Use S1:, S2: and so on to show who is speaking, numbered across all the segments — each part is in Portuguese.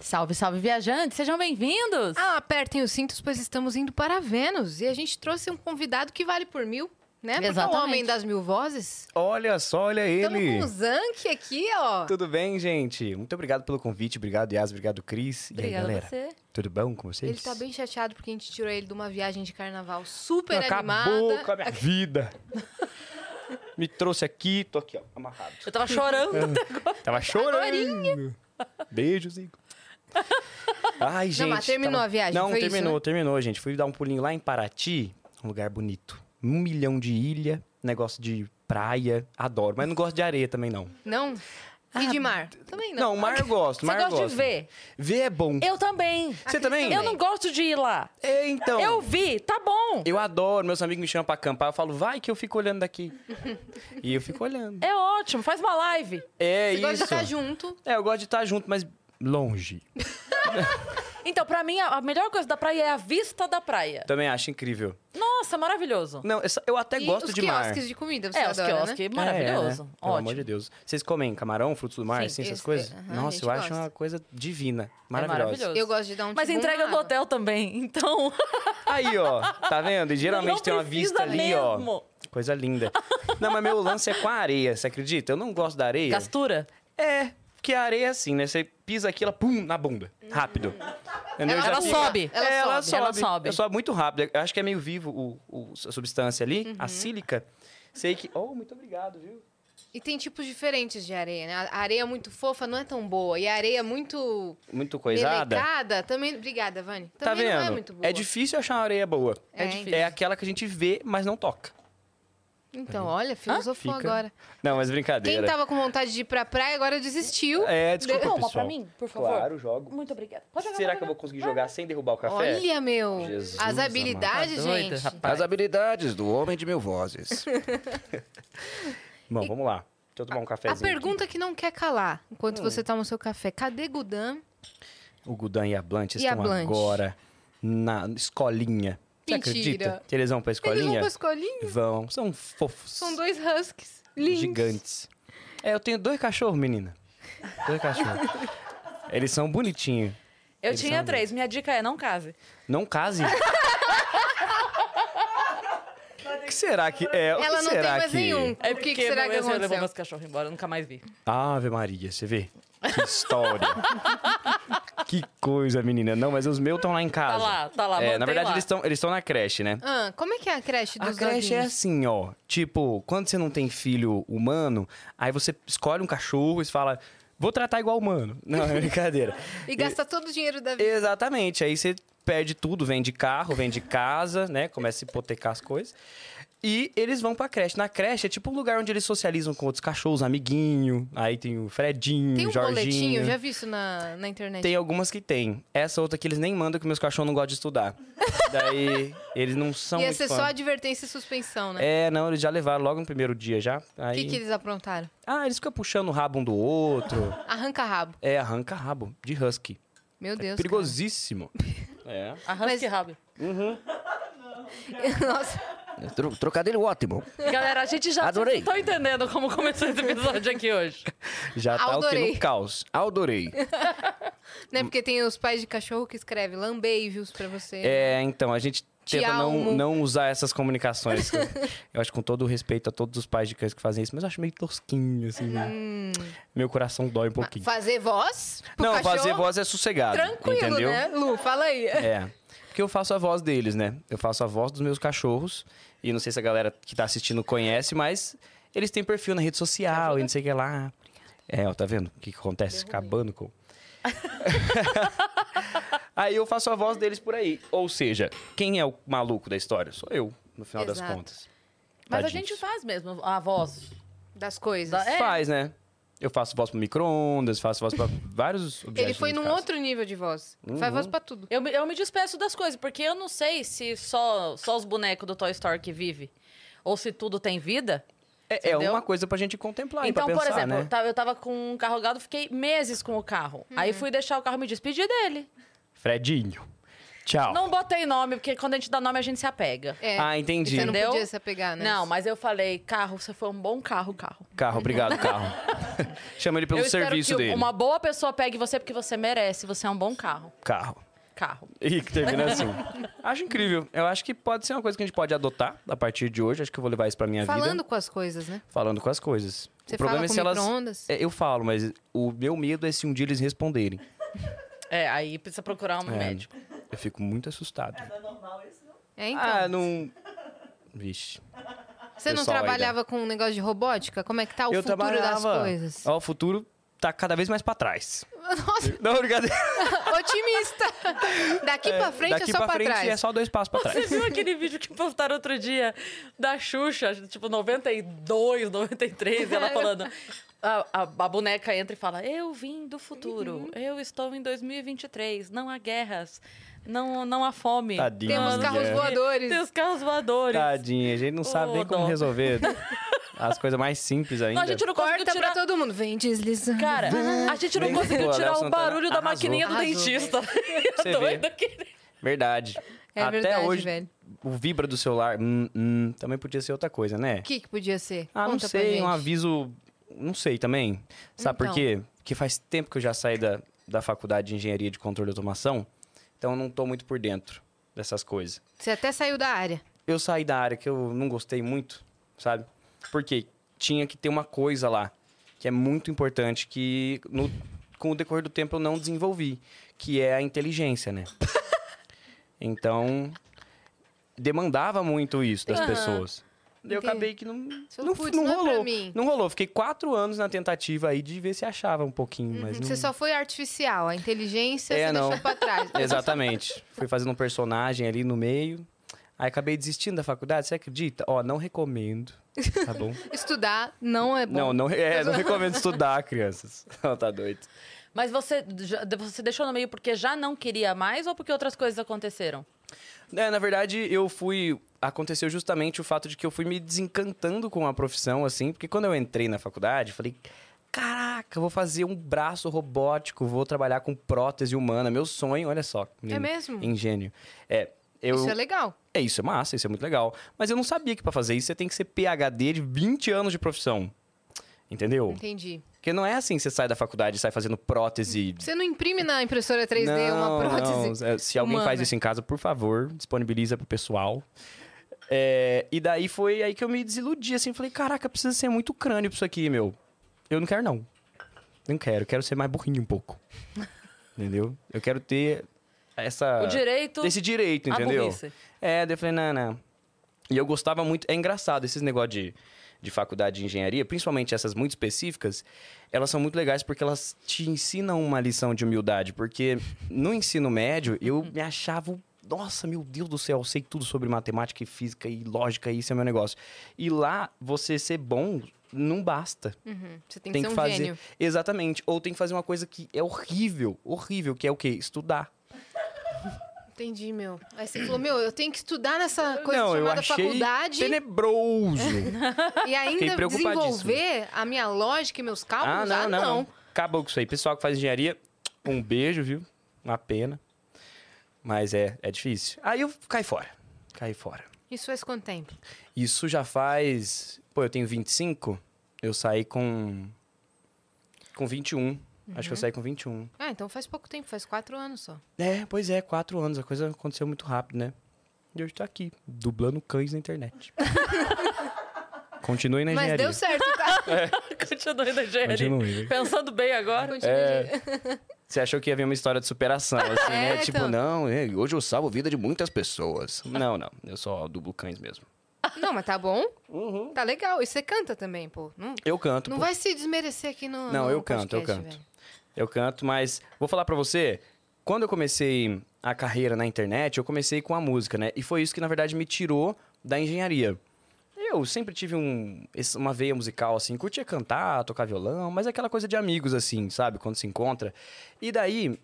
S1: Salve, salve, viajantes! Sejam bem-vindos!
S2: Ah, apertem os cintos, pois estamos indo para Vênus. E a gente trouxe um convidado que vale por mil, né? Porque é o
S1: Exatamente.
S2: homem das mil vozes.
S3: Olha só, olha
S2: Estamos
S3: ele.
S2: com o Zank aqui, ó.
S3: Tudo bem, gente? Muito obrigado pelo convite. Obrigado, Yas. Obrigado, Cris. E aí,
S1: Obrigada a
S3: galera?
S1: você.
S3: Tudo bom com vocês?
S2: Ele tá bem chateado porque a gente tirou ele de uma viagem de carnaval super
S3: Acabou
S2: animada.
S3: com a minha vida. Me trouxe aqui, tô aqui, ó, amarrado.
S1: Eu tava
S3: Hum,
S1: chorando.
S3: Tava chorando. Beijo, Zico. Ai, gente.
S2: mas terminou a viagem,
S3: Não,
S2: foi isso, né?
S3: terminou, terminou, gente. Fui dar um pulinho lá em Paraty, um lugar bonito. Um milhão de ilha, negócio de praia. Adoro, mas não gosto de areia também, não.
S2: Não? E de mar? Também não.
S3: Ah, Não, mar eu gosto,
S1: Você
S3: mar eu
S1: gosta de
S3: gosto.
S1: ver?
S3: Ver é bom.
S1: Eu também.
S3: Você também?
S1: Eu não gosto de ir lá.
S3: É, então.
S1: Eu vi, tá bom.
S3: Eu adoro, meus amigos me chamam pra acampar, eu falo, vai que eu fico olhando daqui. e eu fico olhando.
S1: É ótimo, faz uma live.
S3: É
S2: Você
S3: isso.
S2: gosta de estar junto.
S3: É, eu gosto de estar junto, mas longe.
S1: Então, pra mim, a a melhor coisa da praia é a vista da praia.
S3: Também acho incrível.
S1: Nossa, maravilhoso.
S3: Não, essa- eu até
S2: E
S3: gosto
S2: os
S3: de mar.
S2: quiosques de comida, você
S1: É, os
S2: adora,
S1: quiosques,
S2: né?
S1: maravilhoso.
S3: É, né? Pelo
S1: Ótimo.
S3: amor de Deus. Vocês comem camarão, frutos do mar,
S1: Sim,
S3: assim, essas
S2: esse-
S3: coisas?
S2: aham, a
S3: Nossa,
S2: gente
S3: eu acho
S2: gosta.
S3: uma coisa divina.
S1: maravilhoso.
S3: Maravilhosa.
S2: Eu gosto de dar um
S1: Mas
S2: tibum
S1: entrega
S2: na
S1: do
S2: água.
S1: hotel também, então...
S3: Aí, ó, tá vendo? E geralmente
S1: Não
S3: tem uma
S1: precisa
S3: vista ali,
S1: mesmo.
S3: ó. Coisa linda. Não, mas meu lance é com a areia, você acredita? Eu não gosto da areia.
S1: Gastura?
S3: É, porque a areia é assim, né? Você pisa aqui, ela pum, na bunda. Rápido. Entendeu?
S2: Ela-
S3: Já
S1: ela
S3: fica-
S1: sobe.
S3: É, Ela, sobe.
S1: Ela sobe.
S3: Eu sobe muito rápido. Eu acho que é meio vivo o, o- a substância ali,
S1: Uhum.
S3: a sílica. Sei que. Oh, muito obrigado, viu?
S2: E tem tipos diferentes de areia, né? A areia muito fofa não é tão boa. E a areia muito
S3: Muito coisada.
S2: melecada também... Obrigada, Vani. Também
S3: tá vendo?
S2: não é muito boa.
S3: difícil achar uma areia boa.
S2: É, É
S1: difícil.
S3: É aquela que a gente vê, mas não toca.
S2: Então, olha, filosofou
S3: Uhum. Ah, Fica-
S2: agora.
S3: Não, mas brincadeira.
S2: Quem tava com vontade de ir pra praia agora desistiu.
S3: É, desculpa,
S1: Dá uma
S3: pessoal.
S1: tá pra mim, por favor?
S3: Claro, jogo.
S1: Muito obrigada. Pode jogar,
S3: Será
S1: pode
S3: que eu
S1: jogar.
S3: vou conseguir jogar sem derrubar o café?
S2: Olha, meu.
S3: Jesus
S2: as habilidades,
S1: amado. Tá doido,
S2: gente.
S1: rapaz.
S4: As habilidades do homem de mil vozes.
S3: Bom, vamos lá. Deixa eu tomar um
S2: A
S3: cafezinho.
S2: pergunta que não quer calar
S3: Hum.
S2: enquanto você toma o seu café. Cadê Gudan?
S3: aqui. O Gudan e a Blanche
S2: E a
S3: estão
S2: Blanche?
S3: agora na escolinha. Você
S2: Mentira.
S3: acredita? Que eles vão pra
S2: Eles vão
S3: escolinha?
S2: pra escolinha?
S3: Vão. São fofos.
S2: São dois husks lindos.
S3: Gigantes. É, eu tenho dois cachorros, menina. Dois cachorros. eles são bonitinhos.
S1: Eu
S3: Eles
S1: tinha
S3: são
S1: três. Minha dica é não case.
S3: Não case. O que será que é? O que
S2: Ela não tem
S3: será
S2: mais
S3: que...
S2: nenhum. o que, que
S1: porque
S2: será
S1: meu
S2: que
S1: ex levou
S2: aconteceu?
S1: meus cachorros embora, eu nunca mais vi.
S3: Ave Maria, você vê? Que história. que coisa, menina. Não, mas os meus estão lá em casa.
S1: Tá lá, tá lá,
S3: É,
S1: mantém
S3: na verdade,
S1: lá.
S3: eles estão eles estão na creche, né?
S2: Ah, como é que é a creche dos
S3: A creche é
S2: anjinhos?
S3: assim, ó. Tipo, quando você não tem filho humano, aí você escolhe um cachorro e você fala, vou tratar igual humano. Não, é brincadeira.
S2: E gasta todo o dinheiro da vida.
S3: Exatamente. Aí você perde tudo, vende carro, vende casa, né? Começa a hipotecar as coisas. E eles vão pra creche. Na creche é tipo um lugar onde eles socializam com outros cachorros, amiguinho. Aí tem o Fredinho,
S2: Tem um boletinho,
S3: Jorginho.
S2: já vi isso na, na internet.
S3: Tem algumas que tem. Essa outra que eles nem mandam que meus cachorros não gostam de estudar. Daí eles não são
S2: Ia
S3: muito
S2: ser
S3: fã.
S2: só advertência e suspensão, né?
S3: É, não, eles já levaram logo no primeiro dia já.
S2: O
S3: Aí...
S2: que, que eles aprontaram?
S3: Ah, eles ficam puxando o rabo um do outro.
S2: Arranca rabo.
S3: É, arranca rabo de husky. É
S2: Meu Deus.
S3: Perigosíssimo. É.
S1: A Husky Rabo.
S2: cara. Nossa.
S4: Tro- Trocadilho ótimo.
S1: Galera, a gente já...
S4: Adorei.
S1: Vocês não estão entendendo como começou esse episódio aqui hoje.
S3: Já tá o quê?
S2: Adorei.
S3: No caos.
S4: Aldorei.
S2: Né? Porque tem os pais de cachorro que escrevem lambeijos pra você.
S3: É, então, a gente
S2: Te
S3: tenta
S2: amo.
S3: não, não usar essas comunicações. eu acho com todo o respeito a todos os pais de cães que fazem isso, mas eu acho meio tosquinho, assim. né? Meu coração dói um
S2: Ma-
S3: pouquinho.
S2: Fazer voz? Hum. pro
S3: Não,
S2: cachorro,
S3: fazer voz é sossegado.
S2: Tranquilo,
S3: entendeu?
S2: né? Lu, fala aí.
S3: É. Porque eu faço a voz deles, né? Eu faço a voz dos meus cachorros. E não sei se a galera que tá assistindo conhece, mas eles têm perfil na rede social e não sei o que lá. É, ó, tá vendo o que, que acontece? Acabando com. aí eu faço a voz deles por aí. Ou seja, quem é o maluco da história? Sou eu, no final das
S2: Exato.
S3: contas.
S1: Mas a
S3: Tadinhos.
S1: gente faz mesmo a voz.
S2: Das coisas.
S1: Da- é.
S3: Faz, né? Eu faço voz pro micro-ondas, faço voz pra vários objetos.
S2: Ele foi
S3: dentro
S2: num
S3: de casa.
S2: outro nível de voz.
S3: Uhum.
S2: Faz voz pra tudo.
S1: Eu, me- eu me despeço das coisas, porque eu não sei se só, só os bonecos do Toy Story que vive. Ou se tudo tem vida.
S3: É, é
S1: entendeu?
S3: uma coisa pra gente contemplar
S1: então,
S3: e pra
S1: por
S3: pensar,
S1: exemplo,
S3: né?
S1: eu tava- eu tava com um carro Hum. gado, fiquei meses com o carro. Aí fui deixar o carro me despedir dele.
S3: Fredinho. Tchau.
S5: Não botei nome, porque quando a gente dá nome, a gente se apega.
S2: É,
S3: Ah, entendi.
S2: Você não
S5: Entendeu?
S2: podia se apegar, né?
S5: Não, mas eu falei, carro, você foi um bom carro, carro.
S3: Carro, obrigado, carro. Chama ele pelo
S5: eu espero
S3: serviço
S5: que
S3: dele.
S5: uma boa pessoa pegue você porque você merece, você é um bom carro.
S3: Carro.
S5: Carro.
S3: E que termina assim. acho incrível. Eu acho que pode ser uma coisa que a gente pode adotar a partir de hoje. Acho que eu vou levar isso pra minha
S2: Falando
S3: vida.
S2: com as coisas, né?
S3: Falando com as coisas.
S2: Você
S3: o
S2: fala
S3: problema é
S2: com
S3: se elas.
S2: micro-ondas?
S3: É, eu falo, mas o meu medo é se um dia eles responderem.
S5: É, aí precisa procurar um
S3: É,
S5: médico.
S3: Eu fico muito assustado.
S2: Então, É, então.
S3: Ah, não. Vixe.
S2: Você não
S3: pessoal aí, né?
S2: trabalhava com um negócio de robótica? Como é que tá o
S3: eu
S2: futuro
S3: trabalhava.
S2: das coisas?
S3: Ó, o futuro tá cada vez mais pra trás.
S2: Nossa,
S3: Não, brincadeira.
S2: otimista. Daqui pra frente
S3: Daqui
S2: é só
S3: pra
S2: pra,
S3: frente
S2: trás.
S3: é só dois passos pra
S5: Você
S3: trás.
S5: viu aquele vídeo que postaram outro dia da Xuxa, tipo 92, 93,
S2: É.
S5: ela falando. A, a, a boneca entra e fala: Eu vim do futuro,
S2: Uhum.
S5: eu estou em 2023, não há guerras, não, não há fome.
S3: Tadinha.
S2: Temos
S3: Mano,
S2: carros
S3: é.
S2: voadores.
S5: Tem os carros voadores.
S3: Tadinha, a gente não sabe
S5: Ô,
S3: nem como
S5: dó.
S3: resolver as coisas mais simples ainda.
S5: Não, a gente não conseguiu
S2: Corta
S5: tirar.
S2: pra todo mundo. Vem deslizando.
S5: Cara, a gente não
S3: Vem.
S5: conseguiu
S3: O
S5: tirar
S3: Léo
S5: o
S3: Santana
S5: barulho da
S3: arrasou.
S5: maquininha do
S2: Arrasou,
S5: dentista.
S3: Você
S5: Eu doida que...
S3: Verdade.
S2: É
S3: Até
S2: verdade,
S3: hoje,
S2: velho.
S3: o vibra do celular hum, hum, também podia ser outra coisa, né?
S2: O que, que podia ser?
S3: Ah, não
S2: Conta pra
S3: sei,
S2: gente.
S3: um aviso. Não sei também. Sabe por
S2: Então.
S3: quê? Porque faz tempo que eu já saí da, da faculdade de engenharia de controle e automação, então eu não tô muito por dentro dessas coisas.
S2: Você até saiu da área.
S3: Eu saí da área que eu não gostei muito, sabe? Porque tinha que ter uma coisa lá que é muito importante, que no, com o decorrer do tempo eu não desenvolvi, que é a inteligência, né? então, demandava muito isso das pessoas. Daí eu
S2: Entendi.
S3: acabei que não,
S2: Você
S3: não,
S2: falou, "Putz,
S3: não
S2: não é pra
S3: rolou.
S2: mim."
S3: não rolou. Fiquei quatro anos na tentativa aí de ver se achava um pouquinho, mas não...
S2: Uhum. Você só foi artificial. A inteligência
S3: É,
S2: você
S3: não.
S2: deixou pra trás.
S3: Exatamente. Fui fazendo um personagem ali no meio. Aí acabei desistindo da faculdade, você acredita? Ó, não recomendo, tá bom?
S2: Estudar não é bom.
S3: Não, não, é, não recomendo estudar, crianças. Não, tá doido.
S5: Mas você, já- você deixou no meio porque já não queria mais ou porque outras coisas aconteceram?
S3: É, na verdade, eu fui. Aconteceu justamente o fato de que eu fui me desencantando com a profissão, assim, porque quando eu entrei na faculdade, eu falei. Caraca, eu vou fazer um braço robótico, vou trabalhar com prótese humana. Meu sonho, olha só. menino,
S2: É mesmo?
S3: Engênio. É, eu,
S2: Isso é legal.
S3: É, isso é massa, isso é muito legal. Mas eu não sabia que pra fazer isso você tem que ser PhD de 20 anos de profissão. Entendeu?
S2: Entendi.
S3: Porque não é assim que você sai da faculdade e sai fazendo prótese.
S2: Você não imprime na impressora 3D uma prótese. né?
S3: não. É, Se alguém
S2: humana.
S3: faz isso em casa, por favor, disponibiliza pro pessoal. É, e daí foi aí que eu me desiludi, assim. Falei, caraca, precisa ser muito crânio pra isso aqui, meu. Eu não quero, não. Não quero, quero ser mais burrinho um pouco. entendeu? Eu quero ter essa...
S5: O direito
S3: Esse direito,
S5: à
S3: entendeu?
S5: burrice.
S3: É, daí eu falei, não, não. E eu gostava muito. É engraçado, esses negócios de, de faculdade de engenharia, principalmente essas muito específicas, elas são muito legais porque elas te ensinam uma lição de humildade. Porque no ensino médio, eu me achava. o- Nossa, meu Deus do céu, eu sei tudo sobre matemática e física e lógica, e isso é meu negócio. E lá, você ser bom não basta
S2: Uhum. Você tem que
S3: tem
S2: ser
S3: que
S2: um
S3: fazer.
S2: gênio.
S3: Exatamente. Ou tem que fazer uma coisa que é horrível, horrível, que é o quê? Estudar.
S2: Entendi, meu. Aí você falou, meu, eu tenho que estudar nessa coisa chamada faculdade
S3: tenebroso.
S2: e ainda
S3: preocupadíssimo.
S2: desenvolver a minha lógica e meus
S3: ah,
S2: cálculos.
S3: não, não, não. Acabou com isso aí. Pessoal que faz engenharia, um beijo, viu? Uma pena. Mas é, é difícil. Aí eu caí fora. Caí fora.
S2: Isso faz quanto tempo?
S3: Isso já faz... Pô, eu tenho 25. Eu saí com... Com 21. Acho que eu saí com 21.
S2: Ah, então faz pouco tempo, faz quatro anos só.
S3: É, pois é. Quatro anos. A coisa aconteceu muito rápido, né? E hoje tô aqui, dublando cães na internet. Continue na
S2: Mas
S3: engenharia.
S2: deu certo, tá?
S5: Continue da engenharia.
S3: Continue.
S5: Pensando bem agora.
S3: É, você achou que ia vir uma história de superação, assim,
S2: É,
S3: né? Tipo,
S2: então.
S3: não, é,
S4: Hoje eu salvo a vida de muitas pessoas.
S3: Não, não. Eu só dublo cães mesmo.
S2: Não, mas tá bom.
S3: Uhum.
S2: Tá legal. E você canta também, pô. Não,
S3: Eu canto.
S2: não
S3: pô.
S2: vai se desmerecer aqui no.
S3: Tá Não,
S2: no
S3: eu canto, eu
S2: podcast,
S3: canto.
S2: velho.
S3: Eu canto, mas vou falar pra você. Quando eu comecei a carreira na internet, eu comecei com a música, né? E foi isso que, na verdade, me tirou da engenharia. Eu sempre tive um, esse- uma veia musical, assim, curtia cantar, tocar violão, mas é aquela coisa de amigos, assim, sabe? Quando se encontra. E daí,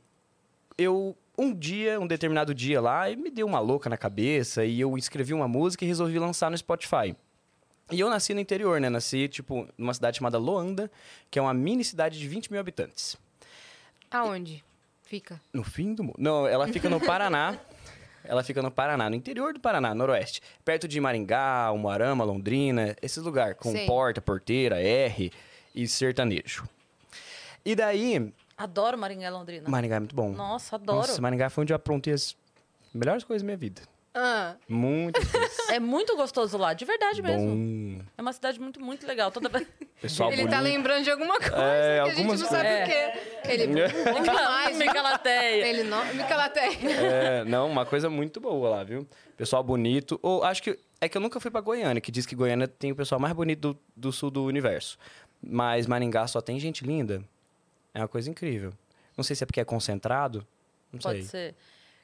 S3: eu, um dia, um determinado dia lá, e me deu uma louca na cabeça e eu escrevi uma música e resolvi lançar no Spotify. E eu nasci no interior, né? Nasci, tipo, numa cidade chamada Loanda, que é uma mini cidade de 20 mil habitantes.
S2: Aonde? Fica.
S3: No fim do mundo. Não, ela fica no Paraná. Ela fica no Paraná, no interior do Paraná, noroeste. Perto de Maringá, Umuarama, Londrina, esses lugares. Com
S2: Sei.
S3: porta, porteira, R e sertanejo. E daí,
S1: Adoro Maringá e Londrina.
S3: Maringá é muito bom.
S1: Nossa, adoro.
S3: Nossa, Maringá foi onde eu aprontei as melhores coisas da minha vida.
S2: Ah,
S3: Muitas coisas.
S1: É muito gostoso lá, de verdade mesmo.
S3: Bom,
S1: É uma cidade muito, muito legal. Toda vez.
S3: pessoal
S2: ele
S3: bonito.
S2: tá lembrando de alguma coisa
S3: É,
S2: que a gente não
S3: algumas
S2: sabe o quê. É. Ele nunca mais.
S1: Fica na teia.
S2: Ele não. Mica
S3: É, não, uma coisa muito boa lá, viu? Pessoal bonito. Ou acho que. É que eu nunca fui pra Goiânia, que diz que Goiânia tem o pessoal mais bonito do, do sul do universo. Mas Maringá só tem gente linda. É uma coisa incrível. Não sei se é porque é concentrado. Não
S1: Pode
S3: sei.
S1: ser.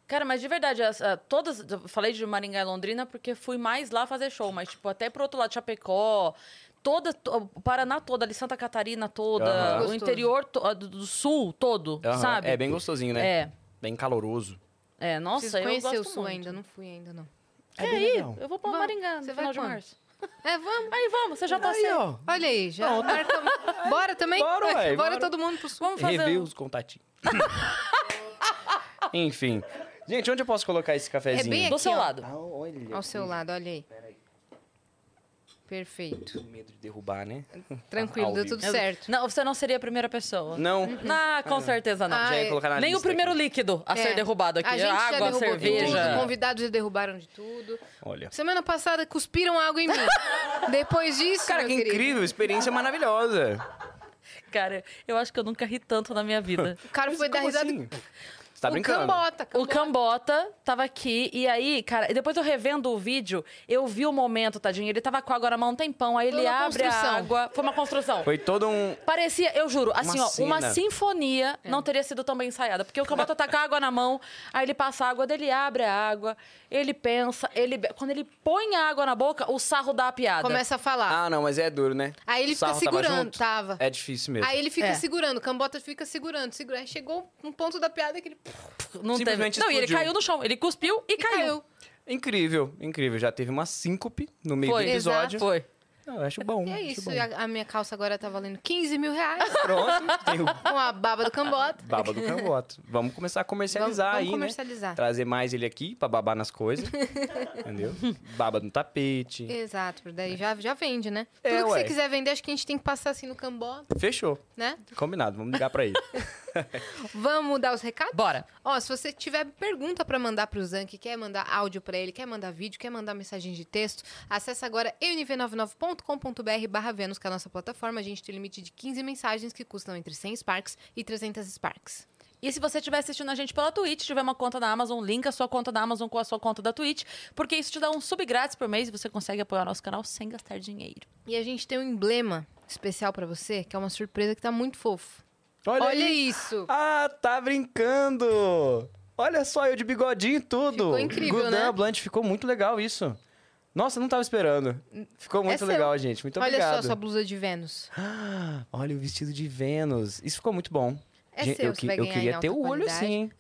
S1: Cara, mas de verdade, as- a- todas. Eu falei de Maringá e Londrina porque fui mais lá fazer show, mas, tipo, até pro outro lado, Chapecó, toda, to- o Paraná todo, ali, Santa Catarina
S3: Aham.
S1: toda, o
S2: Gostoso.
S1: interior to- do, do sul todo,
S3: Aham,
S1: sabe?
S3: É bem gostosinho, né?
S1: É.
S3: Bem caloroso.
S1: É, nossa,
S2: Preciso
S1: eu gosto
S2: conhecer o sul
S1: muito.
S2: ainda, não fui ainda, não.
S3: É, bem legal.
S1: Eu vou pra
S2: Vamos.
S1: Maringá no
S2: Você vai
S1: final de
S2: quando?
S1: março.
S2: É, vamos.
S1: Aí vamos, você já tá passou.
S3: Aí, ó.
S2: Olha aí, já. marcamos. Bora também?
S3: Bora, ué, bora.
S2: todo mundo pro sul.
S1: Vamos fazer.
S3: Revê
S1: um-
S3: os contatinhos. Enfim. Gente, onde eu posso colocar esse
S2: É
S3: cafezinho?
S2: bem aqui,
S1: Do seu
S2: ó,
S1: lado.
S3: Ah, olha.
S2: Ao seu lado, olha aí. Perfeito.
S3: Com medo de derrubar, né?
S2: Tranquilo,
S3: Ao
S2: deu
S3: vivo.
S2: tudo certo.
S1: Não, você não seria a primeira pessoa.
S3: Não.
S1: Ah, com certeza não.
S2: Ah,
S3: Já ia
S2: é.
S3: colocar na
S1: Nem o
S3: lista
S1: primeiro
S3: aqui.
S1: líquido a
S2: É.
S1: ser derrubado aqui.
S2: A gente já
S1: água,
S2: derrubou tudo, os
S1: cerveja.
S2: convidados já derrubaram de tudo.
S3: Olha.
S2: Semana passada cuspiram água em mim. Depois disso,
S3: Cara,
S2: meu
S3: que
S2: querido,
S3: incrível, experiência maravilhosa.
S1: Cara, eu acho que eu nunca ri tanto na minha vida.
S2: o cara foi dar
S3: Como
S2: risada.
S3: assim? Você tá
S2: o
S3: brincando?
S2: cambota,
S1: O Cambota tava aqui, e aí, cara, e depois eu revendo o vídeo, eu vi o momento, tadinho. Ele tava com a água na mão um tempão, aí
S2: Foi
S1: ele
S2: uma
S1: abre
S2: construção.
S1: a água. Foi uma construção.
S3: Foi todo um.
S1: Parecia, eu juro, assim, ó, uma
S3: cena.
S1: sinfonia
S2: É.
S1: não teria sido tão bem ensaiada. Porque o Cambota tá com a água na mão, aí ele passa a água, dele abre a água, ele pensa, ele. be- Quando ele põe a água na boca, o sarro dá a piada.
S2: Começa a falar.
S3: Ah, não, mas é duro, né?
S2: Aí ele
S3: O
S2: fica
S3: sarro
S2: segurando,
S3: Tava,
S2: tava.
S3: junto? É difícil mesmo.
S2: Aí ele fica
S1: É.
S2: segurando, o cambota fica segurando, segura. Aí chegou um ponto da piada que ele
S1: não teve-
S3: simplesmente
S1: Não, e ele
S3: explodiu.
S1: caiu no chão. Ele cuspiu e,
S2: e caiu.
S3: Incrível, incrível. Já teve uma síncope no meio
S1: Foi.
S3: do episódio.
S1: Foi.
S3: Não, eu acho bom.
S2: E é
S3: acho
S2: isso.
S3: bom.
S2: e A, a minha calça agora tá valendo 15 mil reais
S3: Pronto, tem o
S2: com a baba do cambota.
S3: baba do cangoto. Vamos começar a comercializar
S2: Vamos- vamos
S3: aí,
S2: comercializar.
S3: né? Trazer mais ele aqui pra babar nas coisas. entendeu? Baba no tapete.
S2: Exato, porque daí já, já vende, né?
S3: É,
S2: Tudo que
S3: ué.
S2: você quiser vender, acho que a gente tem que passar assim no cambota,
S3: Fechou.
S2: né?
S3: Combinado, vamos ligar pra ele.
S2: Vamos dar os recados?
S1: Bora.
S2: Ó, se você tiver pergunta pra mandar pro Zank, quer mandar áudio pra ele, quer mandar vídeo, quer mandar mensagem de texto, acessa agora unv99.com.br barra Vênus, que é a nossa plataforma. A gente tem limite de 15 mensagens que custam entre 100 Sparks e 300 Sparks.
S1: E se você estiver assistindo a gente pela Twitch, tiver uma conta na Amazon, linka a sua conta da Amazon com a sua conta da Twitch, porque isso te dá um sub grátis por mês e você consegue apoiar o nosso canal sem gastar dinheiro.
S2: E a gente tem um emblema especial pra você, que é uma surpresa que tá muito fofo. Olha, isso!
S3: Ah, tá brincando! Olha só, eu de bigodinho e tudo.
S2: Ficou incrível,
S3: Gudan
S2: né?
S3: Blunt, ficou muito legal isso. Nossa, não tava esperando. Ficou muito
S2: seu.
S3: legal, gente. Ah, Muito
S2: é Olha
S3: obrigado.
S2: só sua blusa de Vênus.
S3: Ah, Olha o vestido de Vênus. Isso ficou muito bom.
S2: É
S3: Gente,
S2: seu,
S3: eu,
S2: você
S3: que-
S2: vai
S3: eu
S2: ganhar em
S3: queria
S2: alta
S3: ter o olho
S2: qualidade.
S3: assim. hein?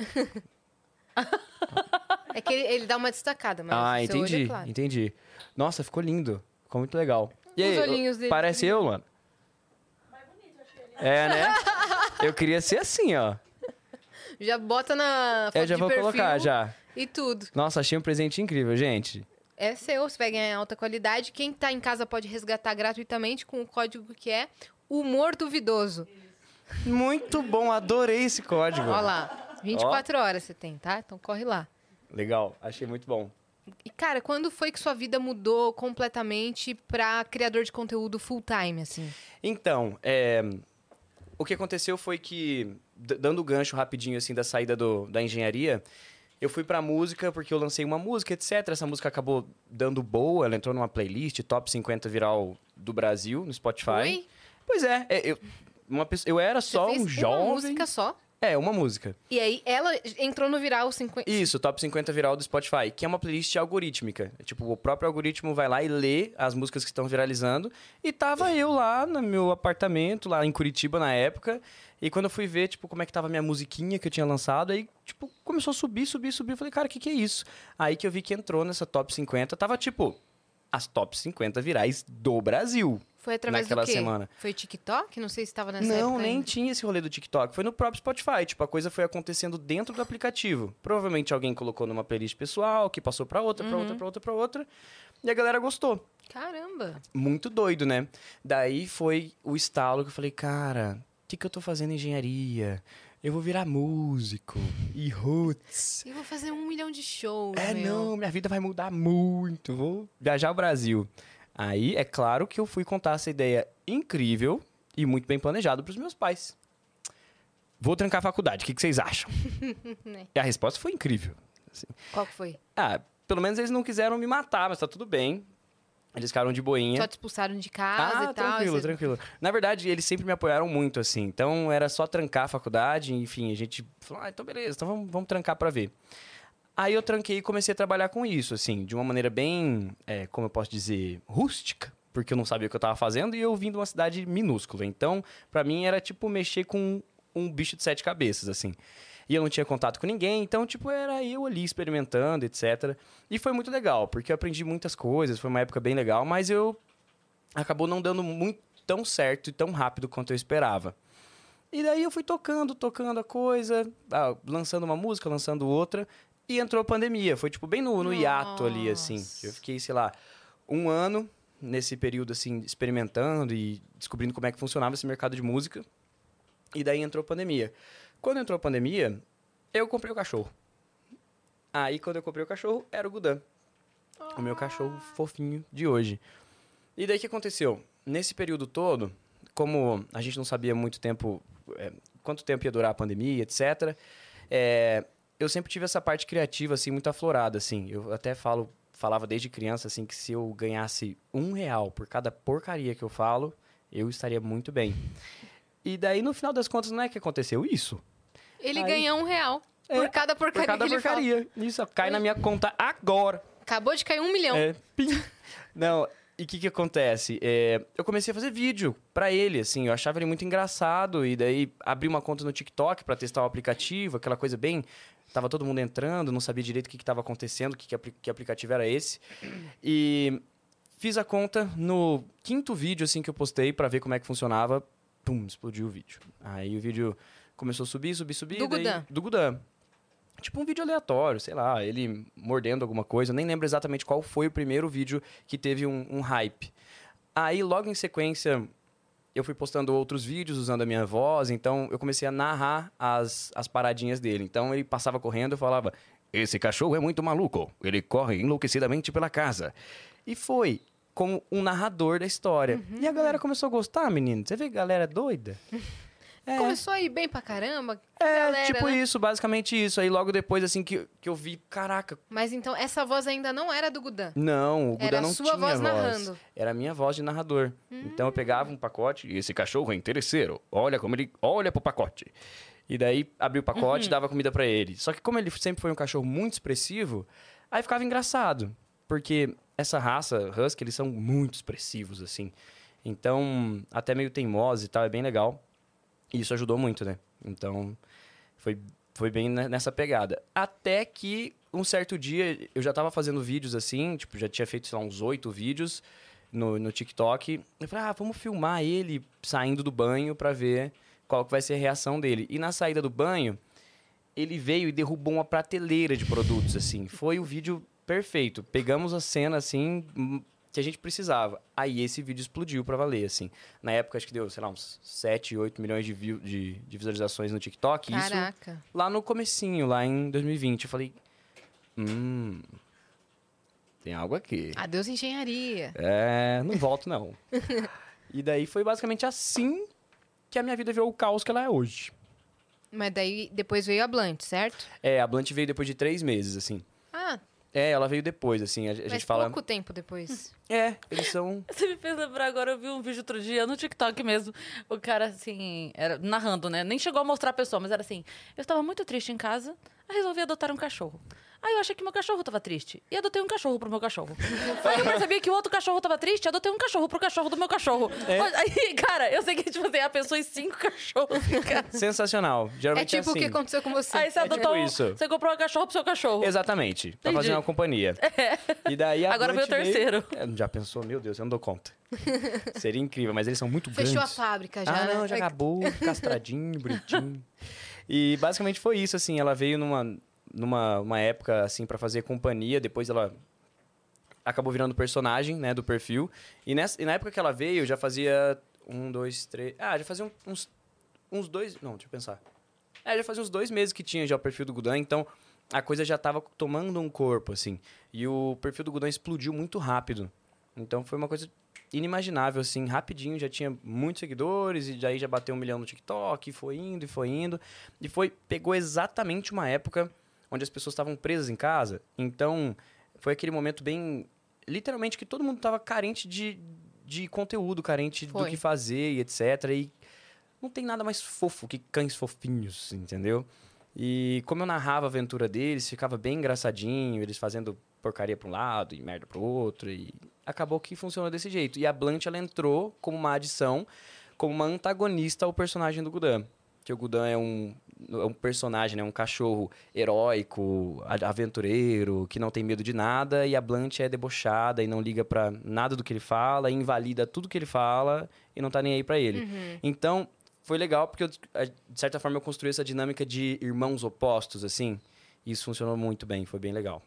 S2: É que ele, ele dá uma destacada, mas
S3: Ah,
S2: o seu olho é
S3: entendi,
S2: claro.
S3: entendi. Nossa, ficou lindo. Ficou muito legal. E
S2: Os
S3: aí,
S2: olhinhos
S3: eu-
S2: dele.
S3: parece eu, mano? É, né? Eu queria ser assim, ó.
S2: Já bota na foto
S3: Eu É, já
S2: de
S3: vou
S2: perfil
S3: colocar, já.
S2: e tudo.
S3: Nossa, achei um presente incrível, gente.
S2: É seu, você vai ganhar em alta qualidade. Quem tá em casa pode resgatar gratuitamente com o código que é humor duvidoso.
S3: Muito bom, adorei esse código.
S2: Olha lá, 24 horas você tem, tá? Então corre lá.
S3: Legal, achei muito bom.
S2: E cara, quando foi que sua vida mudou completamente pra criador de conteúdo full time assim?
S3: Então, é, o que aconteceu foi que, d- dando o gancho rapidinho assim da saída do- da engenharia, eu fui pra música porque eu lancei uma música, etc. Essa música acabou dando boa, ela entrou numa playlist top 50 viral do Brasil no Spotify.
S2: Oi?
S3: Pois é, é, eu, uma pessoa- eu era
S2: Você
S3: só
S2: fez
S3: um jovem.
S2: Uma música só.
S3: É, uma música.
S2: E aí ela entrou no viral 50.
S3: Isso, top 50 viral do Spotify, que é uma playlist algorítmica. É Tipo, o próprio algoritmo vai lá e lê as músicas que estão viralizando. E tava eu lá no meu apartamento, lá em Curitiba na época. E quando eu fui ver, tipo, como é que tava a minha musiquinha que eu tinha lançado, aí, tipo, começou a subir, subir, subir. Eu falei, cara, o que, que é isso? Aí que eu vi que entrou nessa top 50. Tava, tipo, as top 50 virais do Brasil.
S2: Foi através
S3: Naquela
S2: do quê?
S3: semana.
S2: Foi TikTok? Não sei se estava nessa época
S3: Não, nem
S2: ainda.
S3: tinha esse rolê do TikTok. Foi no próprio Spotify. Tipo, a coisa foi acontecendo dentro do aplicativo. Provavelmente alguém colocou numa playlist pessoal, que passou pra outra, pra outra,
S2: Uhum.
S3: pra outra, pra outra. E a galera gostou.
S2: Caramba.
S3: Muito doido, né? Daí foi o estalo que eu falei, cara, o que, que eu tô fazendo em engenharia? Eu vou virar músico. E roots.
S2: Eu vou fazer um milhão de shows,
S3: É,
S2: meu.
S3: não, minha vida vai mudar muito. Vou viajar ao Brasil. Aí, é claro que eu fui contar essa ideia incrível e muito bem planejada pros meus pais. Vou trancar a faculdade, o que, que vocês acham? e a resposta foi incrível.
S2: Qual que foi?
S3: Ah, pelo menos eles não quiseram me matar, mas tá tudo bem. Eles ficaram de boinha.
S2: Só te expulsaram de casa
S3: ah,
S2: e tal.
S3: tranquilo,
S2: e você-
S3: tranquilo. Na verdade, eles sempre me apoiaram muito, assim. Então, era só trancar a faculdade, enfim, a gente falou, ah, então beleza, então vamos, vamos trancar pra ver. Aí eu tranquei e comecei a trabalhar com isso, assim, de uma maneira bem, é, como eu posso dizer, rústica, porque eu não sabia o que eu tava fazendo e eu vim de uma cidade minúscula. Então, pra mim, era tipo mexer com um bicho de sete cabeças, assim. E eu não tinha contato com ninguém, então, tipo, era eu ali experimentando, etc. E foi muito legal, porque eu aprendi muitas coisas, foi uma época bem legal, mas eu acabou não dando muito tão certo e tão rápido quanto eu esperava. E daí eu fui tocando, tocando a coisa, ah, lançando uma música, lançando outra, e entrou a pandemia. Foi tipo bem no, no hiato ali, assim.
S2: Nossa.
S3: Eu fiquei, sei lá, um ano nesse período, assim, experimentando e descobrindo como é que funcionava esse mercado de música. E daí entrou a pandemia. Quando entrou a pandemia, eu comprei o cachorro. Aí, quando eu comprei o cachorro, era o Gudan. O meu cachorro fofinho de hoje. E daí o que aconteceu? Nesse período todo, como a gente não sabia muito tempo é, quanto tempo ia durar a pandemia, etc., é, eu sempre tive essa parte criativa, assim, muito aflorada, assim. Eu até falo, falava desde criança, assim, que se eu ganhasse um real por cada porcaria que eu falo, eu estaria muito bem. E daí, no final das contas, não é que aconteceu isso.
S2: Ele
S3: Aí-
S2: ganha um real
S3: É,
S2: por cada porcaria
S3: Por cada
S2: que ele fala.
S3: porcaria. Isso ó, cai na minha conta agora.
S2: Acabou de cair um milhão.
S3: É, pim. Não, e o que que acontece? É, eu comecei a fazer vídeo pra ele, assim, eu achava ele muito engraçado e daí abri uma conta no TikTok pra testar o aplicativo, aquela coisa bem... Tava todo mundo entrando, não sabia direito o que que tava acontecendo, que, que, apli- que aplicativo era esse. E fiz a conta no quinto vídeo, assim, que eu postei pra ver como é que funcionava. Pum, explodiu o vídeo. Aí o vídeo começou a subir, subir, subir.
S2: Do
S3: daí-
S2: Gudan.
S3: Do Gudan. Tipo um vídeo aleatório, sei lá, ele mordendo alguma coisa. Eu nem lembro exatamente qual foi o primeiro vídeo que teve um, um hype. Aí, logo em sequência, eu fui postando outros vídeos usando a minha voz. Então, eu comecei a narrar as, as paradinhas dele. Então, ele passava correndo, eu falava...
S4: Esse cachorro é muito maluco. Ele corre enlouquecidamente pela casa.
S3: E foi como um narrador da história. E a galera começou a gostar, menino. Você vê que galera doida? É.
S2: Começou a ir bem pra caramba.
S3: É,
S2: galera,
S3: tipo
S2: né?
S3: isso, basicamente isso. Aí logo depois, assim, que, que eu vi, caraca,
S2: Mas então, essa voz ainda não era do Gudan.
S3: não, o Gudan
S2: Era a
S3: não
S2: sua
S3: tinha
S2: voz narrando.
S3: Era a minha voz de narrador. Então eu pegava um pacote,
S4: Esse cachorro é interesseiro. Olha como ele
S3: olha pro pacote. E daí abria o pacote
S2: Uhum.
S3: e dava comida pra ele. Só que como ele sempre foi um cachorro muito expressivo, aí ficava engraçado. Porque essa raça, Husky, eles são muito expressivos, assim. Então, até meio teimosos e tal, é bem legal. E isso ajudou muito, né? Então, foi, foi bem ne- nessa pegada. Até que um certo dia eu já tava fazendo vídeos assim, tipo, já tinha feito, sei lá, uns oito vídeos no, no TikTok. Eu falei, ah, vamos filmar ele saindo do banho pra ver qual que vai ser a reação dele. E na saída do banho, ele veio e derrubou uma prateleira de produtos, assim. Foi o vídeo perfeito. Pegamos a cena, assim, hum, que a gente precisava. Aí esse vídeo explodiu pra valer, assim. Na época, acho que deu, sei lá, uns 7, 8 milhões de, view- de, de visualizações no TikTok. Isso
S2: Caraca.
S3: lá no comecinho, lá em 2020. Eu falei, hum,
S4: Tem algo aqui.
S2: Adeus, engenharia.
S3: é, não volto não. e daí foi basicamente assim que a minha vida virou o caos que ela é hoje.
S2: Mas daí, depois veio a Blunt, certo?
S3: É, a Blunt veio depois de três meses, assim.
S2: Ah,
S3: É, ela veio depois, assim, a, a
S2: mas
S3: gente fala...
S2: pouco tempo depois.
S3: É, eles são...
S5: Você me fez lembrar agora, eu vi um vídeo outro dia no TikTok mesmo. O cara, assim, era narrando, né? Nem chegou a mostrar a pessoa, mas era assim: eu estava muito triste em casa. Aí resolvi adotar um cachorro. Aí eu achei que meu cachorro tava triste. E adotei um cachorro pro meu cachorro. Aí eu percebi que o outro cachorro tava triste, adotei um cachorro pro cachorro do meu cachorro.
S1: É.
S5: Aí, cara, eu sei que, tipo assim, a pessoa em cinco cachorros. cara.
S3: Sensacional.
S2: É
S3: Geralmente é,
S2: tipo o que
S3: assim.
S2: aconteceu com você.
S5: Aí você
S3: tipo
S5: adotou. um-
S3: isso.
S5: Você comprou um cachorro pro seu cachorro.
S3: Exatamente. Pra
S5: Entendi.
S3: fazer uma companhia.
S2: É.
S3: E daí a
S5: Agora veio o
S3: Bud veio-
S5: terceiro.
S3: É, Já pensou, meu Deus, eu não dou conta. Seria incrível, mas eles são muito
S2: Fechou a
S3: grandes.
S2: fábrica já.
S3: Ah,
S2: né?
S3: não, já acabou, castradinho, bonitinho. E basicamente foi isso, assim, ela veio numa, numa uma época, assim, para fazer companhia, depois ela acabou virando personagem, né, do perfil. E, nessa, e na época que ela veio, já fazia um, dois, três... Ah, já fazia um- uns, uns dois... Não, deixa eu pensar. É, já fazia uns dois meses que tinha já o perfil do Gudan, então a coisa já tava tomando um corpo, assim. E o perfil do Gudan explodiu muito rápido. Então foi uma coisa inimaginável, assim, rapidinho, já tinha muitos seguidores, e daí já bateu um milhão no TikTok, e foi indo, e foi indo. E foi, pegou exatamente uma época onde as pessoas estavam presas em casa. Então, foi aquele momento bem. Literalmente que todo mundo tava carente de, de conteúdo, carente do
S2: Foi.
S3: que fazer e etc. E não tem nada mais fofo que cães fofinhos, entendeu? E como eu narrava a aventura deles, ficava bem engraçadinho, eles fazendo porcaria pra um lado e merda pro outro. E acabou que funcionou desse jeito. E a Blanche, ela entrou como uma adição, como uma antagonista ao personagem do Gudan. Que o Gudan é um, é um personagem, né? Um cachorro heróico, a- aventureiro, que não tem medo de nada. E a Blanche é debochada e não liga pra nada do que ele fala, e invalida tudo que ele fala e não tá nem aí pra ele. Então, foi legal porque, eu, a- de certa forma, eu construí essa dinâmica de irmãos opostos, assim. E isso funcionou muito bem, foi bem legal.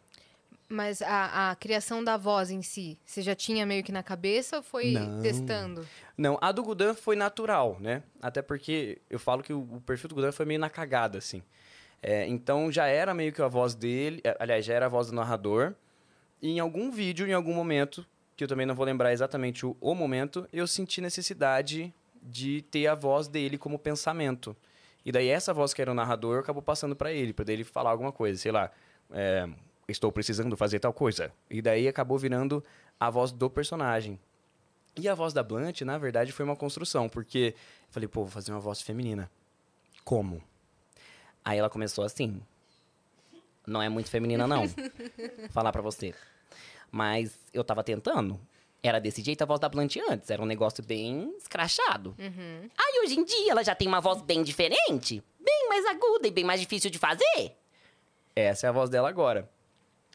S2: Mas a, a criação da voz em si, você já tinha meio que na cabeça ou foi
S3: Não.
S2: testando?
S3: Não, a do Gudan foi natural, né? Até porque eu falo que o, o perfil do Gudan foi meio na cagada, assim. É, então já era meio que a voz dele, é, aliás, já era a voz do narrador. E em algum vídeo, em algum momento, que eu também não vou lembrar exatamente o, o momento, eu senti necessidade de ter a voz dele como pensamento. E daí essa voz que era o narrador acabou passando pra ele, pra ele falar alguma coisa, sei lá, é, estou precisando fazer tal coisa. E daí acabou virando a voz do personagem. E a voz da Blanche, na verdade, foi uma construção, porque eu falei, pô, vou fazer uma voz feminina. Como? Aí ela começou assim. Não é muito feminina, não. falar pra você. Mas eu tava tentando. Era desse jeito a voz da Blanche antes. Era um negócio bem escrachado.
S6: Aí hoje em dia ela já tem uma voz bem diferente, bem mais aguda e bem mais difícil de fazer.
S3: Essa é a voz dela agora.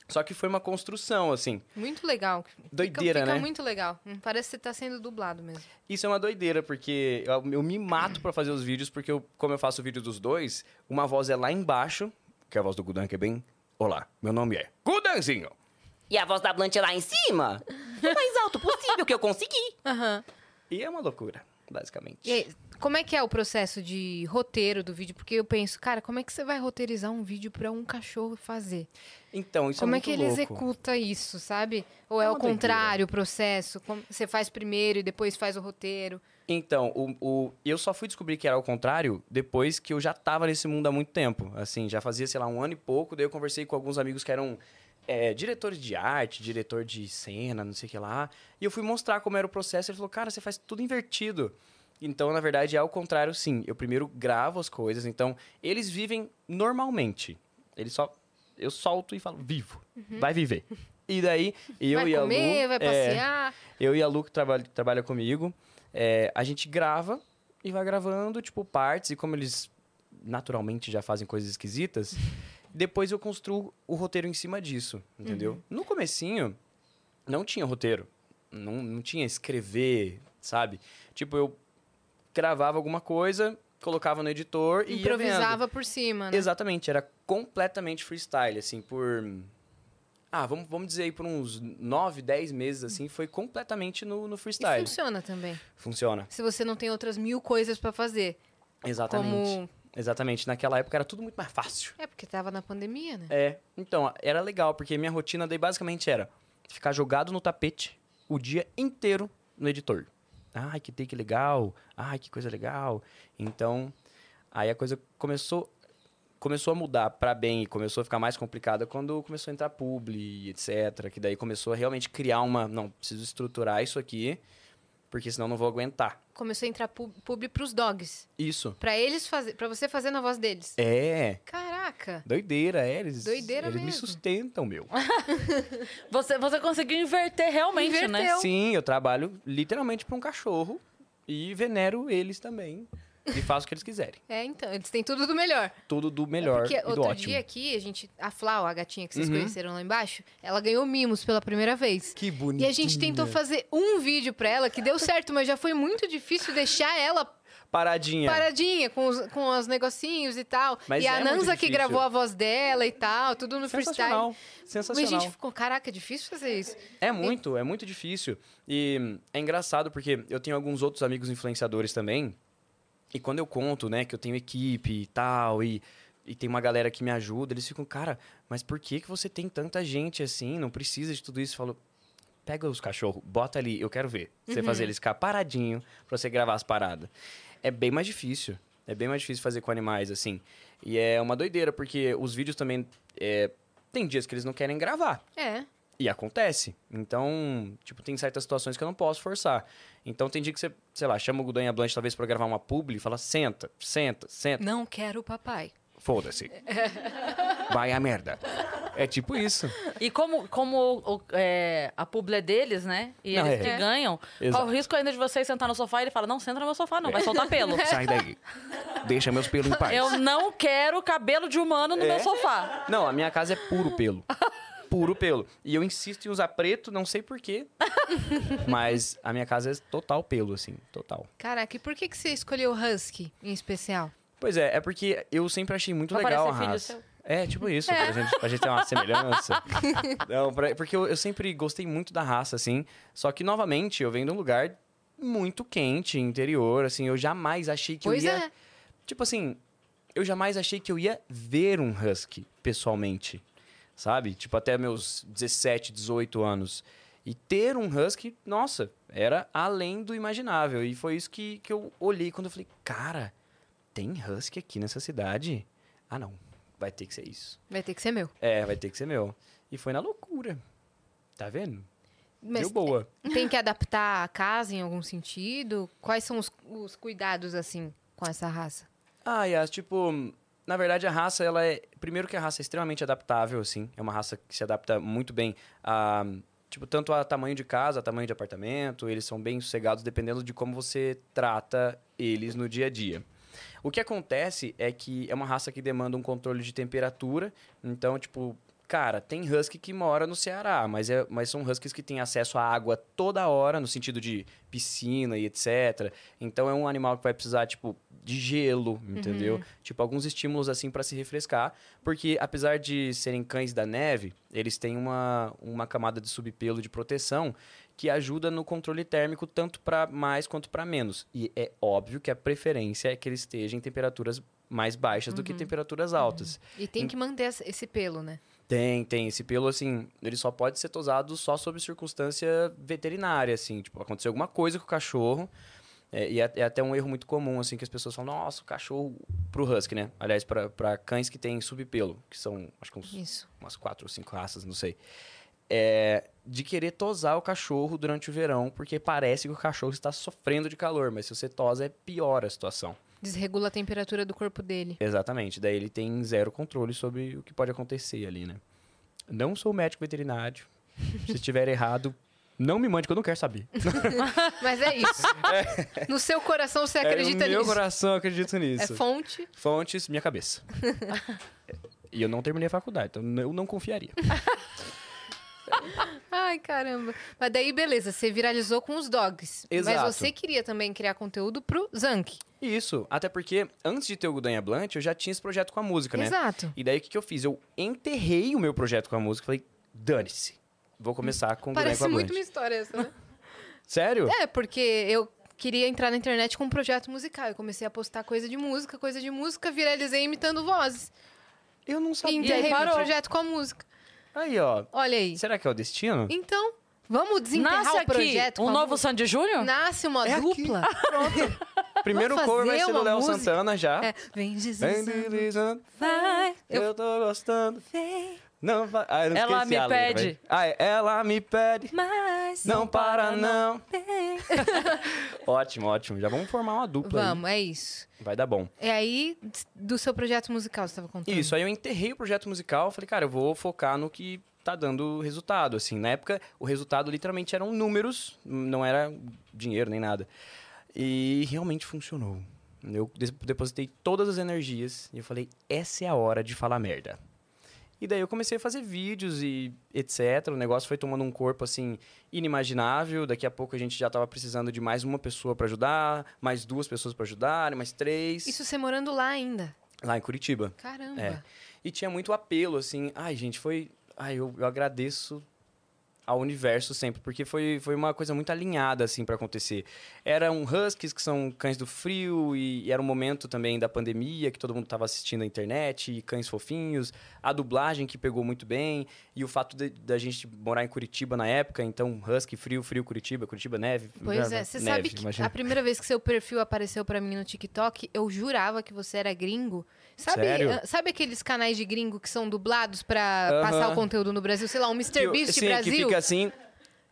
S3: Só que foi uma construção, assim.
S2: Muito legal.
S3: Doideira,
S2: fica, fica
S3: né?
S2: muito legal. Hum, Parece que você tá sendo dublado mesmo.
S3: Isso é uma doideira, porque eu, eu me mato pra fazer os vídeos, porque eu, como eu faço o vídeo dos dois, uma voz é lá embaixo, que é a voz do Gudan, que é bem. Olá, meu nome é Gudanzinho.
S6: E a voz da Blanche lá em cima? O
S2: é
S6: mais alto possível que eu consegui.
S2: Aham.
S3: E é uma loucura, basicamente.
S2: E aí, como é que é o processo de roteiro do vídeo? Porque eu penso, cara, como é que você vai roteirizar um vídeo pra um cachorro fazer?
S3: Então, isso
S2: como é,
S3: é muito
S2: que ele
S3: louco.
S2: executa isso, sabe? Ou é,
S3: É
S2: ao
S3: uma doideira.
S2: contrário o processo? Como- você faz primeiro e depois faz o roteiro?
S3: Então, o, o- eu só fui descobrir que era ao contrário depois que eu já tava nesse mundo há muito tempo. Assim, já fazia, sei lá, um ano e pouco. Daí eu conversei com alguns amigos que eram é, diretores de arte, diretor de cena, não sei o que lá. E eu fui mostrar como era o processo. Ele falou, cara, você faz tudo invertido. Então, na verdade, é ao contrário, sim. Eu primeiro gravo as coisas. Então, eles vivem normalmente. Eles só... Eu solto e falo, vivo. Vai viver. E daí, eu
S2: Uhum. vai
S3: e a Lu...
S2: comer, vai
S3: é,
S2: passear?
S3: eu e a Lu, que trabalha, que trabalha comigo, é, a gente grava e vai gravando, tipo, partes. E como eles naturalmente já fazem coisas esquisitas, depois eu construo o roteiro em cima disso, entendeu? No comecinho, não tinha roteiro. Não, não tinha escrever, sabe? Tipo, eu gravava alguma coisa, colocava no editor e ia vendo.
S2: improvisava por cima, né?
S3: Exatamente, era completamente freestyle, assim, por. Ah, vamos, vamos dizer aí por uns 9, 10 meses, assim, foi completamente no, no
S2: E
S3: freestyle.
S2: funciona também.
S3: Funciona.
S2: Se você não tem outras mil coisas pra fazer.
S3: Exatamente.
S2: Como.
S3: Exatamente. Naquela época era tudo muito mais fácil.
S2: É porque tava na pandemia, né?
S3: É. Então, era legal, porque minha rotina daí basicamente era ficar jogado no tapete o dia inteiro no editor. Ai, que take legal. Ai, que coisa legal. Então, aí a coisa começou começou a mudar pra bem e começou a ficar mais complicada quando começou a entrar publi, etc, que daí começou a realmente criar uma, não, preciso estruturar isso aqui, porque senão não vou aguentar.
S2: Começou a entrar pub, publi pros dogs.
S3: Isso.
S2: Pra eles fazer, pra você fazer na voz deles.
S3: É.
S2: Caraca.
S3: Doideira, é. Eles,
S2: Doideira
S3: eles me
S2: mesmo.
S3: sustentam, meu.
S5: Você, você conseguiu inverter realmente, né?
S2: Inverteu.
S3: Sim, eu trabalho literalmente pra um cachorro e venero eles também. E faço o que eles quiserem.
S2: É, então, eles têm tudo do melhor.
S3: Tudo do melhor
S2: É Porque
S3: e do
S2: outro
S3: ótimo.
S2: dia aqui, a gente, a Flau, a gatinha que vocês
S3: Uhum.
S2: conheceram lá embaixo, ela ganhou mimos pela primeira vez.
S3: Que bonito.
S2: E a gente tentou fazer um vídeo pra ela que deu certo, mas já foi muito difícil deixar ela
S3: Paradinha.
S2: paradinha com os, com os negocinhos e tal.
S3: Mas
S2: e a
S3: é muito
S2: Nanza que
S3: difícil.
S2: gravou a voz dela e tal, tudo no freestyle.
S3: Sensacional.
S2: Mas a
S3: Sensacional.
S2: gente ficou, caraca, é difícil fazer isso.
S3: É muito, é muito difícil. E hum, é engraçado porque eu tenho alguns outros amigos influenciadores também. E quando eu conto, né, que eu tenho equipe e tal, e, e tem uma galera que me ajuda, eles ficam, cara, mas por que, que você tem tanta gente assim? Não precisa de tudo isso. Eu falo, pega os cachorros, bota ali, eu quero ver. Você fazer eles ficar paradinho pra você gravar as paradas. É bem mais difícil. É bem mais difícil fazer com animais, assim. E é uma doideira, porque os vídeos também. é, tem dias que eles não querem gravar.
S2: É.
S3: E acontece. Então, tipo, tem certas situações que eu não posso forçar. Então tem dia que você, sei lá, chama o Gudanha Blanche talvez pra gravar uma publi e fala, senta, senta, senta.
S2: Não quero o papai.
S4: Foda-se. Vai a merda.
S3: É tipo isso.
S5: E como, como o- o- é, a publi é deles, né? E
S3: Não,
S5: eles
S3: é.
S5: que
S2: É.
S5: ganham, qual
S3: Exato.
S5: o risco ainda de vocês sentar no sofá e ele fala, não, senta no meu sofá
S3: É.
S5: não, vai soltar pelo.
S4: Sai daí. Deixa meus pelos em paz.
S5: Eu não quero cabelo de humano no
S3: É.
S5: meu sofá.
S3: Não, a minha casa é puro pelo. Puro pelo. E eu insisto em usar preto, não sei porquê. Mas a minha casa é total pelo, assim, total.
S2: Caraca, e por que, que você escolheu o Husky em especial?
S3: Pois é, é porque eu sempre achei muito
S5: Vai
S3: legal a
S5: parecer filho
S3: raça.
S5: seu.
S3: É, tipo isso, pra gente, pra gente ter uma semelhança. Não, pra- porque eu, eu sempre gostei muito da raça, assim. Só que, novamente, eu venho de um lugar muito quente, interior, assim. Eu jamais achei que
S2: pois
S3: eu ia...
S2: é.
S3: Tipo assim, eu jamais achei que eu ia ver um husky pessoalmente, sabe? Tipo, até meus 17, 18 anos. E ter um husky, nossa, era além do imaginável. E foi isso que, que eu olhei quando eu falei, cara, tem husky aqui nessa cidade? Ah, não, vai ter que ser isso.
S2: Vai ter que ser meu.
S3: É, vai ter que ser meu. E foi na loucura. Tá vendo?
S2: Mas
S3: Deu boa.
S2: tem que adaptar a casa em algum sentido? Quais são os, os cuidados, assim, com essa raça?
S3: Ah, Yas, tipo, na verdade a raça, ela é. Primeiro que a raça é extremamente adaptável, assim. É uma raça que se adapta muito bem a. Tipo, tanto a tamanho de casa, a tamanho de apartamento, eles são bem sossegados dependendo de como você trata eles no dia a dia. O que acontece é que é uma raça que demanda um controle de temperatura, então, tipo, cara, tem husky que mora no Ceará, mas, é, mas são huskies que têm acesso à água toda hora, no sentido de piscina e etc. Então é um animal que vai precisar, tipo, de gelo, entendeu? Tipo, alguns estímulos assim para se refrescar, porque apesar de serem cães da neve, eles têm uma, uma camada de subpelo de proteção que ajuda no controle térmico tanto para mais quanto para menos. E é óbvio que a preferência é que ele esteja em temperaturas mais baixas do que temperaturas altas.
S2: E tem que manter essa- esse pelo, né?
S3: Tem, tem. Esse pelo, assim, ele só pode ser tosado só sob circunstância veterinária, assim. Tipo, aconteceu alguma coisa com o cachorro. É, e é, é até um erro muito comum, assim, que as pessoas falam, nossa, o cachorro pro husky, né? Aliás, pra- pra cães que têm subpelo, que são, acho que uns
S2: Isso.
S3: umas quatro ou cinco raças, não sei. É, de querer tosar o cachorro durante o verão, porque parece que o cachorro está sofrendo de calor, mas se você tosa é pior a situação.
S2: Desregula a temperatura do corpo dele.
S3: Exatamente, daí ele tem zero controle sobre o que pode acontecer ali, né? Não sou médico veterinário. Se estiver errado, não me mande que eu não quero saber.
S2: Mas é isso. No seu coração você acredita
S3: é, no meu
S2: nisso.
S3: coração eu acredito
S2: É
S3: nisso.
S2: fonte.
S3: Fontes, minha cabeça. e eu não terminei a faculdade, então eu não confiaria.
S2: Ai, caramba. Mas daí, beleza, você viralizou com os dogs.
S3: Exato.
S2: Mas você queria também criar conteúdo pro Zank.
S3: Isso, até porque antes de ter o Gudanha Blunt, eu já tinha esse projeto com a música, né?
S2: Exato.
S3: E daí o que, que eu fiz? Eu enterrei o meu projeto com a música. Falei, dane-se. Vou começar com o Boneco
S2: Parece muito
S3: Ablante.
S2: minha história essa, né?
S3: Sério?
S2: É, porque eu queria entrar na internet com um projeto musical. Eu comecei a postar coisa de música, coisa de música, viralizei imitando vozes.
S3: Eu não
S2: E
S3: sabia.
S2: enterrei meu
S5: parou.
S2: projeto com a música.
S3: Aí, ó.
S2: Olha aí.
S3: Será que é o destino?
S2: Então, vamos desenterrar
S5: Nasce
S2: o
S5: aqui
S2: projeto com
S5: um
S2: a
S5: novo
S2: música?
S5: Sandy Júnior?
S2: Nasce uma
S3: É aqui.
S2: dupla.
S3: Primeiro
S2: Vamos
S3: cover vai
S2: fazer
S3: ser do
S2: uma
S3: Léo
S2: música?
S3: Santana já.
S2: É, Vem dizer
S3: Vem deslizando,
S2: vai. Eu
S3: Eu tô gostando. Não, não fa- ah, eu não
S1: Ela
S3: esqueci
S1: me
S3: a letra,
S1: pede.
S3: velho. Ah, é, ela me pede.
S1: Mas
S3: Não para, não. ótimo, ótimo. Já vamos formar uma dupla aí.
S2: Vamos, é isso.
S3: Vai dar bom.
S2: É aí d- do seu projeto musical, você estava contando.
S3: Isso, é aí eu enterrei o projeto musical, falei, cara, eu vou focar no que tá dando resultado, assim. Na época, o resultado literalmente eram números, não era dinheiro nem nada. E realmente funcionou. Eu des- depositei todas as energias e eu falei, essa é a hora de falar merda. E daí eu comecei a fazer vídeos e etc. O negócio foi tomando um corpo assim inimaginável. Daqui a pouco a gente já tava precisando de mais uma pessoa pra ajudar, mais duas pessoas pra ajudar, mais três.
S2: Isso você morando lá ainda.
S3: Lá em Curitiba.
S2: Caramba.
S3: É. E tinha muito apelo, assim. Ai, gente, foi. Ai, eu, eu agradeço ao universo sempre, porque foi, foi uma coisa muito alinhada, assim, pra acontecer. Eram Huskies, que são cães do frio, e, e era um momento também da pandemia, que todo mundo tava assistindo a internet, e cães fofinhos, a dublagem que pegou muito bem, e o fato de- da gente morar em Curitiba na época, então Husky, frio, frio, Curitiba, Curitiba, neve.
S2: Pois é, você sabe
S3: neve,
S2: que
S3: imagina.
S2: a primeira vez que seu perfil apareceu pra mim no TikTok, eu jurava que você era gringo. Sabe,
S3: Sério?
S2: ah, sabe aqueles canais de gringo que são dublados pra
S3: Aham.
S2: passar o conteúdo no Brasil? Sei lá, um
S3: Que
S2: Mr.
S3: o-
S2: Beast
S3: sim,
S2: Brasil?
S3: que fica assim,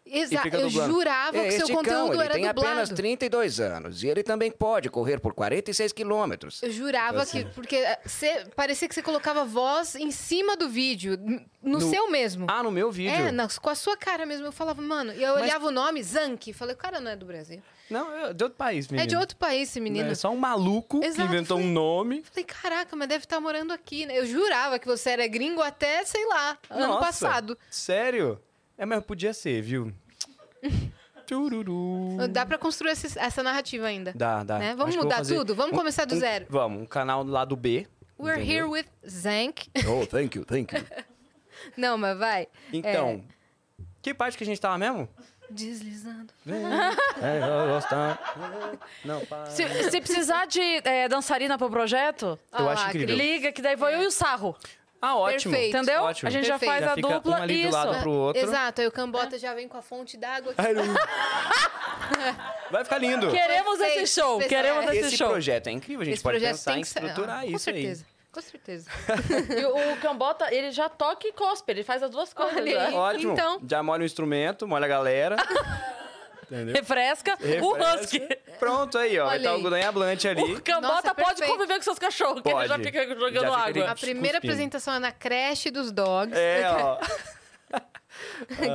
S2: Exa-
S3: e fica
S2: eu
S3: dublando.
S2: jurava
S4: É,
S2: que seu
S4: este
S2: conteúdo
S4: cão, ele
S2: era
S4: tem
S2: dublado.
S4: apenas 32 anos e ele também pode correr por 46 quilômetros.
S2: Eu jurava
S3: Assim.
S2: que. Porque ah, cê- parecia que você colocava voz em cima do vídeo, n- no,
S3: No-
S2: seu mesmo.
S3: ah, no meu vídeo.
S2: É, na- com a sua cara mesmo. Eu falava, mano. E eu
S3: Mas-
S2: olhava o nome, Zank. Falei, o cara não é do Brasil.
S3: Não, é de outro país, menino.
S2: É de outro país esse menino.
S3: É só um maluco
S2: Exato,
S3: que inventou um nome.
S2: Falei, caraca, mas deve estar morando aqui, né? Eu jurava que você era gringo até, sei lá, ano
S3: Nossa,
S2: passado.
S3: Sério? É, mas podia ser, viu? Tururu.
S2: Dá pra construir esse- essa narrativa ainda.
S3: Dá, dá.
S2: Né? Vamos
S3: Acho que eu vou
S2: mudar
S3: fazer
S2: tudo? Vamos
S3: um-
S2: começar do
S3: um-
S2: zero.
S3: Vamos, um canal lá do B.
S2: We're here
S3: entendeu?
S2: with Zank.
S4: Oh, thank you, thank you.
S2: Não, mas vai. É,
S3: Então, que parte que a gente tava mesmo?
S2: Deslizando.
S3: é, eu gosto
S1: né?
S3: tanto. Não, para.
S1: Se, se precisar de
S5: é,
S1: eh, dançarina pro projeto,
S3: Eu
S2: Ah
S3: acho
S2: lá,
S3: incrível.
S1: liga, que daí vou eu e o sarro.
S3: Ah, ótimo.
S2: Perfeito.
S1: Entendeu?
S3: Ótimo.
S1: A gente já
S2: Perfeito.
S1: faz
S3: Já
S1: a
S3: fica
S1: dupla.
S3: um ali do
S1: isso.
S3: lado pro outro.
S2: Exato, aí o Cambota já vem com a fonte d'água.
S3: Vai ficar lindo.
S1: Queremos
S2: Perfeito,
S1: esse show.
S2: pessoal.
S1: Queremos esse,
S3: Esse
S1: show.
S3: projeto é incrível, a gente
S2: Esse
S3: pode
S2: projeto
S3: pensar
S2: tem
S3: em
S2: que ser.
S3: estruturar
S2: Ah, com
S3: isso
S2: certeza. Com certeza.
S1: E o o Cambota, ele já toca e cospe, ele faz as duas coisas.
S2: Olha
S1: já.
S2: aí.
S3: aí. Ótimo.
S2: Então.
S3: Já molha o instrumento, molha a galera.
S1: Refresca, o
S3: Refresca.
S1: Husky.
S3: Pronto aí, ó.
S2: Olha
S3: Vai estar
S2: aí.
S3: o Godanha Blanche ali.
S1: O Cambota
S2: Nossa,
S1: pode
S2: perfeito.
S1: conviver com seus cachorros, que ele
S3: Pode.
S1: já fica jogando
S3: Já fica
S1: água.
S2: A primeira
S3: Cuspindo.
S2: apresentação é na creche dos dogs,
S3: É, ó. É.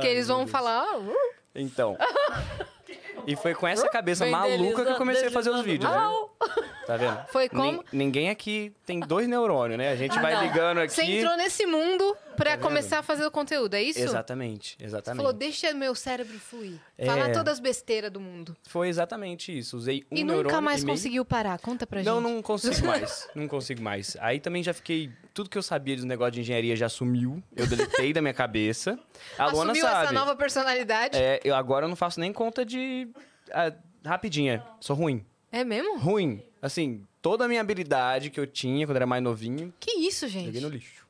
S2: que eles vão falar. ó, uh,
S3: Então. E foi com essa cabeça
S1: Vem
S3: maluca que eu
S1: deslizando,
S3: comecei a fazer os
S1: deslizando.
S3: vídeos, viu?
S1: Au!
S3: Tá vendo?
S2: Foi como? Ah,
S3: Nin- ninguém aqui tem dois neurônios, né? A gente vai
S1: não.
S3: ligando aqui. Tá
S2: Você entrou nesse mundo pra começar a fazer o conteúdo, é isso?
S3: Exatamente,
S2: Você
S3: exatamente.
S2: falou, deixa meu cérebro fluir.
S3: É.
S2: Falar todas as besteiras do mundo.
S3: Foi exatamente isso. Usei um
S2: e
S3: neurônio
S2: nunca mais
S3: e meio.
S2: conseguiu parar. Conta pra
S3: Não,
S2: gente.
S3: não consigo mais. Não consigo mais. Aí também já fiquei. Tudo que eu sabia dos negócios de engenharia já sumiu. Eu deletei da minha cabeça. A Luana
S2: Assumiu
S3: sabe.
S2: essa nova personalidade. É,
S3: É, eu agora eu não faço nem conta de. ah, rapidinha. Sou ruim.
S2: É mesmo?
S3: Ruim. Assim, toda a minha habilidade que eu tinha quando era mais novinho,
S2: Que isso, gente?
S3: joguei no lixo.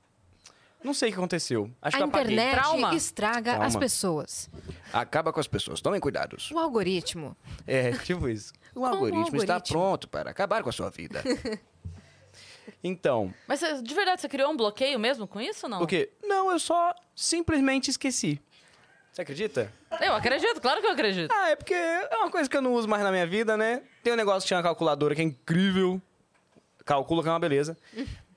S3: Não sei o que aconteceu. Acho
S2: a
S3: que eu apaguei.
S2: internet
S1: Trauma?
S2: estraga
S3: Trauma.
S2: as pessoas.
S4: Acaba com as pessoas, tomem cuidados.
S2: O algoritmo.
S3: É, tipo isso.
S4: O algoritmo, está
S2: algoritmo?
S4: pronto para acabar com a sua vida.
S3: Então,
S1: Mas você- de verdade, você criou um bloqueio mesmo com isso ou não?
S3: o quê? Não, eu só simplesmente esqueci. Você acredita?
S1: Eu acredito, claro que eu acredito.
S3: Ah, é porque é uma coisa que eu não uso mais na minha vida, né? Tem um negócio que chama calculadora que é incrível. Calcula que é uma beleza.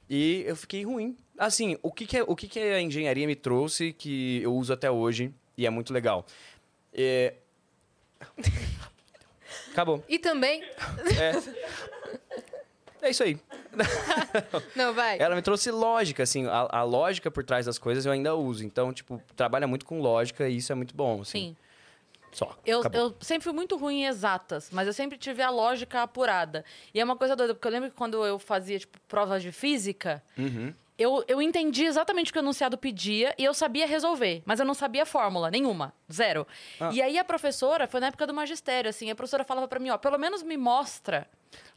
S3: E eu fiquei ruim. Assim, o que, que, é- o que, que a engenharia me trouxe que eu uso até hoje e é muito legal? É... Acabou.
S2: E também.
S3: É isso aí.
S2: Não, vai.
S1: É.
S3: Ela me trouxe lógica, assim. A, a lógica por trás das coisas eu ainda uso. Então, tipo, trabalha muito com lógica e isso é muito bom, assim.
S1: Sim.
S3: Só.
S1: Eu,
S3: Acabou.
S1: eu sempre fui muito ruim em exatas, mas eu sempre tive a lógica apurada. E é uma coisa doida, porque eu lembro que quando eu fazia, tipo, provas de física,
S3: Uhum.
S1: eu, eu entendi exatamente o que o enunciado pedia e eu sabia resolver, mas eu não sabia a fórmula, nenhuma, zero.
S3: Ah.
S1: E aí a professora, foi na época do magistério, assim, a professora falava pra mim, ó, pelo menos me mostra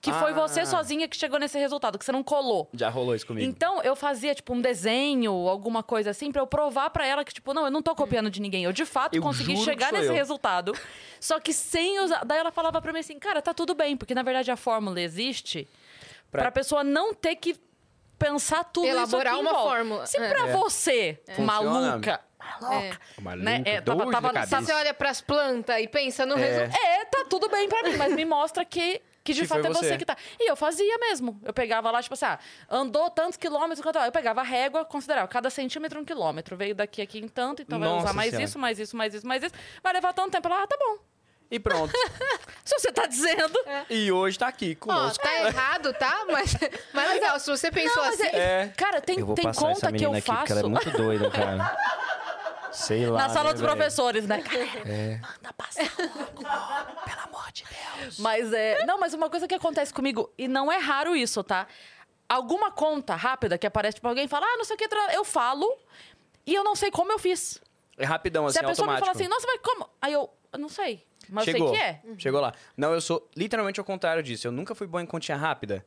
S1: que foi
S3: Ah.
S1: você sozinha que chegou nesse resultado, que você não colou.
S3: Já rolou isso comigo.
S1: Então, eu fazia, tipo, um desenho, alguma coisa assim, pra eu provar pra ela que, tipo, não, eu não tô copiando de ninguém. Eu, de fato,
S3: Hum. Eu
S1: consegui
S3: juro que
S1: chegar
S3: sou
S1: nesse
S3: eu.
S1: resultado. Só que sem usar... Daí ela falava pra mim assim, cara, tá tudo bem. Porque, na verdade, a fórmula existe pra,
S3: Pra-
S1: pessoa não ter que pensar tudo isso
S2: Elaborar
S1: aqui
S2: uma
S1: envolve.
S2: fórmula,
S1: Se
S2: é.
S1: pra você, maluca,
S2: É.
S4: Uma
S1: Né?
S4: louca,
S1: É, tava-
S4: doida
S1: tava-
S4: da
S2: Só
S4: cabeça.
S2: você olha pras plantas e pensa no resultado.
S1: É, tá tudo bem pra mim, mas me mostra que, que de
S3: Que
S1: fato
S3: foi
S1: é você.
S3: você.
S1: que tá. E eu fazia mesmo. Eu pegava lá, tipo assim, ah, andou tantos quilômetros, quanto- eu pegava a régua, considerava cada centímetro um quilômetro. Veio daqui aqui em tanto, então vai
S3: Nossa
S1: usar mais
S3: Senhora.
S1: isso, mais isso, mais isso, mais isso. Vai levar tanto tempo. Eu falava, ah, tá bom.
S3: E pronto.
S1: Se você tá dizendo.
S3: e hoje tá aqui
S2: Ó,
S3: conosco.
S2: tá errado, tá? Mas, mas legal, se você pensou
S1: Mas
S2: assim.
S1: é- Cara, tem,
S3: Eu vou
S1: tem
S3: passar essa
S1: conta que eu
S3: menina aqui, porque
S1: faço
S3: ela é muito doida, cara. Sei lá.
S1: na sala
S3: né,
S1: dos
S3: velho? É.
S1: professores, né? Galera, manda passar logo, pelo amor de Deus. Mas é. Não, mas uma coisa que acontece comigo, e não é raro isso, tá? Alguma conta rápida que aparece pra alguém e fala, ah, não sei o que, tra- eu falo, e eu não sei como eu fiz.
S3: É rapidão, assim,
S1: Se a pessoa me
S3: automático.
S1: fala assim, nossa, mas como? Aí eu, eu não sei. Mas
S3: Chegou.
S1: eu sei que é.
S3: Chegou lá. Não, eu sou literalmente ao contrário disso. Eu nunca fui bom em continha rápida.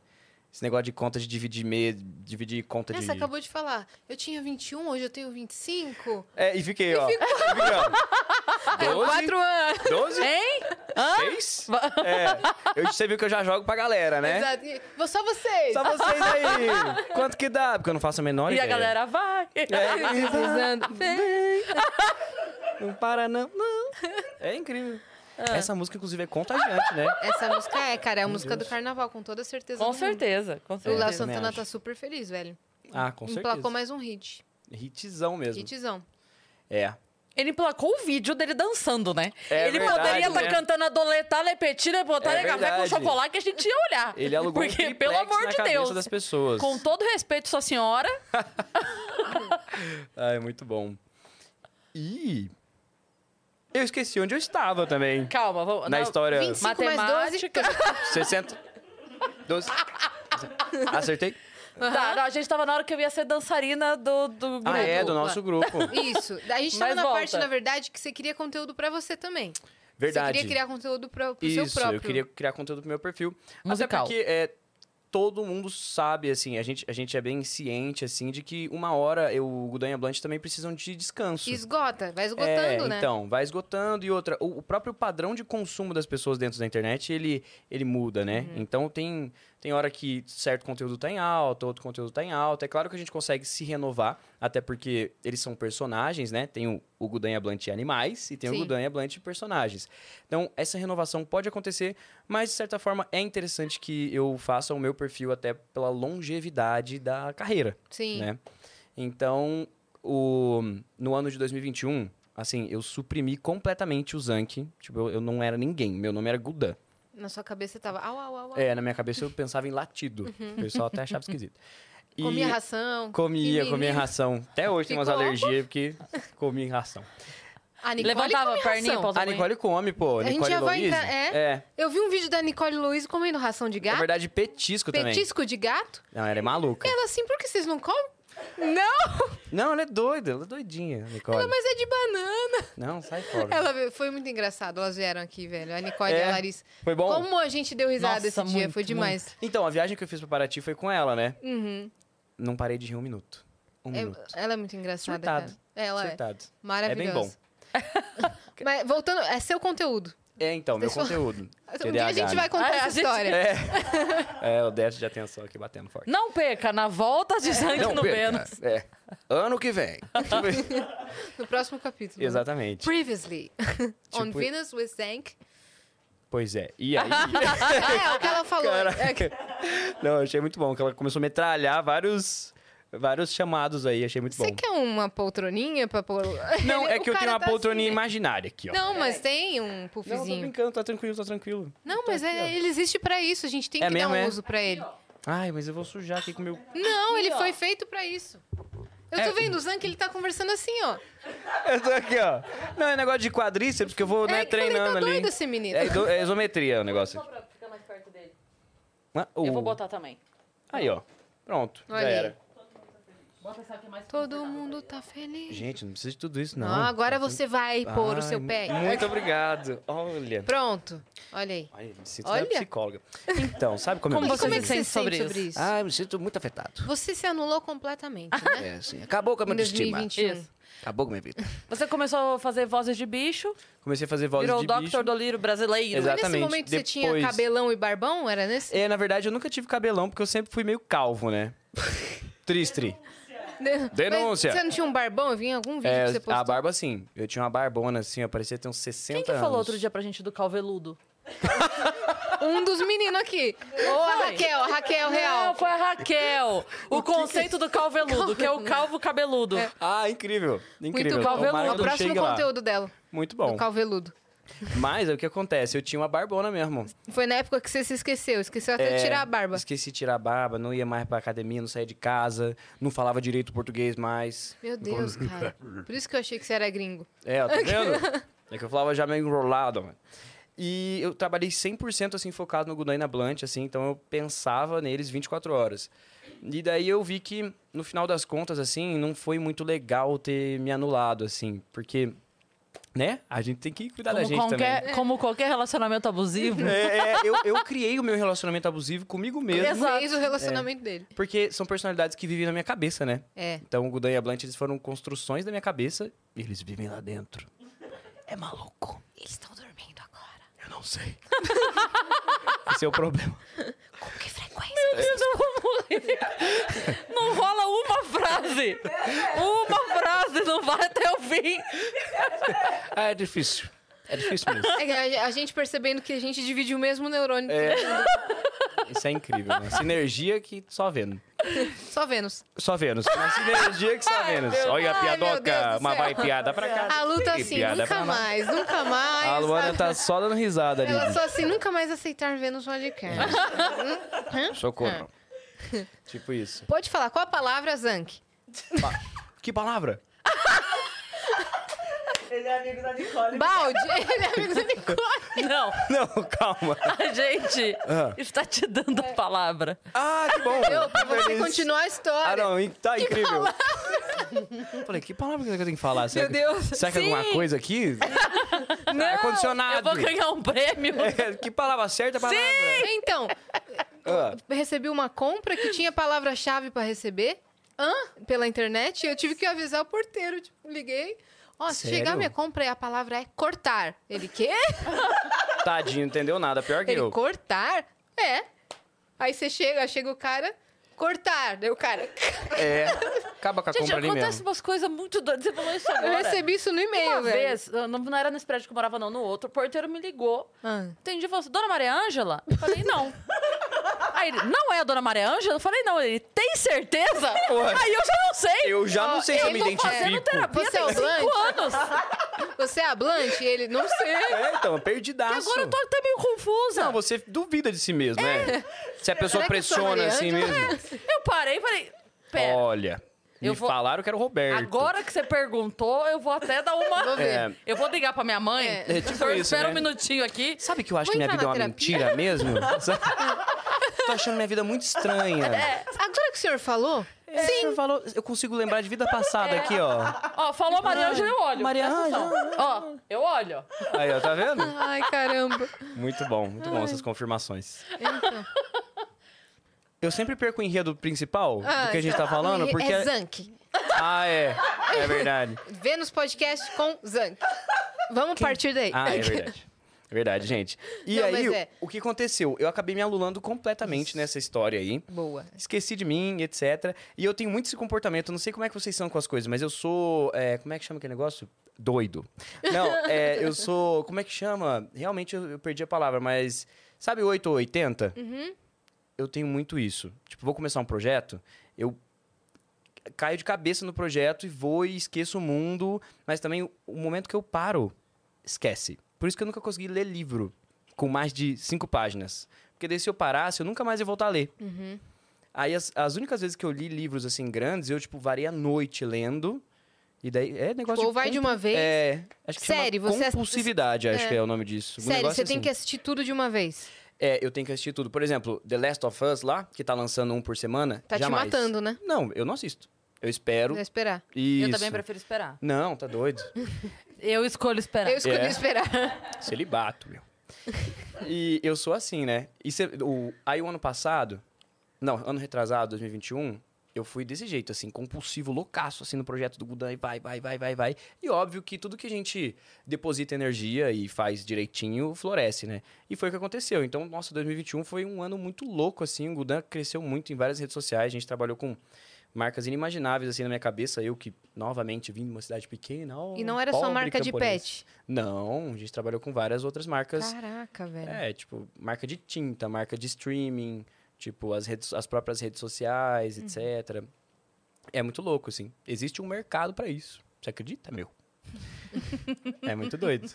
S3: Esse negócio de conta de dividir meia, dividir conta
S2: Né, Você
S3: de...
S2: acabou de falar, eu tinha 21, hoje eu tenho 25.
S3: É, e fiquei, ó. E ficamos.
S1: É
S3: Doze?
S2: Quatro anos.
S3: Doze?
S1: Hein?
S3: Seis? É. Eu, você viu que eu já jogo pra galera, né?
S2: Exato. E- Vou só vocês.
S3: Só vocês aí. Quanto que dá? Porque eu não faço a menor
S1: E
S3: ideia.
S1: a galera vai.
S3: É, e-
S2: Precisando.
S3: Não para, não. Não. É incrível.
S1: Ah.
S3: Essa música, inclusive, é contagiante, né?
S2: Essa música é, cara, é a música do carnaval, com toda certeza.
S1: Com
S2: do mundo.
S1: certeza, com
S2: O Léo
S1: certeza.
S3: também
S2: Santana
S3: acho.
S2: tá super feliz, velho.
S3: Ah, com certeza.
S2: Emplacou mais um hit.
S3: Hitzão mesmo.
S2: Hitzão.
S3: É.
S1: Ele emplacou o vídeo dele dançando, né?
S3: É
S1: ele
S3: verdade,
S1: poderia estar
S3: né?
S1: cantando a doleta, lepetir, lepotar,
S3: É
S1: é café com
S3: verdade.
S1: chocolate, que a gente ia olhar.
S3: Ele alugou
S1: Porque,
S3: um triplex
S1: pelo amor
S3: na
S1: de
S3: cabeça
S1: Deus,
S3: das pessoas.
S1: com todo respeito, sua senhora,
S3: Ah, é muito bom. E... Eu esqueci onde eu estava também.
S1: calma, vamos.
S3: Na
S1: não,
S3: história...
S2: 25 mais 12.
S1: Matemática.
S3: 60... 12... Acertei?
S1: tá, não, a gente tava na hora que eu ia ser dançarina do, do grupo.
S3: Ah, é, do nosso grupo.
S2: Isso. A gente tava
S1: Mas
S2: na
S1: volta.
S2: parte, na verdade, que você queria conteúdo pra você também. Você
S3: Verdade.
S2: queria criar conteúdo pro, pro
S3: Isso,
S2: seu próprio.
S3: eu queria criar conteúdo pro meu perfil.
S1: Musical.
S3: Até porque é, todo mundo sabe, assim, a gente, a gente é bem ciente, assim, de que uma hora eu, o Gudanha Blunt também precisam de descanso.
S2: Esgota, vai
S3: É,
S2: esgotando, né?
S3: então, vai esgotando e outra, o, o próprio padrão de consumo das pessoas dentro da internet, ele, ele muda, né?
S2: Uhum.
S3: Então tem, tem hora que certo conteúdo tá em alta, outro conteúdo tá em alta. É claro que a gente consegue se renovar, até porque eles são personagens, né? Tem o, o Gudanha Blunt e animais e tem
S2: Sim.
S3: o Gudanha Blunt e personagens. Então, essa renovação pode acontecer, mas de certa forma é interessante que eu faça o meu perfil até pela longevidade da carreira
S2: Sim.
S3: né? Então, o, no ano de 2021, assim, eu suprimi completamente o Zank. Tipo, eu, eu não era ninguém. Meu nome era Gudan.
S2: Na sua cabeça tava au, au, au, au.
S3: É, na minha cabeça eu pensava em latido. O pessoal até achava esquisito. E-
S2: Uhum. Comia ração.
S3: Comia,
S2: mimimi.
S3: comia ração. Até hoje tem umas
S2: Ficou?
S3: alergias, porque comia ração.
S2: A Ah, Nicole
S1: Levantava
S2: come
S1: a perninha
S2: ração.
S1: pra
S3: A Nicole come, pô.
S2: A gente
S3: Nicole
S2: já vai
S3: Louise.
S2: entrar- é?
S3: É.
S2: Eu vi um vídeo da Nicole Luiz comendo ração de
S3: Na
S2: gato.
S3: É verdade, petisco, também.
S2: Petisco de gato?
S3: Não, ela é maluca.
S2: Ela assim, por que vocês não comem? Não!
S3: Não, ela é doida. Ela é doidinha, a Nicole.
S2: Mas é de banana.
S3: Não, sai fora.
S2: Ela veio- foi muito engraçado, elas vieram aqui, velho. A Nicole e
S3: É.
S2: a Larissa.
S3: Foi bom?
S2: Como a gente deu risada
S1: Nossa,
S2: esse dia,
S1: muito,
S2: foi demais.
S3: Então, a viagem que eu fiz pra Paraty foi com ela, né?
S2: Uhum.
S3: Não parei de rir um minuto. Um
S2: É-
S3: minuto.
S2: ela é muito engraçada,
S3: Surtado.
S2: cara. Ela
S3: Surtado.
S2: é maravilhosa.
S3: É bem bom.
S2: Mas voltando, é seu conteúdo.
S3: É, então, meu
S2: Pessoal-
S3: conteúdo.
S2: Um dia a gente vai contar
S1: Ah, é, a
S2: essa
S1: gente-
S2: história.
S3: É, o déficit de atenção aqui batendo forte.
S1: Não perca, na volta
S3: É.
S1: de sangue no Vênus.
S4: É. Ano que vem.
S2: No próximo capítulo.
S3: Exatamente.
S2: Previously. On
S3: Tipo-
S2: Venus with Zank.
S3: Pois é. E aí...
S2: É, o que ela falou. É que-
S3: Caraca. Não, eu achei muito bom, que ela começou a metralhar vários... Vários chamados aí, achei muito
S2: Você
S3: bom.
S2: quer uma poltroninha pra pôr.
S3: Não,
S2: Ele-
S3: é
S2: o
S3: que eu tenho
S2: cara
S3: uma
S2: tá
S3: poltroninha
S2: assim, né?
S3: imaginária aqui, ó.
S2: Não, mas tem um
S3: não tô
S2: puffzinho.
S3: brincando, tá tranquilo, tá tranquilo.
S2: Não, mas é- ele existe pra isso. A gente tem
S3: É
S2: que
S3: mesmo,
S2: dar um
S3: é?
S2: uso pra ele.
S3: Ai, mas eu vou sujar aqui com o meu...
S2: Não, ele foi feito pra isso.
S3: É.
S2: Eu tô vendo o Zank, ele tá conversando assim, ó.
S3: Eu tô aqui, ó. Não, é negócio de quadríceps, porque eu vou né,
S2: é que eu falei, tá
S3: treinando ali.
S2: doido esse menino.
S3: É, iso- é isometria o negócio. Ah, aqui. Ah, o- Uh.
S1: Eu vou botar também.
S3: Aí, ó. Pronto.
S2: Olha
S3: Já
S2: aí.
S3: era.
S2: Todo mundo tá feliz.
S3: Gente, não precisa de tudo isso, não.
S2: Não, agora você vai pôr o
S3: Ai,
S2: seu
S3: mu-
S2: pé.
S3: Muito obrigado. Olha.
S2: Pronto. Olha aí.
S3: Ai, me sinto
S2: Olha.
S3: uma psicóloga. Então, sabe como,
S1: Como
S3: eu me
S1: você
S2: como é
S3: sinto?
S1: se
S2: que você
S1: sente
S2: se
S1: sobre
S2: sente sobre isso?
S4: Ah, eu me sinto muito afetado.
S2: Você se anulou
S3: Ah,
S2: completamente, né?
S4: É, assim, acabou com a
S2: Em
S4: minha autoestima.
S2: 2021.
S1: Isso.
S4: Acabou com a minha vida.
S1: Você começou a fazer vozes de bicho,
S3: Comecei a fazer voz
S1: virou
S3: de
S1: o Dr.
S3: bicho.
S1: Doliro brasileiro.
S3: Exato.
S2: Nesse
S3: Exatamente.
S2: momento você tinha
S3: Depois-
S2: cabelão e barbão? Era nesse?
S3: É, na verdade, eu nunca tive cabelão, porque eu sempre fui meio calvo, né? Triste.
S2: Mas
S3: Denúncia.
S2: Você não tinha um barbão? Eu vi em algum vídeo
S3: É,
S2: que você postou.
S3: a barba, assim. Eu tinha uma barbona, assim, eu parecia ter uns 60
S1: Quem
S3: anos.
S1: que falou outro dia pra gente do Calveludo?
S2: Um dos meninos aqui. Ô, a Raquel, a Raquel Real.
S1: Não, É, foi a Raquel. O conceito do calveludo, É, que é o calvo cabeludo.
S3: Ah, incrível. Incrível.
S2: Muito bom.
S3: Tomara
S1: Calveludo.
S2: É
S3: que
S2: o
S3: eu não
S2: próximo
S3: chegue lá.
S2: conteúdo dela,
S3: Muito
S2: do
S3: bom.
S2: Calveludo.
S3: Mas é o que acontece, eu tinha uma barbona mesmo.
S2: Foi na época que você se esqueceu. Esqueceu até de
S3: É,
S2: tirar a barba.
S3: Esqueci de tirar a barba, não ia mais pra academia, não saía de casa, não falava direito português mais.
S2: Meu Deus, cara. Por isso que eu achei que você era gringo.
S3: É, ó, tá vendo? é que eu falava já meio enrolado, mano. E eu trabalhei 100% assim, focado no Gudaina Blunt, assim, então eu pensava neles 24 horas. E daí eu vi que, no final das contas, assim, não foi muito legal ter me anulado, assim, porque, né? A gente tem que cuidar da
S1: Como
S3: gente também.
S1: qualquer, como qualquer relacionamento abusivo.
S3: É, é, eu, eu criei o meu relacionamento abusivo comigo mesmo. É.
S1: Exato.
S2: Fez o relacionamento dele.
S3: Porque são personalidades que vivem na minha cabeça, né?
S2: É.
S3: Então, o Gudan e a Blanche, eles foram construções da minha cabeça e eles vivem lá dentro. É maluco.
S2: Eles estão dormindo agora.
S3: Eu não sei. Esse é o problema.
S2: Com que frequência?
S1: Eu vou morrer. Não rola uma frase. Uma frase, não vai até o fim.
S4: Ah, é difícil. É difícil mesmo.
S2: É que a, a gente percebendo que a gente divide o mesmo neurônio.
S3: É. Isso é incrível, né? Sinergia que só vendo.
S2: Só Vênus.
S3: Só vendo. Uma sinergia que só vendo. Olha a
S2: Ai, meu Deus
S3: piadoca.
S2: do
S3: Uma
S2: céu.
S3: vai piada pra cá.
S2: A luta
S3: Que
S2: assim,
S3: piada
S2: nunca
S3: pra lá.
S2: mais, nunca mais.
S3: A Luana
S2: sabe?
S3: tá só dando risada ali.
S2: Ela só assim, nunca mais aceitar Vênus no Podcast.
S4: Socorro.
S2: Ah.
S3: Tipo isso.
S2: Pode falar, qual a palavra, Zank?
S3: Que palavra?
S7: Ele é amigo da Nicole.
S2: Balde, ele é amigo da Nicole.
S1: Não,
S3: Não, calma.
S1: a gente
S3: Ah.
S1: está te dando
S2: É.
S1: a palavra.
S3: Ah, que bom.
S2: Eu, pra você
S3: Feliz.
S2: continuar a
S3: Ah,
S2: história.
S3: não, tá incrível. Eu Falei, que palavra que eu tenho que falar? Será
S2: Meu
S3: que-
S2: Deus.
S3: Será que é
S1: Sim.
S3: alguma coisa aqui?
S1: Não,
S3: ar-condicionado.
S1: Eu vou ganhar um prêmio.
S3: É, que palavra certa, palavra?
S2: Então,
S3: Ah,
S2: recebi uma compra que tinha palavra-chave pra receber hã? pela internet e eu tive que avisar o porteiro. Tipo, liguei. Ó, se
S3: Sério?
S2: chegar minha compra e a palavra é cortar. Ele, quê?
S3: Tadinho, não entendeu nada, pior que
S2: Ele,
S3: eu.
S2: cortar? É. Aí você chega, chega o cara, cortar. Daí o cara,
S3: É, acaba com a
S1: Gente,
S3: compra ali
S1: acontece
S3: mesmo.
S1: umas coisas muito doidas. Você falou isso
S2: eu
S1: agora.
S2: recebi isso no
S1: Uma
S2: e-mail, velho.
S1: vez, eu não, não era nesse prédio que eu morava, não, no outro, o porteiro me ligou.
S2: Ah.
S1: Entendi, falou assim, Dona Maria Ângela? Eu falei, não. Aí ele, não é a Dona Maria Ângela? Eu falei, não. Ele, tem certeza?
S3: Ué.
S1: Aí eu já não sei.
S3: Eu já
S2: Ó,
S3: não sei se
S2: eu
S3: eu me
S2: tô fazendo
S1: Fazendo
S3: identifico.
S1: terapia
S2: Você é
S1: tem
S2: o Blanche?
S1: cinco anos.
S2: Você é a Blanche? Ele, não sei.
S3: É, então, perdidaço.
S1: Agora eu tô até meio confusa.
S3: Não, você duvida de si mesmo, né? Se
S2: Será
S3: a pessoa
S2: que eu sou a
S3: pressiona assim
S2: Mariana?
S3: mesmo.
S1: Eu parei e falei, pera.
S3: Olha, me
S1: Eu vou-
S3: falaram que era o Roberto.
S1: Agora que você perguntou, eu vou até dar uma.
S2: Vou ver.
S3: É.
S1: Eu vou ligar pra minha mãe.
S2: É.
S3: É tipo
S1: O senhor
S3: isso,
S1: espera
S3: né?
S1: um minutinho aqui.
S3: Sabe que eu acho
S2: Vou
S3: que minha
S2: entrar
S3: vida é uma
S2: na terapia.
S3: mentira mesmo? Sabe? Tô achando minha vida muito estranha.
S2: É, Agora que o senhor falou,
S3: É, o senhor falou, eu consigo lembrar de vida passada aqui, ó.
S1: Ó, falou Maria Ângela, eu olho.
S3: Ah, Maria
S1: Presta atenção.
S3: Ângela.
S1: Ó, eu olho.
S3: Aí, ó, tá vendo?
S2: ai caramba.
S3: Muito bom, muito bom essas confirmações.
S2: Então.
S3: Eu sempre perco o enredo principal do que a gente tá falando,
S2: É-
S3: porque.
S2: É Zank.
S3: Ah, é. É verdade.
S2: Vênus Podcast com Zank. Vamos partir daí.
S3: Ah, é verdade. É verdade, gente. E
S2: Não,
S3: aí,
S2: mas é.
S3: o que aconteceu? Eu acabei me alulando completamente nessa história aí.
S2: Boa.
S3: Esqueci de mim, etc. E eu tenho muito esse comportamento. eu Não sei como é que vocês são com as coisas, mas eu sou. é, como é que chama aquele negócio? Doido. Não, é, eu sou. Como é que chama? Realmente eu, eu perdi a palavra, mas. Sabe 8 ou 80?
S2: Uhum.
S3: Eu tenho muito isso. Tipo, vou começar um projeto, eu caio de cabeça no projeto e vou e esqueço o mundo, mas também o, o momento que eu paro, esquece. Por isso que eu nunca consegui ler livro com mais de cinco páginas. Porque daí se eu parasse, eu nunca mais ia voltar a ler.
S2: Uhum.
S3: Aí as, as únicas vezes que eu li livros assim grandes, eu, tipo, varei a noite lendo. E daí é negócio
S2: Tipo, ou vai de uma vez.
S3: É, acho que
S2: Série,
S3: chama
S2: você ass-
S3: compulsividade, acho que é o nome disso. Um
S2: Sério,
S3: negócio
S2: você tem
S3: assim.
S2: que assistir tudo de uma vez.
S3: É, eu tenho que assistir tudo. Por exemplo, The Last of Us lá, que tá lançando um por semana.
S2: Tá te
S3: jamais.
S2: matando, né?
S3: Não, eu não assisto. Eu espero.
S2: Vai esperar.
S3: Isso.
S1: Eu também prefiro esperar.
S3: Não, tá doido.
S1: Eu escolho esperar.
S2: Eu escolhi
S3: É.
S2: esperar.
S3: Celibato, meu. E eu sou assim, né? E cê- o, aí o ano passado, não, ano retrasado, 2021, eu fui desse jeito, assim, compulsivo, loucaço, assim, no projeto do Gudan, e vai, vai, vai, vai, vai. E óbvio que tudo que a gente deposita energia e faz direitinho, floresce, né? E foi o que aconteceu. Então, nossa, 2021 foi um ano muito louco, assim, o Gudan cresceu muito em várias redes sociais, a gente trabalhou com marcas inimagináveis, assim, na minha cabeça, eu que, novamente, vim de uma cidade pequena, ó, um
S2: E não era só
S3: pobre
S2: marca de pet.
S3: camponês. Não, a gente trabalhou com várias outras marcas.
S2: Caraca, velho.
S3: É, tipo, marca de tinta, marca de streaming, tipo, as, redes, as próprias redes sociais,
S2: Uhum.
S3: etc. É muito louco, assim. Existe um mercado pra isso. Você acredita, meu? é muito doido.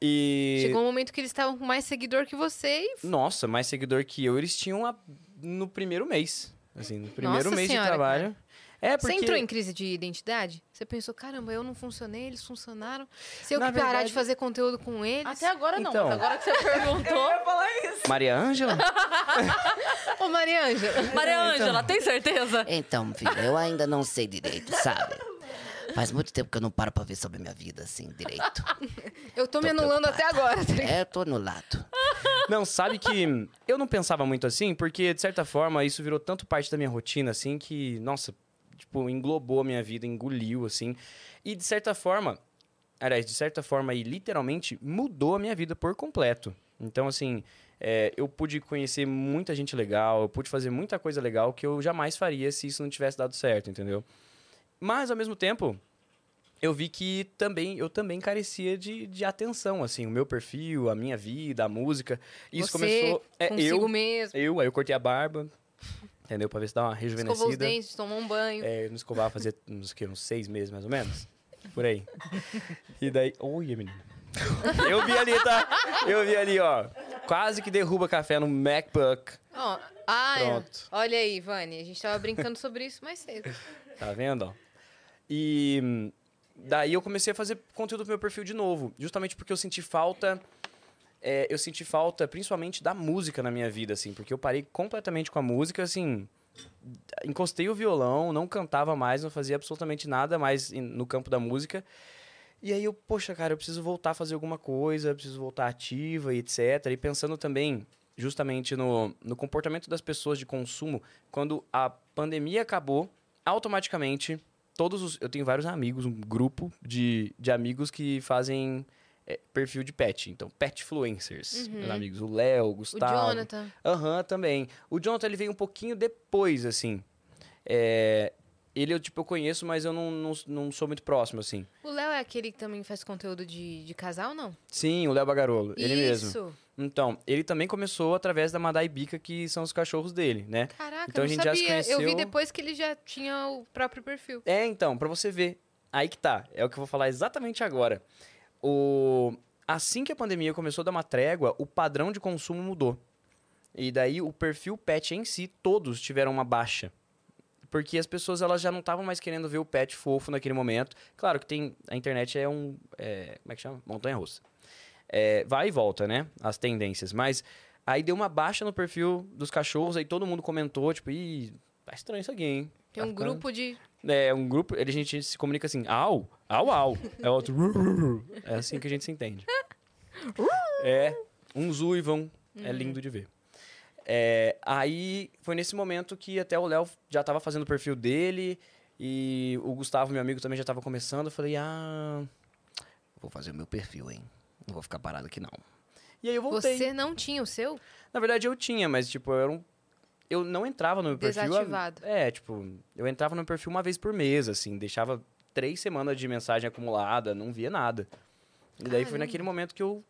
S3: E.
S2: Chegou um momento que eles estavam com mais seguidor que você e
S3: Nossa, mais seguidor que eu, eles tinham a- no primeiro mês. Assim, no primeiro
S2: Nossa
S3: mês
S2: Senhora,
S3: de trabalho. É,
S2: Você
S3: porque.
S2: entrou em crise de identidade? Você pensou, caramba, eu não funcionei, eles funcionaram. Se eu que
S3: Na
S2: parar de
S3: verdade-
S2: fazer conteúdo com eles.
S1: Até agora não,
S3: Então.
S1: mas agora que você perguntou.
S3: Maria Ângela?
S2: Ô, Maria Ângela.
S5: Maria Ângela, tem certeza?
S6: Então, filha, eu ainda não sei direito, sabe? Faz muito tempo que eu não paro pra ver sobre a minha vida, assim, direito.
S2: Eu tô, me
S6: Tô
S2: anulando até agora. tá ligado?
S6: É, eu tô anulado.
S3: Não, sabe que eu não pensava muito assim, porque de certa forma isso virou tanto parte da minha rotina assim que, nossa, tipo, englobou a minha vida, engoliu assim. E de certa forma, aliás, de certa forma e literalmente mudou a minha vida por completo. Então, assim, é, eu pude conhecer muita gente legal, eu pude fazer muita coisa legal que eu jamais faria se isso não tivesse dado certo, entendeu? Mas ao mesmo tempo, eu vi que também eu também carecia de, de atenção, assim, o meu perfil, a minha vida, a música. Isso
S2: Você,
S3: começou. É,
S2: Consigo
S3: eu,
S2: mesmo.
S3: eu, aí eu cortei a barba, entendeu? Pra ver se dá uma
S2: Escovou os
S3: rejuvenescida.
S2: dentes, tomou um banho.
S3: É, eu não escovava fazer uns, que, uns seis meses, mais ou menos. Por aí. E daí. Olha, menina. Eu vi ali, tá? Eu vi ali, ó. Quase que derruba café no MacBook.
S2: Ó, ah, é.
S3: Pronto.
S2: olha aí, Vani. A gente tava brincando sobre isso mais cedo.
S3: Tá vendo? ó? E hum, daí eu comecei a fazer conteúdo pro meu perfil de novo, justamente porque eu senti falta. é, eu senti falta principalmente da música na minha vida, assim, porque eu parei completamente com a música, assim. Encostei o violão, não cantava mais, não fazia absolutamente nada mais em- no campo da música. E aí eu, poxa, cara, eu preciso voltar a fazer alguma coisa, eu preciso voltar ativa e etc. E pensando também justamente no, no comportamento das pessoas de consumo, quando a pandemia acabou, automaticamente, todos os. Eu tenho vários amigos, um grupo de, de amigos que fazem é, perfil de pet. Então, pet influencers. Meus amigos, o Léo, o
S2: O
S3: Gustavo.
S2: Jonathan.
S3: Aham, também. O Jonathan, ele veio um pouquinho depois, assim. É, ele, eu, tipo, eu conheço, mas eu não, não, não sou muito próximo, assim.
S2: O Léo é aquele que também faz conteúdo de, de casal, não?
S3: Sim, o Léo Bagarolo, ele mesmo.
S2: Isso.
S3: Então, ele também começou através da Madai Bica, que são os cachorros dele, né?
S2: Caraca,
S3: Então
S2: eu
S3: a
S2: não
S3: gente já se
S2: sabia. Eu vi
S3: conheceu-
S2: depois que ele já tinha o próprio perfil.
S3: É, então, pra você ver. Aí que tá. É o que eu vou falar exatamente agora. O... Assim que a pandemia começou a dar uma trégua, o padrão de consumo mudou. E daí o perfil pet em si, todos tiveram uma baixa. Porque as pessoas elas já não estavam mais querendo ver o pet fofo naquele momento. Claro que tem. A internet é um. é, como é que chama? Montanha russa. É, vai e volta, né? As tendências. Mas aí deu uma baixa no perfil dos cachorros, aí todo mundo comentou, tipo, ih, tá estranho isso aqui, hein?
S2: Tem
S3: Tá
S2: um
S3: ficando-
S2: grupo de.
S3: é um grupo, a gente se comunica assim, au, au, au. É outro, ru, ru, ru. É assim que a gente se entende. É, uns uivam, é lindo de ver. É, aí foi nesse momento que até o Léo já tava fazendo o perfil dele e o Gustavo, meu amigo, também já tava começando. Eu falei, ah.
S6: Vou fazer o meu perfil, hein? Não vou ficar parado aqui, não.
S3: E aí eu voltei.
S2: Você não tinha o seu?
S3: Na verdade, eu tinha, mas, tipo, eu era um. Eu não entrava no meu perfil. a-
S2: Desativado.
S3: É, tipo, eu entrava no meu perfil uma vez por mês, assim, deixava três semanas de mensagem acumulada, não via nada. E daí foi
S2: Caramba.
S3: naquele momento que eu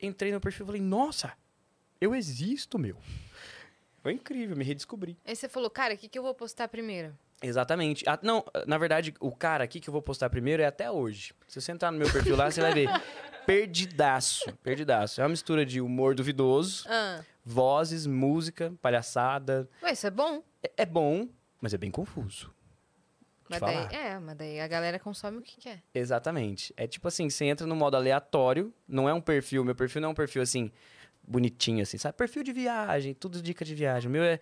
S3: entrei no perfil e falei, nossa, eu existo, meu. Foi incrível, me redescobri.
S2: Aí você falou, cara, o que, que eu vou postar primeiro?
S3: Exatamente. Ah, não, na verdade, o cara aqui que eu vou postar primeiro é até hoje. Se você entrar no meu perfil lá, você vai ver. Perdidaço, perdidaço. É uma mistura de humor duvidoso,
S2: Ah,
S3: vozes, música, palhaçada.
S2: ué, isso é bom.
S3: É, é bom, mas é bem confuso. Te
S2: Mas
S3: falar.
S2: daí, é, mas daí a galera consome o que quer.
S3: Exatamente. É tipo assim, você entra no modo aleatório, não é um perfil, meu perfil não é um perfil assim, bonitinho assim, sabe? Perfil de viagem, tudo dica de viagem. O meu é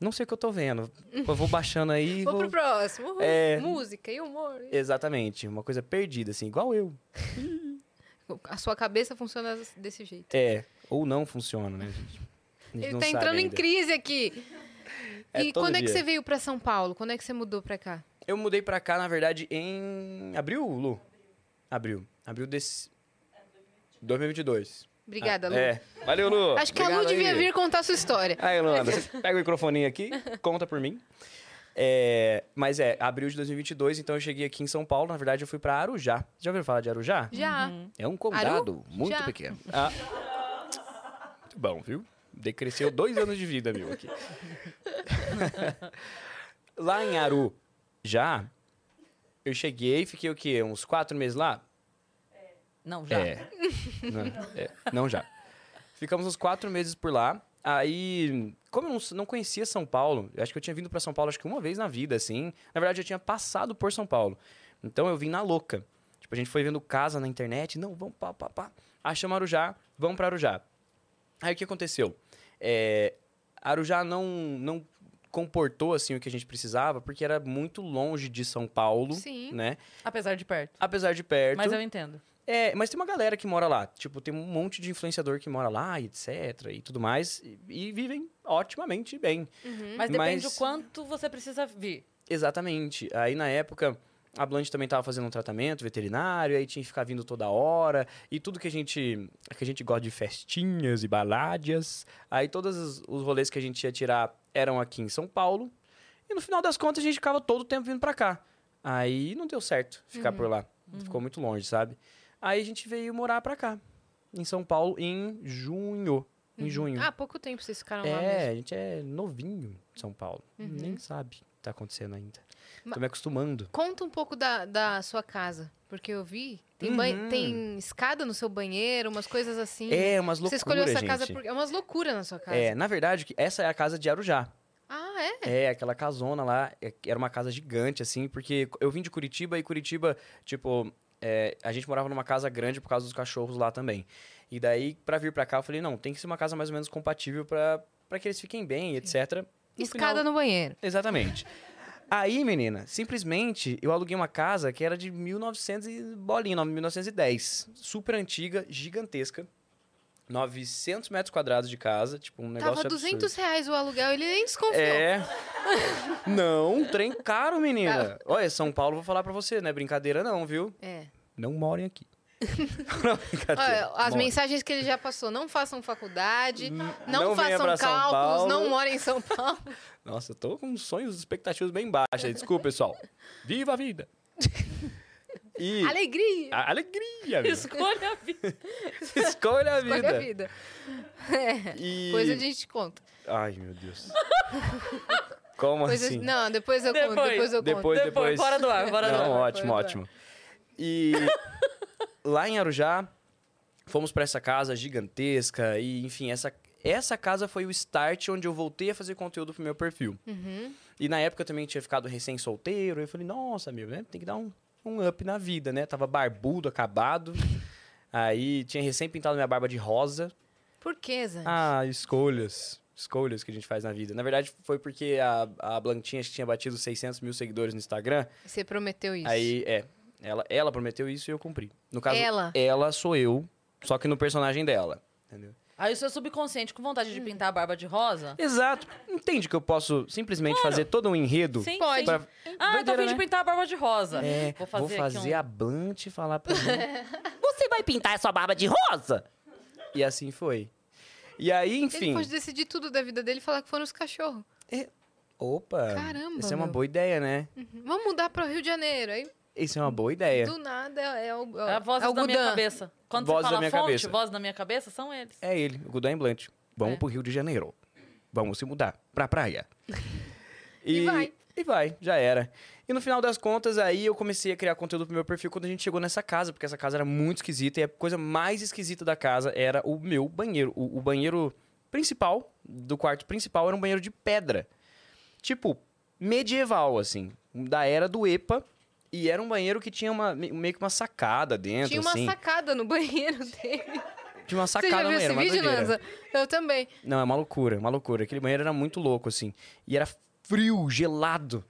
S3: Não sei o que eu tô vendo. Eu vou baixando aí. e
S2: Vou
S3: vou...
S2: pro próximo. Uhul.
S3: É.
S2: Música e humor.
S3: Exatamente. Uma coisa perdida, assim, igual eu.
S2: A sua cabeça funciona desse jeito.
S3: É. Ou não funciona, né, gente? A gente
S2: Ele
S3: não
S2: tá
S3: sabe
S2: entrando em
S3: ainda.
S2: crise aqui.
S3: É
S2: e
S3: todo
S2: quando é que
S3: dia.
S2: você veio pra São Paulo? Quando é que você mudou pra cá?
S3: Eu mudei pra cá, na verdade, em abril, Lu? Abril. Abril desse...
S2: É,
S3: 2022.
S2: Obrigada, Lu.
S3: É. Valeu, Lu.
S2: Acho que a Lu
S3: Obrigado
S2: devia
S3: aí.
S2: vir contar a sua história.
S3: Aí, Luanda, você pega o microfoninho aqui, conta por mim. É, mas é, abril de 2022, então eu cheguei aqui em São Paulo. Na verdade, eu fui pra Arujá. Já ouviram falar de Arujá?
S2: Já.
S3: Uhum.
S4: É um condado muito
S2: Já.
S4: pequeno.
S3: Muito bom, viu? Decresceu dois anos de vida, meu, aqui. lá em Aru, já, eu cheguei, fiquei o quê? Uns quatro meses lá?
S1: Não, já.
S3: É. Não, é, não já. Ficamos uns quatro meses por lá. Aí, como eu não, s- não conhecia São Paulo, eu acho que eu tinha vindo pra São Paulo acho que uma vez na vida, assim. Na verdade, eu tinha passado por São Paulo. Então eu vim na louca. Tipo, a gente foi vendo casa na internet. Não, vamos pá, pá, pá. Achamos Arujá, vamos pra Arujá. Aí o que aconteceu? É, Arujá não, não comportou assim o que a gente precisava, porque era muito longe de São Paulo,
S2: Sim.
S3: né?
S1: Apesar de perto.
S3: Apesar de perto.
S1: Mas eu entendo.
S3: É, mas tem uma galera que mora lá. Tipo, tem um monte de influenciador que mora lá, e etc. E tudo mais. E, e vivem otimamente bem.
S1: Mas depende
S3: Mas-
S1: o quanto você precisa vir.
S3: Exatamente. Aí na época. A Blanche também tava fazendo um tratamento veterinário, aí tinha que ficar vindo toda hora, e tudo que a gente que a gente gosta de festinhas e baládias. Aí todos os, os rolês que a gente ia tirar eram aqui em São Paulo. E no final das contas a gente ficava todo o tempo vindo pra cá. Aí não deu certo ficar por lá. Ficou muito longe, sabe? Aí a gente veio morar pra cá, em São Paulo, em junho. Em junho.
S2: Ah, há pouco tempo vocês ficaram lá
S3: É,
S2: mesmo. Uhum.
S3: a gente é novinho em São Paulo. Nem sabe o que tá acontecendo ainda.
S2: Ma-
S3: Tô me acostumando.
S2: Conta um pouco da, da sua casa, porque eu vi. Tem,
S3: Uhum.
S2: banhe- tem escada no seu banheiro, umas coisas assim.
S3: É, umas loucuras,
S2: Você escolheu essa
S3: gente.
S2: casa porque. É umas loucuras na sua casa.
S3: É, na verdade, que essa é a casa de Arujá.
S2: Ah, é?
S3: É, aquela casona lá, é- era uma casa gigante, assim, porque eu vim de Curitiba e Curitiba, tipo, é, a gente morava numa casa grande por causa dos cachorros lá também. E daí, pra vir pra cá, eu falei, não, tem que ser uma casa mais ou menos compatível pra, pra que eles fiquem bem, etc. No
S2: Escada
S3: final-
S2: no banheiro.
S3: Exatamente. Aí, menina, simplesmente eu aluguei uma casa que era de 1900 e bolinha, não, 1910. Super antiga, gigantesca. 900 metros quadrados de casa, tipo, um negócio
S2: Tava
S3: absurdo.
S2: 200 reais o aluguel, ele nem desconfiou.
S3: É. Não, um trem caro, menina. Olha, São Paulo, vou falar pra você, não é brincadeira não, viu?
S2: É.
S3: Não morem aqui. não, é
S2: Olha,
S3: brincadeira.
S2: as
S3: Morem.
S2: mensagens que ele já passou: não façam faculdade, não,
S3: não venha
S2: façam
S3: pra São
S2: cálculos,
S3: Paulo.
S2: não morem em São Paulo.
S3: Nossa, eu tô com sonhos e expectativas bem baixas. Desculpa, pessoal. Viva a vida. E...
S2: Alegria!
S3: A- alegria, viu?
S1: Escolha a vida.
S3: Escolha a vida.
S2: Escolha a vida.
S3: E...
S2: Coisa a gente conta.
S3: Ai, meu Deus. Como
S2: Coisas...
S3: assim?
S2: Não, depois eu conto.
S1: Depois.
S2: Depois eu conto.
S3: Depois, depois.
S1: Bora do ar, bora do
S3: Não,
S1: ar.
S3: ótimo,
S2: Bora do ar.
S3: ótimo. E lá em Arujá, fomos pra essa casa gigantesca e, enfim, essa, essa casa foi o start onde eu voltei a fazer conteúdo pro meu perfil. E na época eu também tinha ficado recém-solteiro, eu falei, nossa, meu, né? Tem que dar um, um up na vida, né? Tava barbudo, acabado. Aí tinha recém-pintado minha barba de rosa.
S2: Por que, Zan?
S3: Ah, escolhas. Escolhas que a gente faz na vida. Na verdade, foi porque a, a Blantinha acho que tinha batido 600 mil seguidores no Instagram.
S2: Você prometeu isso.
S3: Aí, é. Ela, ela prometeu isso e eu cumpri. No caso,
S2: Ela?
S3: sou eu, só que no personagem dela. Entendeu?
S1: Aí o seu subconsciente com vontade de pintar a barba de rosa.
S3: Exato. Entende que eu posso simplesmente fazer todo um enredo?
S1: Sim,
S2: Pode.
S1: sim.
S3: Pra...
S1: Ah, eu tô a
S3: Doideira,
S1: fim de
S3: né?
S1: pintar a barba de rosa.
S3: É,
S1: vou fazer, aqui um...
S3: a Blunt falar pra mim.
S6: Você vai pintar essa barba de rosa?
S3: e assim foi. E aí,
S2: Ele
S3: enfim.
S2: pode decidir tudo da vida dele e falar que foram os cachorros.
S3: Opa!
S2: Caramba,
S3: Essa é uma
S2: meu.
S3: boa ideia, né?
S2: Vamos mudar para o Rio de Janeiro. Aí,
S3: Isso é uma boa ideia.
S2: do nada, é o
S1: É a voz
S2: é o
S1: da minha
S2: Gudan.
S1: cabeça. Quando você
S3: Vozes da
S1: fala
S3: minha
S1: fonte,
S3: cabeça.
S1: voz da minha cabeça, são eles.
S3: É ele, o Gudan Blunt.
S4: Vamos
S1: É.
S4: pro Rio de Janeiro. Vamos se mudar pra praia.
S2: E vai.
S3: E vai, já era. E no final das contas, aí eu comecei a criar conteúdo pro meu perfil quando a gente chegou nessa casa, porque essa casa era muito esquisita e a coisa mais esquisita da casa era o meu banheiro. O, o banheiro principal, do quarto principal, era um banheiro de pedra. Tipo, medieval, assim. Da era do EPA. E era um banheiro que tinha uma, me- meio que uma sacada dentro,
S2: Tinha uma
S3: assim.
S2: sacada no banheiro dele.
S3: Tinha uma
S2: Você já
S3: sacada no
S2: viu esse
S3: banheiro, uma
S2: vídeo,
S3: doideira.
S2: Lanza? Eu também.
S3: Não, é uma loucura, uma loucura. Aquele banheiro era muito louco, assim. E era frio, gelado.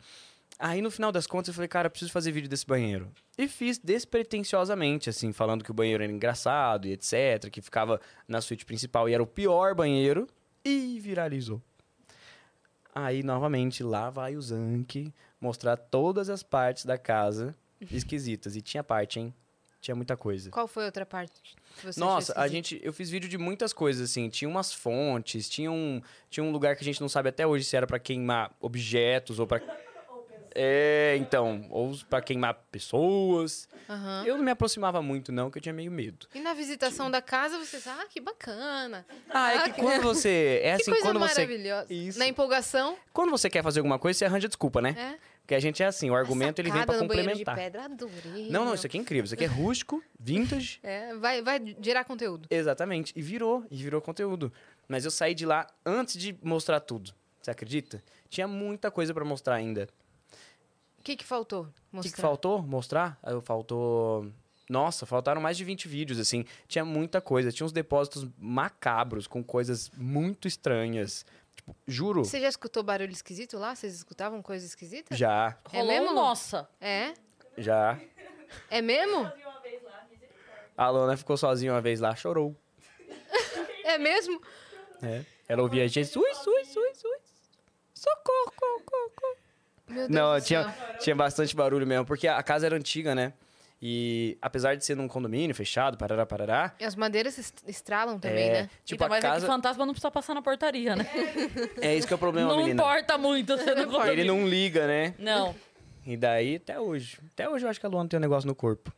S3: Aí, no final das contas, eu falei, cara, eu preciso fazer vídeo desse banheiro. E fiz despretensiosamente, assim, falando que o banheiro era engraçado e etc, que ficava na suíte principal e era o pior banheiro. E viralizou. Aí, novamente, lá vai o Zank mostrar todas as partes da casa esquisitas. E tinha parte, hein? Tinha muita coisa.
S2: Qual foi a outra parte? que você
S3: Nossa,
S2: achou
S3: a
S2: esquisita?
S3: gente, eu fiz vídeo de muitas coisas assim, tinha umas fontes, tinha um, tinha um lugar que a gente não sabe até hoje se era pra queimar objetos ou pra É, então, ou pra queimar pessoas.
S2: Aham.
S3: Eu não me aproximava muito não, que eu tinha meio medo.
S2: E na visitação da casa, você diz, ah, que bacana.
S3: Tipo Ah, é que quando você, é
S2: que
S3: assim,
S2: coisa
S3: quando você,
S2: maravilhosa.
S3: Isso.
S2: Na empolgação,
S3: quando você quer fazer alguma coisa, você arranja desculpa, né?
S2: é.
S3: Porque a gente é assim, o argumento ele vem
S2: Sacada
S3: pra
S2: no banheiro de
S3: complementar.
S2: pedra, adorei.
S3: Não, não, isso aqui é incrível, isso aqui é rústico, vintage.
S2: É, vai, vai gerar conteúdo.
S3: Exatamente. E virou, e virou conteúdo. Mas eu saí de lá antes de mostrar tudo. Você acredita? Tinha muita coisa pra mostrar ainda.
S2: O que que faltou?
S3: O que, que
S2: Mostrar.
S3: faltou mostrar? Ah, eu- Faltou. Nossa, faltaram mais de 20 vídeos, assim. Tinha muita coisa. Tinha uns depósitos macabros com coisas muito estranhas. Tipo, juro.
S2: Você já escutou barulho esquisito lá? Vocês escutavam coisa esquisita?
S3: Já,
S2: É
S1: Rolou
S2: mesmo,
S1: um
S2: Lu?
S1: nossa.
S2: É?
S3: já.
S2: É mesmo?
S3: A Lona ficou sozinha uma vez lá, chorou.
S2: É mesmo?
S3: É. Ela ouvia Jesus, ui, ui, ui. Socorro, socorro, socorro.
S2: Meu Deus
S3: Não,
S2: do
S3: tinha,
S2: céu.
S3: tinha bastante barulho mesmo, porque a casa era antiga, né? E apesar de ser num condomínio fechado, parará, parará.
S2: E as madeiras est- estralam também,
S3: é,
S2: né?
S3: tipo,
S1: Ainda
S3: a
S1: mais é que
S3: casa.
S1: fantasma não precisa passar na portaria, né?
S3: É isso que é o problema,
S1: não
S3: menina.
S1: importa muito você não
S3: Ele não liga, né?
S1: Não.
S3: E daí, até hoje. Até hoje eu acho que a Luana tem um negócio no corpo.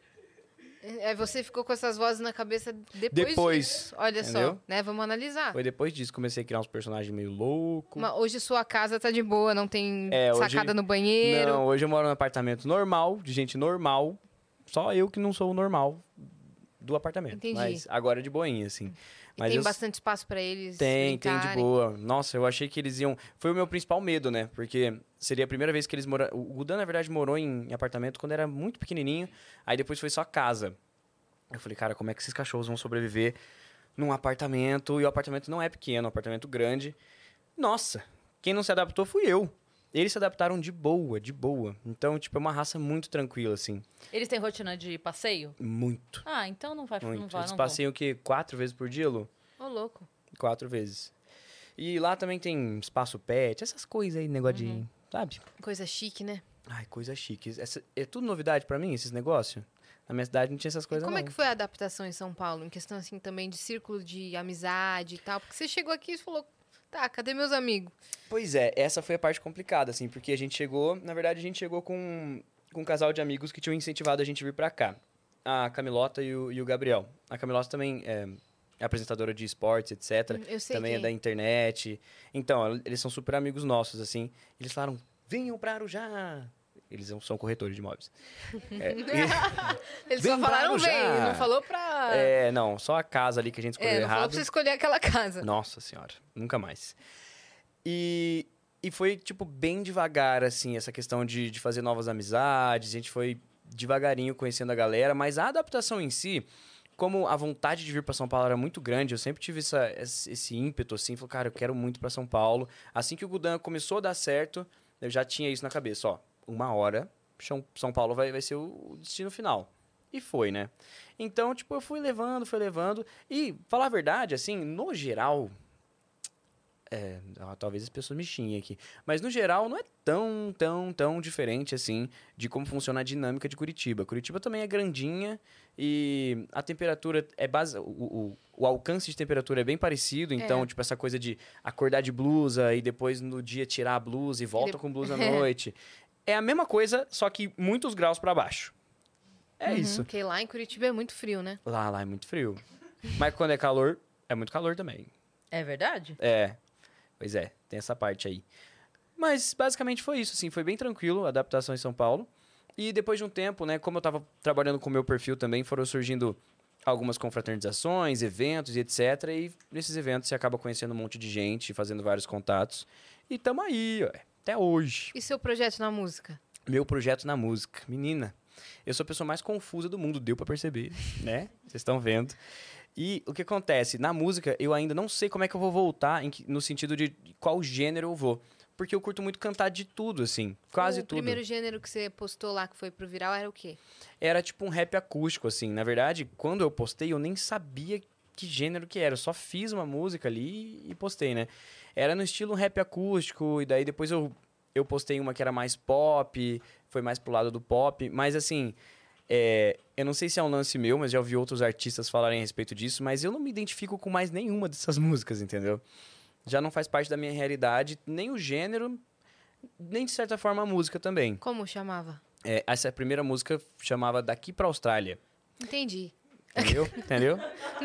S2: É, você ficou com essas vozes na cabeça depois,
S3: Depois,
S2: disso. Olha só,
S3: entendeu?
S2: né? Vamos analisar.
S3: Foi depois disso que comecei a criar uns personagens meio loucos.
S2: Mas hoje sua casa tá de boa, não tem
S3: É, hoje-
S2: sacada no banheiro.
S3: Não, hoje eu moro num apartamento normal, de gente normal. Só eu que não sou o normal do apartamento.
S2: Entendi.
S3: Mas agora é de boinha, assim.
S2: E
S3: Mas
S2: tem
S3: eu
S2: bastante espaço pra eles.
S3: Tem, tem de
S2: brincarem.
S3: boa. Nossa, eu achei que eles iam. Foi o meu principal medo, né? Porque seria a primeira vez que eles moraram. O Gudan, na verdade, morou em em apartamento quando era muito pequenininho. Aí depois foi só casa. Eu falei, cara, como é que esses cachorros vão sobreviver num apartamento? E o apartamento não é pequeno, é um apartamento grande. Nossa, quem não se adaptou fui eu. Eles se adaptaram de boa, de boa. Então, tipo, é uma raça muito tranquila, assim.
S1: Eles têm rotina de passeio?
S3: Muito,
S1: Ah, então não vai, não
S3: muito.
S1: vai,
S3: eles
S1: não
S3: passeiam o quê? Quatro vezes por dia, Lu?
S2: Ô, louco.
S3: Quatro vezes. E lá também tem espaço pet, essas coisas aí, negócio de. Sabe?
S2: Coisa chique, né?
S3: Ai, coisa chique. Essa- é tudo novidade pra mim, esses negócios? Na minha cidade não tinha essas
S2: E
S3: coisas,
S2: como
S3: não.
S2: é que foi a adaptação em São Paulo? Em questão, assim, também de círculo de amizade e tal. Porque você chegou aqui e falou, tá, cadê meus amigos?
S3: Pois é, essa foi a parte complicada, assim, porque a gente chegou. Na verdade, a gente chegou com, com um casal de amigos que tinham incentivado a gente vir pra cá. A Camilota e o, e o Gabriel. A Camilota também é, é apresentadora de esportes, etc.
S2: Eu sei
S3: também é da
S2: quem.
S3: internet. Então, eles são super amigos nossos, assim. Eles falaram, venham pra Arujá. Eles são- são corretores de imóveis. É,
S2: Eles
S3: Vem
S2: só falaram
S3: Guarujá.
S2: vem, não falou pra...
S3: É, não, só a casa ali que a gente escolheu
S2: É, não falou
S3: errado.
S2: pra você escolher aquela casa.
S3: Nossa senhora, nunca mais. E, e foi, tipo, bem devagar, assim, essa questão de, de fazer novas amizades. A gente foi devagarinho conhecendo a galera, mas a adaptação em si, como a vontade de vir para São Paulo era muito grande, eu sempre tive essa, esse esse ímpeto, assim, falei, cara, eu quero muito para São Paulo. Assim que o Gudan começou a dar certo, eu já tinha isso na cabeça, ó, uma hora, São São Paulo vai, vai ser o o destino final. E foi, né? Então, tipo, eu fui levando, fui levando. E, falar a verdade, assim, no geral. É, ah, talvez as pessoas me xinguem aqui. Mas, no geral, não é tão, tão, tão diferente, assim, de como funciona a dinâmica de Curitiba. Curitiba também é grandinha e a temperatura é base. O, o, o alcance de temperatura é bem parecido. Então, tipo, essa coisa de acordar de blusa e depois no dia tirar a blusa e volta
S2: de-
S3: com blusa à noite. É a mesma coisa, só que muitos graus pra baixo. É isso.
S2: Uhum. Porque lá em Curitiba é muito frio, né?
S3: Lá, lá é muito frio. Mas quando é calor, é muito calor também.
S1: É verdade?
S3: É. Pois é, tem essa parte aí. Mas basicamente foi isso, assim, foi bem tranquilo a adaptação em São Paulo. E depois de um tempo, né, como eu tava trabalhando com o meu perfil também, foram surgindo algumas confraternizações, eventos e etc. E nesses eventos você acaba conhecendo um monte de gente, fazendo vários contatos. E tamo aí, ó, até hoje.
S2: E seu projeto na música?
S3: Meu projeto na música. Menina, eu sou a pessoa mais confusa do mundo, deu pra perceber, né? Vocês estão vendo. E o que acontece? Na música, eu ainda não sei como é que eu vou voltar, em que- no sentido de qual gênero eu vou. Porque eu curto muito cantar de tudo, assim. Quase
S2: o
S3: tudo.
S2: primeiro gênero que você postou lá, que foi pro viral, era o quê?
S3: Era tipo um rap acústico, assim. Na verdade, quando eu postei, eu nem sabia que gênero que era. Eu só fiz uma música ali e postei, né? Era no estilo rap acústico, e daí depois eu, eu postei uma que era mais pop, foi mais pro lado do pop. Mas assim, é, eu não sei se é um lance meu, mas já ouvi outros artistas falarem a respeito disso, mas eu não me identifico com mais nenhuma dessas músicas, entendeu? Já não faz parte da minha realidade, nem o gênero, nem de certa forma a música também.
S2: Como chamava?
S3: É, essa primeira música chamava Daqui pra Austrália.
S2: Entendi.
S3: Entendeu? Entendeu?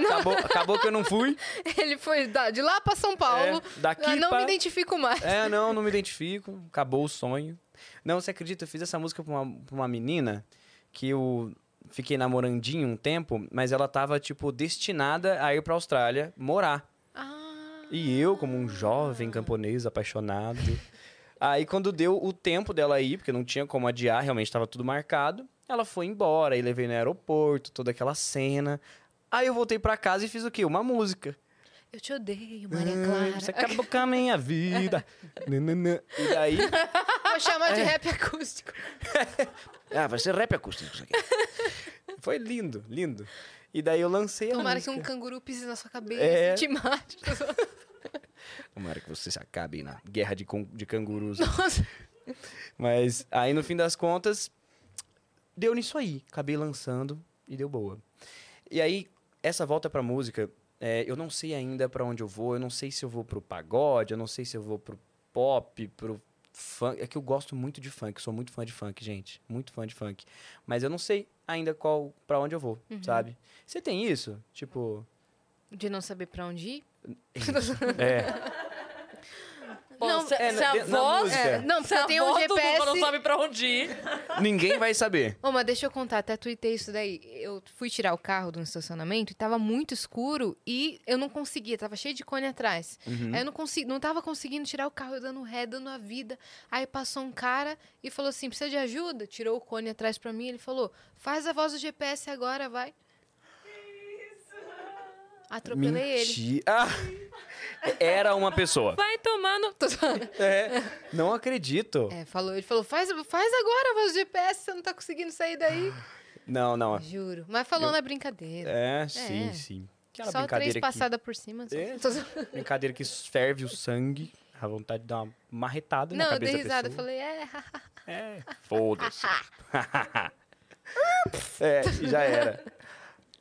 S3: Acabou, acabou que eu não fui.
S2: Ele foi da- de lá pra São Paulo.
S3: É, daqui
S2: eu não
S3: pra-
S2: me identifico mais.
S3: É, não, não me identifico. Acabou o sonho. Não, você acredita? Eu fiz essa música pra uma, pra uma menina que eu fiquei namorandinho um tempo, mas ela tava, tipo, destinada a ir pra Austrália morar.
S2: Ah,
S3: E eu, como um jovem camponês apaixonado. Aí, quando deu o tempo dela ir, porque não tinha como adiar, realmente estava tudo marcado, ela foi embora. Aí, levei no aeroporto, toda aquela cena. Aí, eu voltei pra casa e fiz o quê? Uma música.
S2: eu te odeio, Maria
S3: Ai,
S2: Clara.
S3: Hum, Você acabou com a minha vida. Nananã. e daí,
S2: Vou chamar
S3: É.
S2: de rap acústico.
S4: Ah, vai ser rap acústico isso aqui.
S3: foi lindo, lindo. E daí, eu lancei a
S2: Tomara que
S3: música.
S2: um canguru pise na sua cabeça
S3: É.
S2: e te mate. um
S4: Tomara que você se acabe na guerra de, con- de cangurus.
S2: Nossa.
S3: Mas aí no fim das contas, deu nisso aí. Acabei lançando e deu boa. E aí, essa volta pra música, é, eu não sei ainda pra onde eu vou. Eu não sei se eu vou pro pagode, eu não sei se eu vou pro pop, pro funk. É que eu gosto muito de funk, sou muito fã de funk, gente. Muito fã de funk. Mas eu não sei ainda qual para onde eu vou,
S2: Uhum.
S3: sabe? Você tem isso? Tipo.
S2: De não saber pra onde ir?
S3: É.
S5: Bom,
S2: Não,
S5: se,
S3: é,
S5: se a
S3: na- na
S5: voz...
S3: música. É,
S2: não,
S5: se
S2: porque
S5: a
S2: eu tenho um
S5: voz do Google não
S2: GPS.
S5: sabe pra onde ir.
S3: Ninguém vai saber.
S2: Ô, mas deixa eu contar, até tuitei isso daí. Eu fui tirar o carro de um estacionamento e tava muito escuro e eu não conseguia, tava cheio de cone atrás. Aí eu não consegui, não tava conseguindo tirar o carro, eu dando ré, dando a vida. Aí passou um cara e falou assim: precisa de ajuda? Tirou o cone atrás pra mim, ele falou: faz a voz do GPS agora, vai. Atropelei ele.
S3: Menti- Ah! Era uma pessoa.
S2: Vai tomar no. Tô zoando.
S3: É, não acredito.
S2: É, falou, ele falou: faz, faz agora a voz do GPS, você não tá conseguindo sair daí.
S3: Não, não.
S2: Juro. Mas falou na brincadeira.
S3: É, sim,
S2: É.
S3: sim. Aquela
S2: Só três
S3: brincadeira
S2: passadas por cima. só-
S3: É.
S2: Tô zoando.
S3: que, brincadeira que ferve o sangue, a vontade de dar uma marretada
S2: Não,
S3: na
S2: eu
S3: cabeça
S2: dei
S3: da
S2: risada. eu
S3: pessoa.
S2: Falei, é.
S3: É, foda-se.
S2: "Ah,
S3: é, e já era.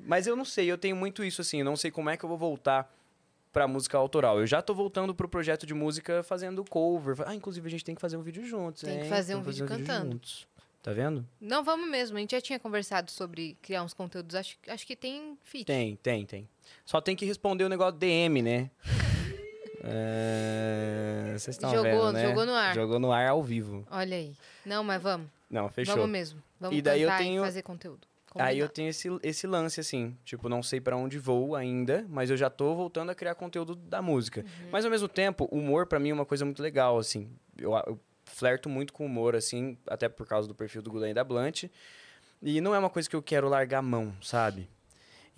S3: Mas eu não sei, eu tenho muito isso assim, eu não sei como é que eu vou voltar pra música autoral. Eu já tô voltando pro projeto de música fazendo cover. Ah, inclusive a gente tem que fazer um vídeo juntos,
S2: Tem que
S3: hein?
S2: fazer um
S3: Vamos
S2: vídeo cantando.
S3: juntos. Tá vendo?
S2: Não, vamos mesmo. A gente já tinha conversado sobre criar uns conteúdos. Acho, acho que tem fit.
S3: Tem, tem, tem. Só tem que responder o negócio DM, né? É, Vocês estão
S2: Jogou,
S3: vendo, né?
S2: jogou no ar.
S3: Jogou no ar ao vivo.
S2: Olha aí. Não, mas vamos.
S3: Não, fechou.
S2: Vamos mesmo. Vamos
S3: E daí eu
S2: cantar
S3: tenho-
S2: e fazer conteúdo.
S3: Aí eu
S2: Combinado.
S3: tenho esse, esse lance, assim, tipo, não sei pra onde vou ainda, mas eu já tô voltando a criar conteúdo da música.
S2: Uhum.
S3: Mas ao mesmo tempo, humor pra mim é uma coisa muito legal, assim. Eu, eu flerto muito com humor, assim, até por causa do perfil do Gulen e da Blunt. E não é uma coisa que eu quero largar a mão, sabe?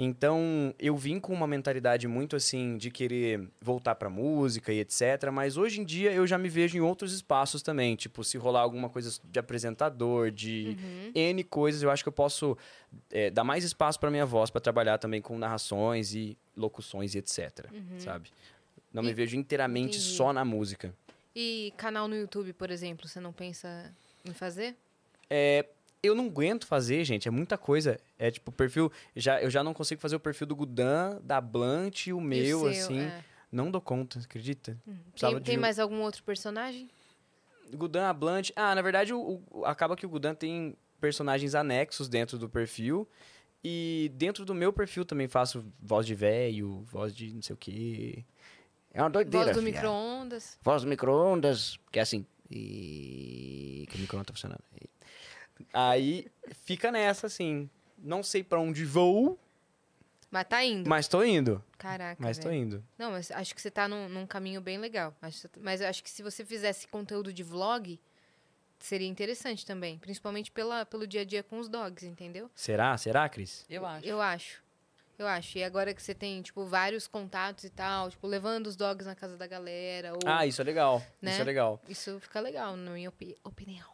S3: Então, eu vim com uma mentalidade muito assim de querer voltar pra música e etc, mas hoje em dia eu já me vejo em outros espaços também, tipo, se rolar alguma coisa de apresentador, de
S2: Uhum.
S3: N coisas, eu acho que eu posso é, dar mais espaço pra minha voz pra trabalhar também com narrações e locuções e etc, sabe? Não me
S2: Uhum. E-
S3: vejo inteiramente
S2: entendi.
S3: só na música.
S2: E canal no YouTube, por exemplo, você não pensa em fazer?
S3: É, eu não aguento fazer, gente. É muita coisa. É tipo, perfil. Já, eu já não consigo fazer o perfil do Gudan, da Blunt e
S2: E
S3: o
S2: o
S3: meu,
S2: seu,
S3: assim.
S2: é. Hum,
S3: Não dou conta, acredita? Precisava
S2: Tem,
S3: de
S2: tem
S3: um-
S2: mais algum outro personagem?
S3: Gudan, a Blunt. Ah, na verdade, o- o- acaba que o Gudan tem personagens anexos dentro do perfil. E dentro do meu perfil também faço voz de velho, voz de não sei o quê.
S4: É uma doideira,
S2: Voz do
S4: filha.
S2: micro-ondas.
S4: Voz do micro-ondas, que é assim. E... Que o micro-ondas tá funcionando.
S3: Aí fica nessa, assim. Não sei pra onde vou,
S2: Mas tá indo.
S3: mas tô indo.
S2: Caraca.
S3: Mas tô
S2: velho.
S3: indo.
S2: Não, mas acho que você tá num, num caminho bem legal. Acho- mas eu acho que se você fizesse conteúdo de vlog, seria interessante também. Principalmente pela, pelo dia a dia com os dogs, entendeu?
S3: Será? Será, Cris?
S1: Eu acho.
S2: Eu acho. Eu acho. E agora que você tem, tipo, vários contatos e tal, tipo, levando os dogs na casa da galera.
S1: tipo,
S2: Ou...
S3: Ah, isso é legal.
S2: Né?
S3: Isso é legal.
S2: Isso fica legal, na minha opi- opinião.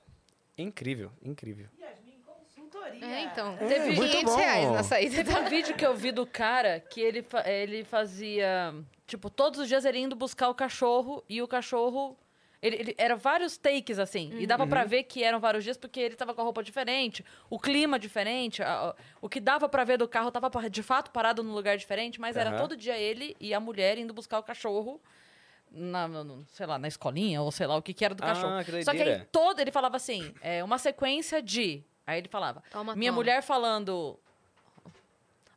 S3: Incrível, incrível.
S8: Yasmin, consultoria.
S2: É, então.
S3: É,
S2: Teve
S3: muito
S2: 500
S3: bom.
S2: reais na saída.
S1: Teve um vídeo que eu vi do cara que ele, fa- ele fazia. Tipo, todos os dias ele indo buscar o cachorro e o cachorro. Ele, ele- era vários takes, assim. E dava
S3: Uhum.
S1: pra ver que eram vários dias, porque ele tava com a roupa diferente, o clima diferente. a- a- o que dava pra ver do carro tava pa- de fato parado num lugar diferente, mas era
S3: Aham.
S1: todo dia ele e a mulher indo buscar o cachorro. Na, no- no- sei lá, na escolinha, ou sei lá o que, que era do
S3: Ah,
S1: cachorro.
S3: que
S1: Só que aí
S3: doideira.
S1: todo. Ele falava assim: é, uma sequência de. Aí ele falava.
S2: Toma,
S1: Minha
S2: toma.
S1: mulher falando.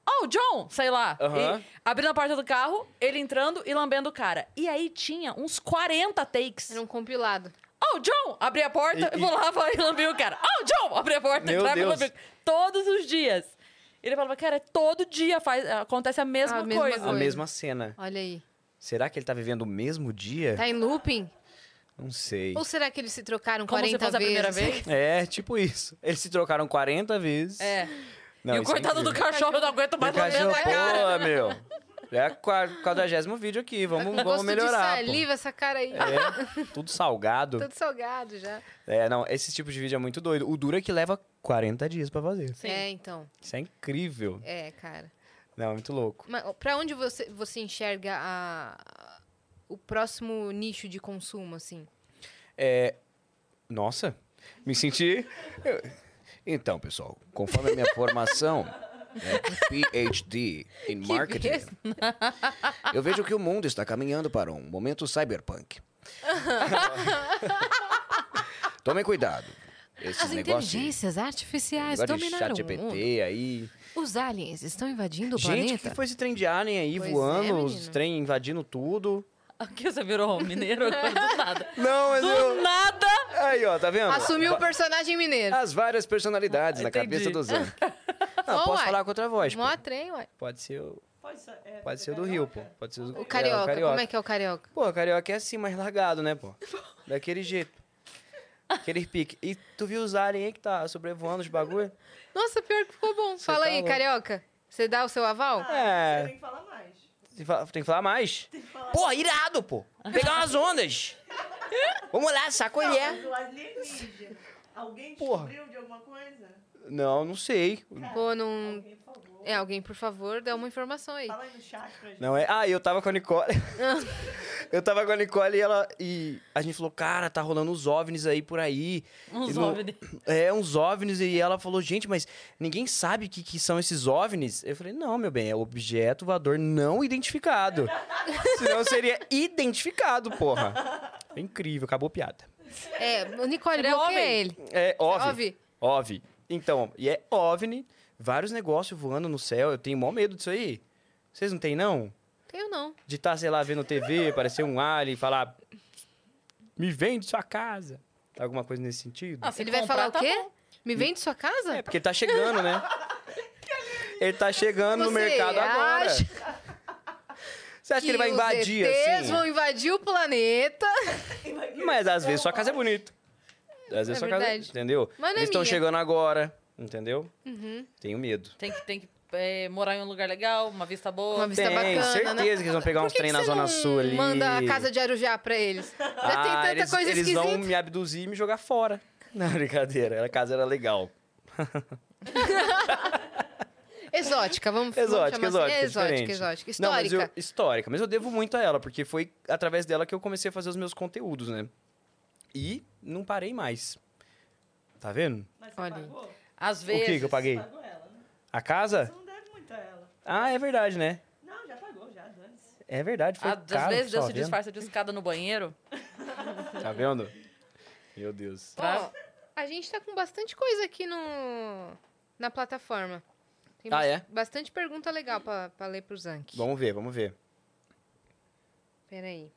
S1: Oh, John! Sei lá.
S3: Aham.
S1: E abrindo a porta do carro, ele entrando e lambendo o cara. E aí tinha uns 40 takes.
S2: Era um compilado.
S1: Oh, John! Abri a porta,
S3: E- e-
S1: pulava e lambia o cara. Oh, John! Abri a porta,
S3: Meu
S1: entrava e
S3: Deus.
S1: lambia. o cara. Todos os dias. Ele falava, cara, é todo dia faz, acontece a mesma
S2: A mesma
S1: coisa.
S3: A
S2: coisa.
S3: mesma cena.
S2: Olha aí.
S3: Será que ele tá vivendo o mesmo dia?
S2: Tá em looping?
S3: Não sei.
S2: Ou será que eles se trocaram
S1: Como se
S2: 40
S1: fosse a
S2: vezes?
S1: primeira vez.
S3: É, tipo isso. Eles se trocaram 40 vezes.
S1: É.
S3: Não,
S1: e o
S3: isso é
S1: coitado do
S3: incrível.
S1: cachorro não aguenta mais
S3: Meu
S1: lamber
S3: cachorro,
S1: na cara.
S3: Pô, meu. Já é o quadragésimo vídeo aqui. Vamos,
S2: Tá Gosto
S3: vamos melhorar.
S1: é
S2: de
S3: pô.
S2: saliva, essa cara aí.
S3: É, tudo salgado.
S2: Todo salgado já.
S3: É, não, esse tipo de vídeo é muito doido. O duro é que leva 40 dias pra fazer.
S1: Sim.
S2: É, então.
S3: Isso é incrível.
S2: É, cara.
S3: Não, é muito louco.
S2: Mas ó, pra onde você, você enxerga a- o próximo nicho de consumo, assim?
S3: É. Nossa, me senti.
S4: Então, pessoal, conforme a minha formação, né, PhD em marketing,
S2: besta.
S4: eu vejo que o mundo está caminhando para um momento cyberpunk. Tomem cuidado. Esses
S2: As
S4: negócios,
S2: inteligências artificiais
S4: negócio de
S2: dominaram
S4: chat
S2: o mundo.
S4: GPT aí.
S2: Os aliens estão invadindo o
S3: Gente, o
S2: planeta.
S3: que foi esse trem de alien aí
S2: Pois é,
S3: voando, os
S2: menino.
S3: trem invadindo tudo?
S1: Aqui você virou mineiro agora do nada.
S3: Não, mas
S1: Do nada!
S3: Aí, ó, tá vendo?
S2: Assumiu o
S3: Va-
S2: personagem mineiro.
S4: As várias personalidades na
S1: Entendi.
S4: cabeça do Zan.
S3: Ah, Não,
S2: Ó,
S3: posso
S2: uai.
S3: falar tipo, com outra voz. pô.
S2: Mó trem, ué.
S3: Pode ser, o-
S8: Pode ser, é,
S3: pode ser o do
S8: carioca.
S3: Rio, pô. Pode ser
S2: O carioca,
S3: É, o
S2: como é que é o carioca?
S3: Pô, carioca é assim, mais largado, né, pô? Daquele jeito. Aquele pique. E tu viu os aliens aí que tá sobrevoando os bagulho?
S2: Nossa, pior que ficou bom. Fala
S3: tá
S2: aí,
S3: louco.
S2: carioca. Você dá o seu aval?
S8: Ah,
S3: É.
S8: Você tem que falar mais.
S3: Tem que falar- tem que falar mais. Pô, irado, pô. Pegar umas ondas. Vamos lá, é. sacolher.
S8: Mas o alienígena. Alguém
S3: Porra.
S8: descobriu de alguma coisa?
S3: Não, não sei.
S2: Pô, não.
S8: Alguém, por favor.
S2: É, Ah, alguém, por favor, dá uma informação aí.
S8: Fala aí no chat pra gente.
S3: Não é. Ah, eu tava com a Nicole. eu tava com a Nicole e ela. E a gente falou, cara, tá rolando uns OVNIs aí por aí.
S1: Uns
S3: E não-
S1: OVNI.
S3: É, uns OVNIs. E ela falou, gente, mas ninguém sabe o que, que são esses OVNIs. Eu falei, não, meu bem, é objeto voador não identificado. Senão seria identificado, porra. É incrível, acabou a piada.
S2: É, o Nicole,
S1: Ele é
S2: bloqueia
S1: homem?
S2: ele.
S3: É OVNI.
S2: Ouve?
S3: OVNI. Então, e é OVNI, vários negócios voando no céu. Eu tenho mó medo disso aí. Vocês não têm, não?
S2: Tenho não.
S3: De estar, sei lá, vendo TV, aparecer um alien e falar... Me vende sua casa. Alguma coisa nesse sentido?
S1: Ah, se
S2: ele vai
S1: comprar,
S2: falar o
S1: tá
S2: quê?
S1: bom.
S2: Me vende sua casa?
S3: É, porque ele tá chegando, né? Ele tá chegando no
S2: Você
S3: mercado agora.
S2: acha
S3: Você acha que, ele vai
S2: os
S3: invadir,
S2: ETs
S3: assim?
S2: vão invadir o planeta.
S3: Mas às vezes sua casa é bonita. Às vezes
S2: É
S3: sua
S2: verdade.
S3: casa... Entendeu?
S2: Mas não é
S3: Eles estão
S2: minha. Uhum.
S3: chegando agora, entendeu? Tenho medo.
S1: Tem que, tem que é, morar em um lugar legal, uma vista boa.
S2: Uma vista
S3: Tem,
S2: bacana,
S3: certeza
S2: né?
S3: que eles vão pegar
S2: Por
S3: uns
S2: que
S3: trem
S2: que
S3: na
S2: você
S3: Zona
S2: não
S3: Sul ali.
S2: Manda a casa de Arujá pra eles. Já tem tanta
S3: Ah, eles,
S2: coisa
S3: eles
S2: esquisita.
S3: vão me abduzir e me jogar fora. Não, brincadeira. A casa era legal.
S2: Exótica, vamos, vamos
S3: Exótica,
S2: chamar
S3: exótica. é
S2: assim.
S3: diferente.
S2: Exótica, exótica.
S3: Não, mas
S2: Histórica.
S3: eu, histórica. Mas eu devo muito a ela, porque foi através dela que eu comecei a fazer os meus conteúdos, né? E não parei mais. Tá vendo?
S8: Mas você
S2: Olha aí.
S8: pagou? Você
S1: Às vezes.
S3: O que que eu paguei?
S8: pagou ela, né?
S3: A casa?
S8: Você não deve muito a ela.
S3: Ah, é verdade, né?
S8: Não, já pagou, já, dane-se.
S3: É verdade,
S2: Ah,
S3: foi
S1: Às
S3: caro,
S1: vezes
S3: só
S1: Deus se
S3: vendo.
S1: disfarça de escada no banheiro.
S3: Tá vendo? Meu Deus.
S2: Ó, a gente tá com bastante coisa aqui no, na plataforma. Tem
S3: Ah,
S2: bas-
S3: é?
S2: bastante pergunta legal pra, pra ler pro Zank.
S3: Vamos ver, vamos ver.
S2: Peraí.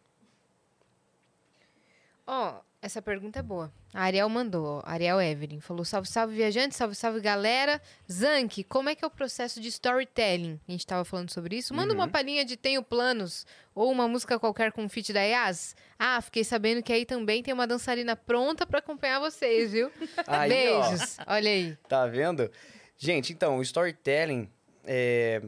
S2: Ó, essa pergunta é boa. A Ariel mandou, ó. A Ariel Evelyn. Falou: salve, salve, viajante, salve, salve, galera. Zank, como é que é o processo de storytelling? A gente tava falando sobre isso. Manda
S3: Uhum.
S2: uma palhinha de Tenho Planos ou uma música qualquer com feat da Yas. Ah, fiquei sabendo que aí também tem uma dançarina pronta pra acompanhar vocês, viu?
S3: Aí, ó.
S2: Beijos. Olha aí.
S3: Tá vendo? Gente, então, o storytelling é.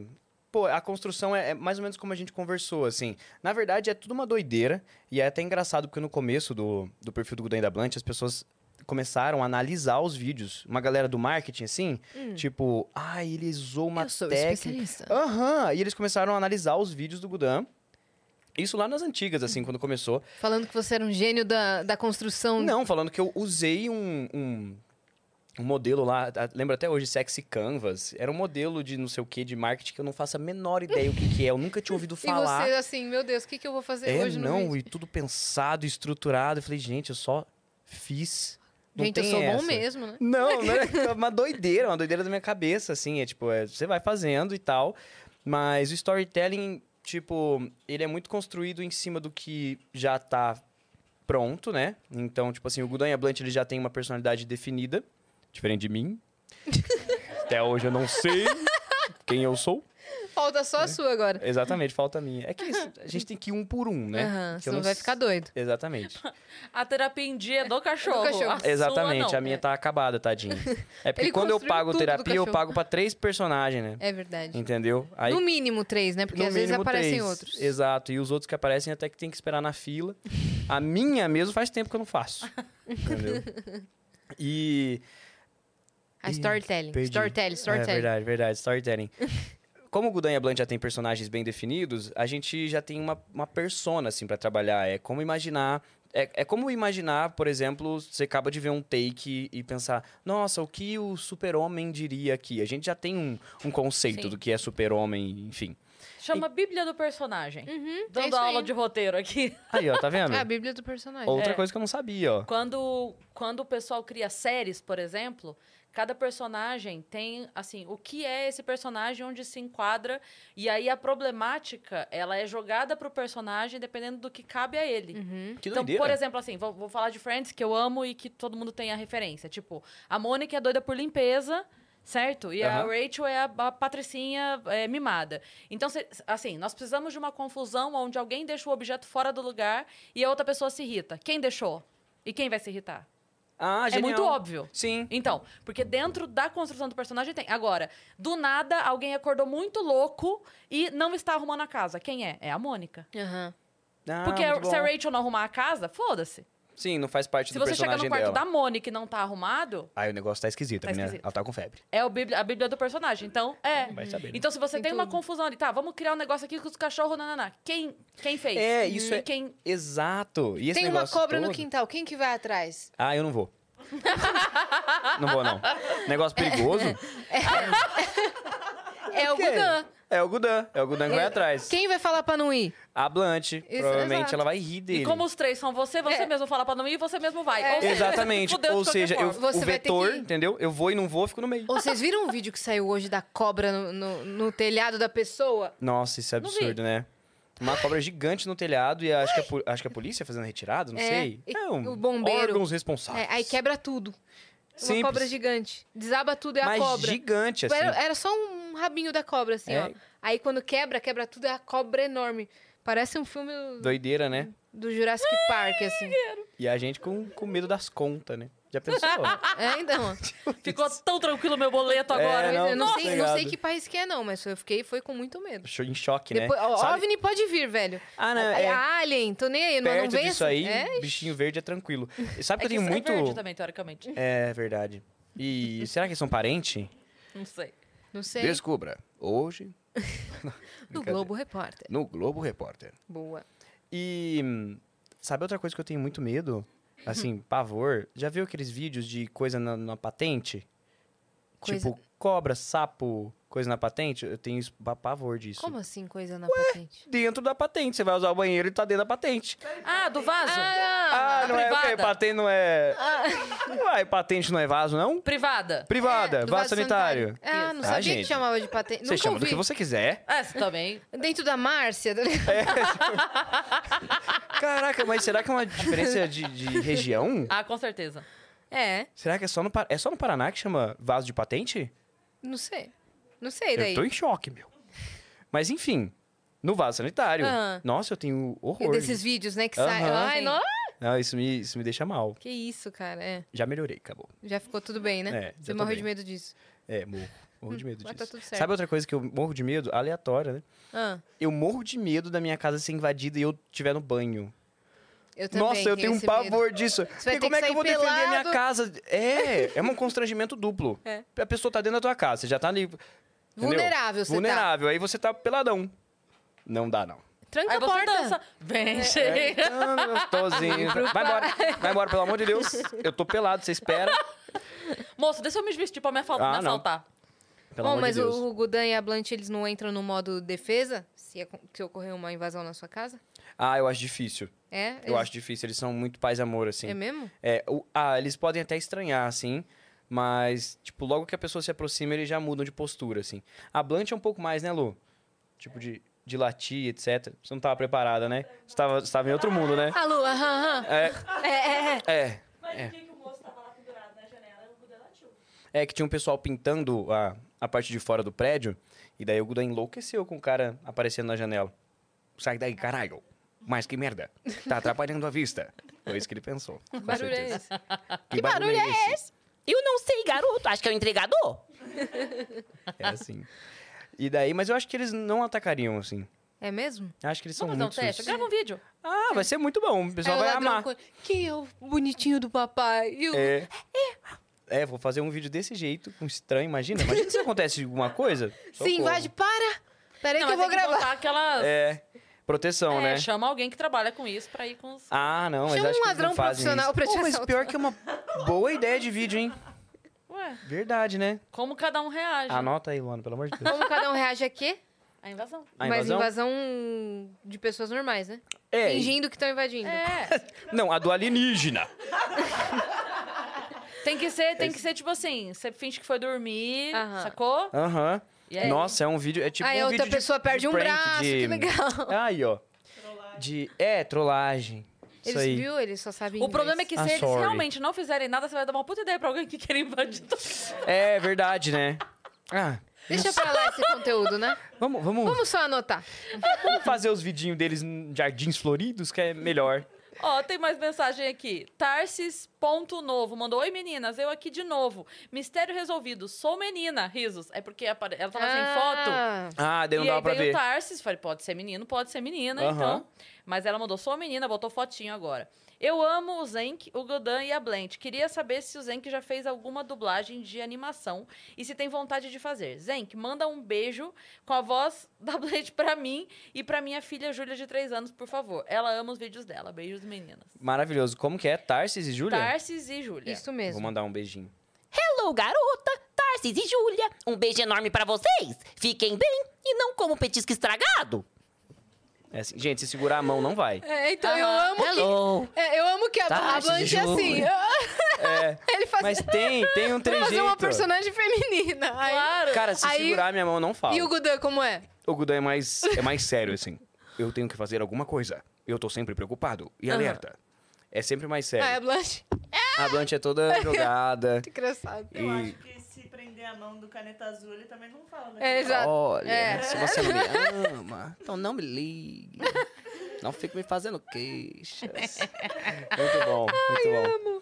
S3: pô, a construção é, é mais ou menos como a gente conversou, assim. Na verdade, é tudo uma doideira. E é até engraçado, porque no começo do, do perfil do Gudem da Blanche, as pessoas começaram a analisar os vídeos. Uma galera do marketing, assim, tipo, ah, ele usou uma
S2: Hum. Eu sou
S3: técnica.
S2: especialista.
S3: Aham, e eles começaram a analisar os vídeos do Gudan. Isso lá nas antigas, assim, quando começou.
S2: Falando que você era um gênio da, da construção.
S3: Não, falando que eu usei um, um, um modelo lá, a- lembro até hoje, Sexy Canvas. Era um modelo de não sei o que, de marketing, que eu não faço a menor ideia o que, que é. Eu nunca tinha ouvido
S2: E
S3: falar.
S2: você assim, meu Deus, o que, que eu vou fazer
S3: é,
S2: hoje no
S3: não,
S2: vídeo?
S3: e tudo pensado, estruturado. Eu falei, gente, eu só fiz. Não
S2: Gente, eu
S3: tem
S2: sou
S3: essa.
S2: bom mesmo, né?
S3: Não, né? É uma doideira, uma doideira da minha cabeça, assim. É tipo, é, você vai fazendo e tal. Mas o storytelling, tipo, ele é muito construído em cima do que já tá pronto, né? Então, tipo assim, o Gudan e a Blunt, ele já tem uma personalidade definida. Diferente de mim. Até hoje eu não sei quem eu sou.
S2: Falta só
S3: É.
S2: a sua agora.
S3: Exatamente, falta a minha. É que isso, a gente tem que ir um por um, né?
S2: Aham,
S3: Que eu
S2: senão vai
S3: s-
S2: ficar doido.
S3: Exatamente.
S1: A terapia em dia é do cachorro.
S2: cachorro.
S1: a sua
S3: Exatamente,
S1: não. É.
S3: a minha tá acabada, tadinha. É porque
S2: é. Ele
S3: quando eu
S2: construiu
S3: pago
S2: tudo do
S3: terapia, eu
S2: cachorro.
S3: pago pra três personagens, né?
S2: É verdade.
S3: Entendeu? Então, Aí,
S2: no mínimo três, né? Porque
S3: no
S2: às vezes
S3: mínimo,
S2: aparecem
S3: três.
S2: outros.
S3: Exato. E os outros que aparecem até que tem que esperar na fila. A minha mesmo faz tempo que eu não faço. Entendeu? E.
S2: A Ah,
S3: Ih,
S2: storytelling.
S3: perdi.
S2: Storytelling,
S3: É
S2: storytelling.
S3: verdade, verdade. Storytelling. Como o Gudan e a Blunt já tem personagens bem definidos, a gente já tem uma, uma persona, assim, pra trabalhar. É como imaginar... É, é como imaginar, por exemplo, você acaba de ver um take e pensar... Nossa, o que o super-homem diria aqui? A gente já tem um, um conceito
S1: Sim.
S3: do que é super-homem, enfim.
S1: Chama Bíblia do personagem.
S2: é
S1: Dando
S2: isso
S1: aula
S2: aí.
S1: de roteiro aqui.
S3: Aí, ó, tá vendo?
S2: É a Bíblia do personagem.
S3: Outra
S1: É.
S3: coisa que eu não sabia, ó.
S1: Quando, quando o pessoal cria séries, por exemplo, cada personagem tem, assim, o que é esse personagem, onde se enquadra, e aí a problemática, ela é jogada pro personagem dependendo do que cabe a ele.
S2: Uhum.
S3: Que
S1: então,
S3: doideira.
S1: por exemplo, assim, vou, vou falar de Friends, que eu amo e que todo mundo tem a referência. Tipo, a Mônica é doida por limpeza, certo? E a
S3: Aham.
S1: Rachel é a, a patricinha é, mimada. Então, cê- assim, nós precisamos de uma confusão onde alguém deixa o objeto fora do lugar e a outra pessoa se irrita. Quem deixou? E quem vai se irritar?
S3: Ah,
S1: É
S3: genial.
S1: muito óbvio.
S3: Sim.
S1: Então, porque dentro da construção do personagem tem. Agora, do nada, alguém acordou muito louco e não está arrumando a casa. Quem é? É a Mônica.
S2: Aham.
S3: Ah,
S1: Porque
S3: muito bom.
S1: se a Rachel não arrumar a casa, foda-se.
S3: Sim, não faz
S1: Se
S3: parte do
S1: você chegar
S3: personagem
S1: no quarto
S3: dela.
S1: da Mônica e não tá arrumado,
S3: Aí o negócio tá esquisito,
S1: Tá
S3: a menina-
S1: esquisito.
S3: Ela tá com febre.
S1: é o bíblia- a Bíblia do personagem. Então, é.
S3: Vai saber, né?
S1: Então, se você
S2: Tem
S1: tem, uma
S2: tudo.
S1: confusão ali, tá, vamos criar um negócio aqui com os cachorros, nananá. Quem, quem fez?
S3: É, isso
S1: E
S3: é-
S1: Quem...
S3: Exato. E esse
S2: Tem uma
S3: negócio
S2: cobra no
S3: todo-
S2: quintal, quem que vai atrás?
S3: Ah, eu não vou. não vou, não. Negócio perigoso.
S2: É o
S3: Quem?
S2: Gudan.
S3: É o Gudan. É o Gudan que vai atrás.
S2: Quem vai falar pra não ir?
S3: A Blunt, provavelmente,
S2: exato.
S3: ela vai rir dele.
S1: E como os três são você, você
S2: É.
S1: mesmo fala pra não ir, você mesmo vai.
S2: É.
S1: Ou seja,
S3: Exatamente.
S1: fudeu de
S3: Ou
S1: qualquer
S3: seja, eu,
S1: forma.
S2: Você
S3: o
S2: vai ter
S3: vetor,
S2: que ir.
S3: entendeu? Eu vou e não vou, fico no meio.
S2: Ou vocês viram um vídeo que saiu hoje da cobra no, no- no telhado da pessoa?
S3: Nossa, isso é
S1: Não vi.
S3: absurdo, né? Uma cobra gigante no telhado e acho que a, po- acho que a polícia fazendo retirada, não
S2: É,
S3: sei.
S2: e
S3: É, um,
S2: o bombeiro.
S3: Órgãos responsáveis.
S2: É, aí quebra tudo.
S3: Simples.
S2: Uma cobra gigante. Desaba tudo, é a
S3: Mas
S2: cobra.
S3: gigante, assim.
S2: Era, era só um rabinho da cobra, assim,
S3: É.
S2: ó. Aí quando quebra, quebra tudo, é a cobra enorme. Parece um filme do,
S3: Doideira, né?
S2: do Jurassic Park, assim.
S3: E a gente com, com medo das contas, né? Já pensou?
S2: É, então. ó.
S1: Ficou tão tranquilo meu boleto agora.
S3: É,
S2: Mas
S3: não,
S2: eu não
S3: tá
S2: sei, não
S3: ligado.
S2: sei que país que é, não, mas eu fiquei foi com muito medo.
S3: Cho- Em choque,
S2: Depois,
S3: né?
S2: ó,
S3: Sabe?
S2: OVNI pode vir, velho.
S3: Ah, não,
S2: A-
S3: é.
S2: a Alien, tô nem aí, não, não
S3: Perto
S2: vem
S3: disso
S2: assim.
S3: aí,
S2: É?
S3: bichinho verde é tranquilo. E sabe
S1: É
S3: que eu tenho
S1: isso é
S3: muito...
S1: verde também, teoricamente.
S3: É verdade. E será que eles são parente?
S1: Não sei.
S2: Não sei.
S4: Descubra hoje
S2: Do
S4: Brincadeira.
S2: Globo Repórter.
S4: no Globo Repórter.
S2: Boa.
S3: E hum, sabe outra coisa que eu tenho muito medo?
S2: Uhum.
S3: Assim, pavor. Já viu aqueles vídeos de coisa na, na patente?
S2: Coisa-
S3: Tipo, cobra, sapo, coisa na patente? Eu tenho isso- pa- pavor disso.
S2: Como assim, coisa na patente?
S3: Dentro da patente. Você vai usar o banheiro e tá dentro da patente.
S1: Ah, do vaso?
S3: Ah,
S1: na
S3: não é o quê?
S1: privada.
S3: Patente não é...
S2: Ah.
S3: Uai, patente não é vaso, não?
S1: Privada.
S3: Privada,
S2: é, Do
S3: vaso, sanitário.
S2: Ah, não
S3: Isso. Ah,
S2: sabia que
S3: gente.
S2: chamava de patente.
S3: Você
S2: Nunca
S3: chama do
S2: ouvi.
S3: que você quiser.
S1: Ah, você também.
S2: Dentro da Márcia. tá ligado?
S3: Caraca, mas será que é uma diferença de, de região?
S1: Ah, com certeza.
S2: É,
S3: Será que é só, no, Pa- é só no Paraná que chama vaso de patente?
S2: não sei. Não sei daí.
S3: Eu tô em choque, meu. Mas enfim, no vaso sanitário.
S2: Aham.
S3: Nossa, eu tenho
S2: É
S3: horror.
S2: desses vídeos, né, que saem.
S3: Aham.
S2: Ai,
S1: Sim.
S2: não.
S3: Não, isso, me, isso me deixa mal.
S2: Que isso, cara. É.
S3: Já melhorei, acabou.
S2: Já ficou tudo bem, né?
S3: É, já
S2: Você
S3: tô
S2: morreu
S3: bem.
S2: de medo disso.
S3: É, morro. Morro de medo
S2: mas
S3: disso.
S2: tá tudo certo.
S3: Sabe outra coisa que eu morro de medo? Aleatória, né?
S2: Ah,
S3: Eu morro de medo da minha casa ser invadida e eu estiver no banho.
S2: eu também
S3: Nossa, eu tenho um
S2: esse medo.
S3: pavor disso.
S2: vai
S3: Porque
S2: ter
S3: como
S2: que
S3: é que eu vou
S2: sair
S3: defender a minha
S2: pelado.
S3: casa? É, é um constrangimento duplo.
S2: É.
S3: A pessoa tá dentro da tua casa, você já tá ali. entendeu?
S2: Vulnerável você tá.
S3: Vulnerável, aí você tá peladão. Não dá, não.
S2: Tranca
S1: Aí
S2: a
S1: você
S2: porta.
S1: dança.
S3: É.
S1: Vem, chega.
S3: Ah, gostosinho. Vai embora, vai embora, pelo amor de Deus. Eu tô pelado, você espera.
S1: Moço, deixa eu me vestir pra me, afal-
S3: Ah,
S1: me
S3: não.
S1: assaltar.
S3: Pelo
S2: Bom,
S3: amor
S2: mas
S3: de Deus.
S2: o Gudan e a Blanche, eles não entram no modo defesa? Se, é, se ocorrer uma invasão na sua casa?
S3: Ah, eu acho difícil.
S2: É?
S3: Eu acho difícil. Eles são muito paz e amor, assim.
S2: É mesmo?
S3: É, o- ah, eles podem até estranhar, assim. Mas, tipo, logo que a pessoa se aproxima, eles já mudam de postura, assim. A Blanche é um pouco mais, né, Lu? Tipo, de, de latir, etc. Você não tava preparada, né? Você tava, você tava em outro mundo, né?
S2: A lua, aham, aham.
S3: É,
S2: É, é, é.
S3: é.
S8: Mas
S3: É.
S8: o dia que o moço tava lá pendurado na janela, o Buda latiu.
S3: É que tinha um pessoal pintando a, a parte de fora do prédio. E daí o Gudan enlouqueceu com o cara aparecendo na janela.
S4: Sai daí, caralho. Mas que merda. Tá atrapalhando a vista.
S3: Foi isso que ele pensou.
S2: Que barulho é esse?
S4: Que, barulho, é esse?
S6: Eu não sei, garoto. Acho que é o entregador.
S3: Era assim. E daí, mas eu acho que eles não atacariam, assim.
S2: É mesmo?
S3: Acho que eles são
S1: Vamos fazer um
S3: muito
S1: teste?
S3: sus-
S1: Grava um vídeo.
S3: Ah, vai ser muito bom. O pessoal
S2: Aí o
S3: vai
S2: ladrão
S3: amar.
S2: com- Quem é o bonitinho do papai? E o...
S3: É. É, vou fazer um vídeo desse jeito, com estranho, imagina. Imagina se acontece alguma coisa.
S2: Sim,
S3: socorro.
S2: invade, para! Peraí
S1: Não,
S2: que
S1: mas
S2: eu
S1: tem
S2: vou
S1: que
S2: gravar.
S1: botar aquela...
S3: É, proteção,
S1: É,
S3: né?
S1: chama alguém que trabalha com isso pra ir com os...
S3: Ah, não, mas
S2: Chama um
S3: acho que eles não
S2: ladrão
S3: fazem
S2: profissional
S3: isso.
S2: pra te
S3: Pô, mas
S2: assaltar.
S3: pior que é uma boa ideia de vídeo, hein?
S1: Ué,
S3: Verdade, né?
S1: como cada um reage.
S3: Anota aí, Luana, pelo amor de Deus.
S2: Como cada um reage a quê?
S1: A invasão.
S3: A
S2: Mas
S3: invasão?
S2: invasão de pessoas normais, né?
S3: É,
S2: Fingindo que estão invadindo.
S1: É,
S3: não, a do alienígena.
S1: tem que ser,
S3: É
S1: tem que ser tipo assim, você finge que foi dormir,
S2: Aham.
S1: sacou?
S3: Aham.
S1: E aí?
S3: Nossa, é um vídeo, é tipo
S2: Aí
S3: um
S2: a outra
S3: vídeo de-
S2: pessoa
S3: de
S2: perde um
S3: prank,
S2: braço,
S3: de-
S2: que legal.
S3: Aí, ó. De, é, trollagem. Isso
S2: Eles
S3: aí.
S2: viu, eles só sabem
S1: O problema é que se
S3: Ah,
S1: eles
S3: sorry.
S1: realmente não fizerem nada, você vai dar uma puta ideia pra alguém que quer invadir. tua casa.
S3: É verdade, né? Ah,
S2: Deixa pra lá esse conteúdo, né?
S3: vamos, vamos,
S2: Vamos só anotar.
S3: vamos fazer os vidinhos deles em jardins floridos, que é melhor.
S1: Ó, tem mais mensagem aqui. Tarsis.novo mandou: Oi meninas, eu aqui de novo. Mistério resolvido, sou menina. Risos. É porque apare- ela tava
S2: Ah,
S1: sem foto.
S2: foto.
S3: Ah, daí não
S1: e
S3: dava
S1: aí
S3: pra
S1: veio
S3: ver.
S1: o Tarsis, falei, pode ser menino, pode ser menina,
S3: Aham.
S1: então. Mas ela mandou, sou menina, botou fotinho agora. Eu amo o Zenk, o Godan e a Blend. Queria saber se o Zenk já fez alguma dublagem de animação e se tem vontade de fazer. Zenk, manda um beijo com a voz da Blend pra mim e pra minha filha Júlia de 3 anos, por favor. Ela ama os vídeos dela. Beijos, meninas.
S3: Maravilhoso. Como que é? Tarsis e Júlia?
S1: Tarsis e Júlia.
S2: É, Isso
S3: Vou
S2: mesmo.
S3: mandar um beijinho.
S6: Hello, garota. Tarsis e Júlia. Um beijo enorme pra vocês. Fiquem bem e não como petisco estragado.
S3: É assim, gente, se segurar a mão, não vai.
S2: É, então eu
S1: Aham.
S2: amo que...
S6: Hello.
S2: É, eu amo que a, a
S6: Tá,
S2: Blanche é
S6: Juju.
S2: assim.
S3: É,
S2: Ele faz...
S3: mas tem, tem
S2: Vou
S3: um
S2: fazer
S3: trejeito.
S2: uma personagem feminina. Aí-
S1: Claro.
S3: Cara, se
S2: Aí-
S3: segurar minha mão, não fala.
S2: E o Gudan, como é?
S4: O Gudan é mais, é mais sério, assim. Eu tenho que fazer alguma coisa. Eu tô sempre preocupado e alerta.
S3: É sempre mais
S2: Ah, é a
S3: sério.
S2: Blanche.
S3: A Blanche é toda jogada.
S2: Que engraçado.
S8: Eu
S3: E-
S8: acho que se prender a mão do caneta azul, ele também não fala, né?
S2: É, exato.
S6: Olha,
S2: É.
S6: se você não me ama, então não me ligue. Não fique me fazendo queixas.
S3: Muito bom, muito bom.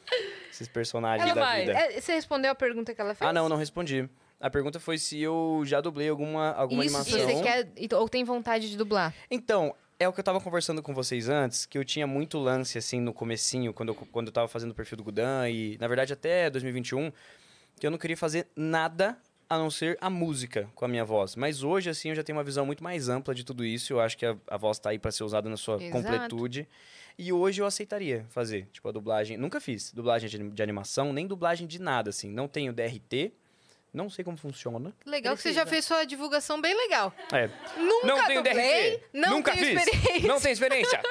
S3: Esses personagens
S1: Ela
S3: da
S1: vai.
S3: vida.
S2: É, você respondeu a pergunta que ela fez?
S3: Ah, não, não respondi. A pergunta foi se eu já dublei alguma, alguma
S2: Isso, se
S3: animação.
S2: você quer ou tem vontade de dublar.
S3: Então, é o que eu tava conversando com vocês antes, que eu tinha muito lance, assim, no comecinho, quando eu, quando eu tava fazendo o perfil do Gudan, e, na verdade, até 2021, que eu não queria fazer nada a não ser a música com a minha voz. Mas hoje, assim, eu já tenho uma visão muito mais ampla de tudo isso. Eu acho que a, a voz tá aí pra ser usada na sua
S2: Exato.
S3: completude. E hoje eu aceitaria fazer, tipo, a dublagem. Nunca fiz dublagem de, anim- de animação, nem dublagem de nada, assim. Não tenho DRT, não sei como funciona.
S2: Legal que você
S1: Precisa.
S2: já fez sua divulgação bem legal.
S3: É,
S2: Nunca
S3: não tenho
S2: Ah, dublei,
S3: DRT.
S2: não
S3: Nunca
S2: tenho
S3: fiz.
S2: experiência.
S3: Não tenho experiência.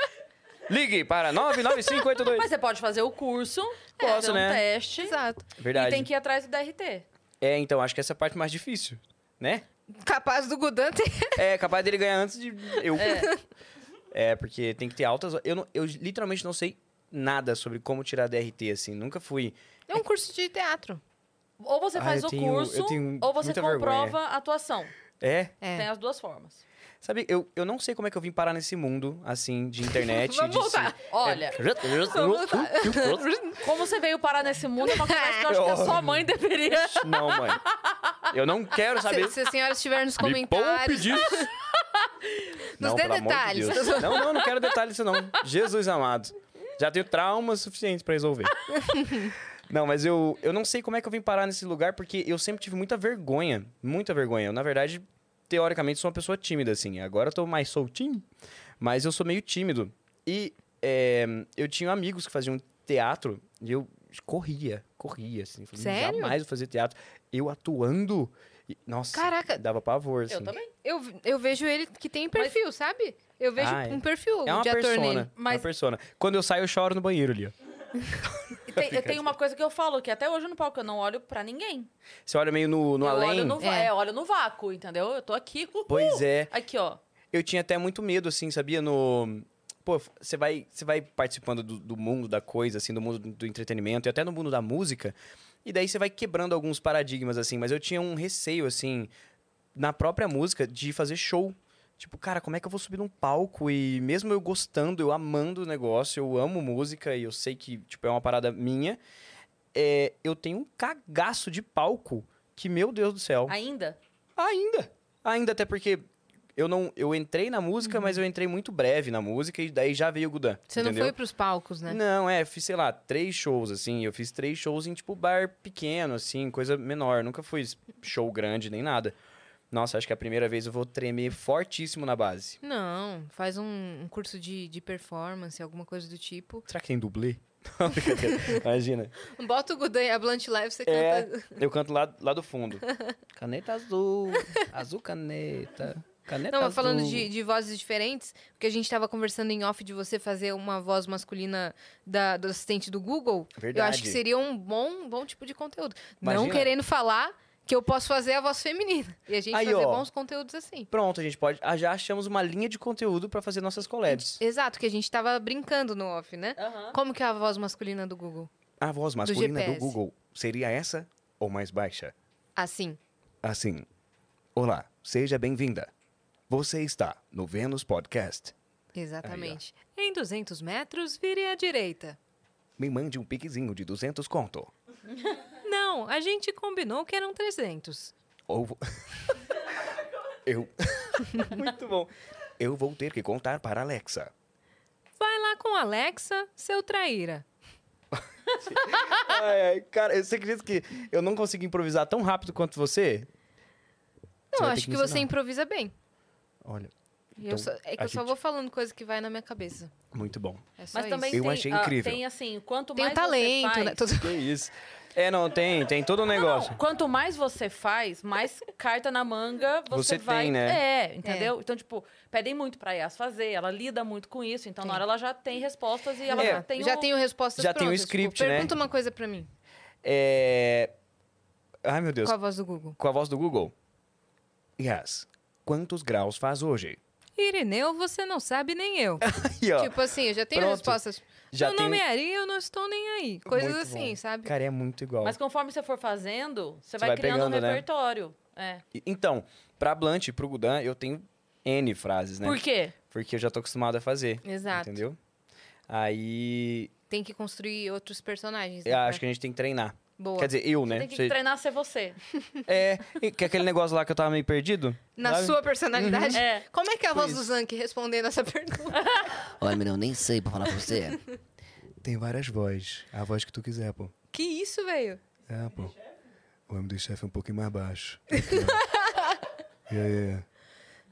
S3: Ligue para 99582.
S1: Mas você pode fazer o curso,
S3: Posso,
S1: fazer um
S3: né?
S1: teste.
S2: Exato.
S3: Verdade.
S1: E tem que ir atrás do DRT.
S3: É, então, acho que essa é a parte mais difícil, né?
S2: Capaz do Gudan ter...
S3: É, capaz dele ganhar antes de eu. É, porque tem que ter altas... Eu, não- eu literalmente não sei nada sobre como tirar DRT, assim. Nunca fui...
S2: É um curso de teatro.
S1: Ou você
S3: Ah,
S1: faz
S3: eu
S1: o
S3: tenho- eu
S1: curso,
S3: tenho
S1: ou você
S3: muita
S1: comprova
S3: vergonha.
S1: a atuação.
S3: É,
S2: É.
S1: Tem as duas formas.
S3: sabe? Eu, eu não sei como é que eu vim parar nesse mundo, assim, de internet.
S2: Vamos
S3: de
S2: voltar.
S1: Olha, é como você veio parar nesse mundo, é uma conversa que eu acho que a sua mãe deveria.
S3: Não, mãe. Eu não quero saber.
S2: Se, se as senhoras estiverem nos
S3: Me poupe
S2: comentários,
S3: disso.
S2: Nos dê
S3: pelo amor de
S2: detalhes.
S3: Deus. não, não, não quero detalhes disso, não. Jesus amado. Já tenho traumas suficientes pra resolver. Não, mas eu, eu não sei como é que eu vim parar nesse lugar, porque eu sempre tive muita vergonha. Muita vergonha. Eu, na verdade, teoricamente, sou uma pessoa tímida, assim. Agora eu tô mais soltinho, mas eu sou meio tímido. E é, eu tinha amigos que faziam teatro e eu corria, corria, assim. Falei,
S2: Sério?
S3: Jamais vou fazer teatro. Eu atuando. e- nossa,
S2: Caraca.
S3: dava pavor, assim.
S1: Eu também.
S2: eu, eu vejo ele que tem perfil, sabe? Eu vejo
S3: Ah, é.
S2: um perfil
S3: É uma
S2: de ator nele.
S3: persona. É
S1: Mas-
S3: uma persona. Quando eu saio, eu choro no banheiro ali, ó.
S1: E tem, eu tenho uma coisa que eu falo, que até hoje no palco eu não olho pra ninguém.
S3: Você olha meio no, no
S1: eu
S3: além.
S1: Olho no, va-
S2: É.
S1: é, olho no vácuo, entendeu? Eu tô aqui. uhul.
S3: Pois é.
S1: Aqui, ó.
S3: Eu tinha até muito medo, assim, sabia? No. Pô, você vai, você vai participando do, do mundo da coisa, assim, do mundo do entretenimento e até no mundo da música. E daí você vai quebrando alguns paradigmas, assim. Mas eu tinha um receio, assim, na própria música, de fazer show. Tipo, cara, como é que eu vou subir num palco? E mesmo eu gostando, eu amando o negócio, eu amo música e eu sei que, tipo, é uma parada minha. é, eu tenho um cagaço de palco que, meu Deus do céu.
S1: Ainda.
S3: Ainda. Ainda, até porque eu não eu entrei na música, mas eu entrei muito breve na música e daí já veio o Gudan.
S2: Uhum. Você
S3: entendeu?
S2: não foi pros palcos, né?
S3: Não, é, fiz, sei lá, três shows, assim. Eu fiz três shows em, tipo, bar pequeno, assim, coisa menor. Nunca fui show grande nem nada. Nossa, acho que a primeira vez eu vou tremer fortíssimo na base.
S2: Não, faz um, um curso de, de performance, alguma coisa do tipo.
S3: Será que tem dublê? Não, brincadeira. Imagina.
S2: Bota o Gudan e a Blunt Live, você
S3: É,
S2: canta.
S3: eu canto lá, lá do fundo.
S6: Caneta azul. Azul caneta. Caneta
S3: É,
S2: Não,
S3: tá
S2: mas
S6: azul.
S2: falando de, de vozes diferentes, porque a gente tava conversando em off de você fazer uma voz masculina da, do assistente do Google. Eu acho
S3: Verdade.
S2: que seria um bom, bom tipo de conteúdo. Não
S3: Imagina.
S2: querendo falar que eu posso fazer a voz feminina. E a gente
S3: Aí,
S2: fazer
S3: ó.
S2: bons conteúdos assim.
S3: Pronto, a gente pode... Ah, já achamos uma linha de conteúdo pra fazer nossas collabs.
S2: Exato, que a gente tava brincando no off, né?
S1: Aham.
S2: Como que é a voz masculina do Google?
S4: A voz masculina do,
S2: GPS.
S4: Google seria essa ou mais baixa?
S2: Assim.
S4: Assim. Olá, seja bem-vinda. Você está no Vênus Podcast.
S2: Exatamente. em 200 metros, vire à direita.
S4: Me mande um piquezinho de 200 conto.
S2: Não, a gente combinou que eram 300.
S4: Ou vo- eu
S3: Muito bom.
S4: eu vou ter que contar para a Alexa.
S2: Vai lá com Alexa, seu traíra.
S3: Ai, ai, cara, você acredita que eu não consigo improvisar tão rápido quanto você?
S2: Não,
S3: vai ter
S2: acho
S3: que
S2: que
S3: me
S2: você
S3: ensinar.
S2: improvisa bem.
S3: Olha,
S2: E eu
S3: Então,
S2: só- é que
S3: a
S2: eu só
S3: gente-
S2: vou falando coisa que vai na minha cabeça.
S3: muito bom.
S2: É só
S1: Mas também
S2: isso.
S4: Eu
S1: tem,
S4: achei
S1: ah,
S4: incrível.
S1: tem assim, quanto
S2: tem
S1: mais
S2: o talento,
S1: você
S2: né?
S1: faz...
S2: Todo-
S3: Que isso. É, não, tem, tem todo o negócio.
S1: Não, quanto mais você faz, mais carta na manga você,
S3: Você tem,
S1: vai.
S3: né?
S1: É, entendeu? Então, tipo, pedem muito pra Yas fazer, ela lida muito com isso, então na hora ela já tem respostas e ela
S3: É,
S1: já tem um
S2: já
S1: o...
S2: tenho respostas
S3: já tem o
S2: prontas.
S3: script,
S2: tipo,
S3: né?
S2: pergunta uma coisa pra mim,
S3: É... Ai, meu Deus.
S2: com a voz do Google.
S3: Com a voz do Google.
S4: Yes. Quantos graus faz hoje?
S2: Irineu, você não sabe nem eu.
S3: E, ó,
S2: tipo assim, eu já tenho
S3: Pronto.
S2: respostas.
S3: já
S2: Meu
S3: tem...
S2: nome é Ari, eu não estou nem aí. Coisas
S3: Muito
S2: assim,
S3: bom.
S2: sabe?
S3: Cara, é muito igual.
S1: Mas conforme você for fazendo, você, vai,
S3: vai
S1: criando um
S3: pegando, né?
S1: repertório. É.
S3: E- Então, pra Blunt e pro Gudan, eu tenho N frases, né?
S1: Por quê?
S3: Porque eu já tô acostumado a fazer,
S2: Exato.
S3: entendeu? Aí,
S2: Tem que construir outros personagens. né?
S3: eu acho que a gente tem que treinar.
S2: Boa.
S3: Quer dizer, eu, né?
S1: Tem que
S3: Você-
S1: treinar a ser você.
S3: É, e que aquele negócio lá que eu tava meio perdido.
S2: Na
S3: sabe?
S2: sua personalidade?
S1: É.
S2: Como é que é a
S3: Por
S2: voz do
S3: isso.
S2: Zank respondendo essa pergunta?
S6: Olha, menino, eu nem sei pra falar pra você.
S4: Tem várias vozes. A voz que tu quiser, pô.
S2: que isso, velho?
S4: É, pô. O nome do chefe é um pouquinho mais baixo. É yeah, yeah.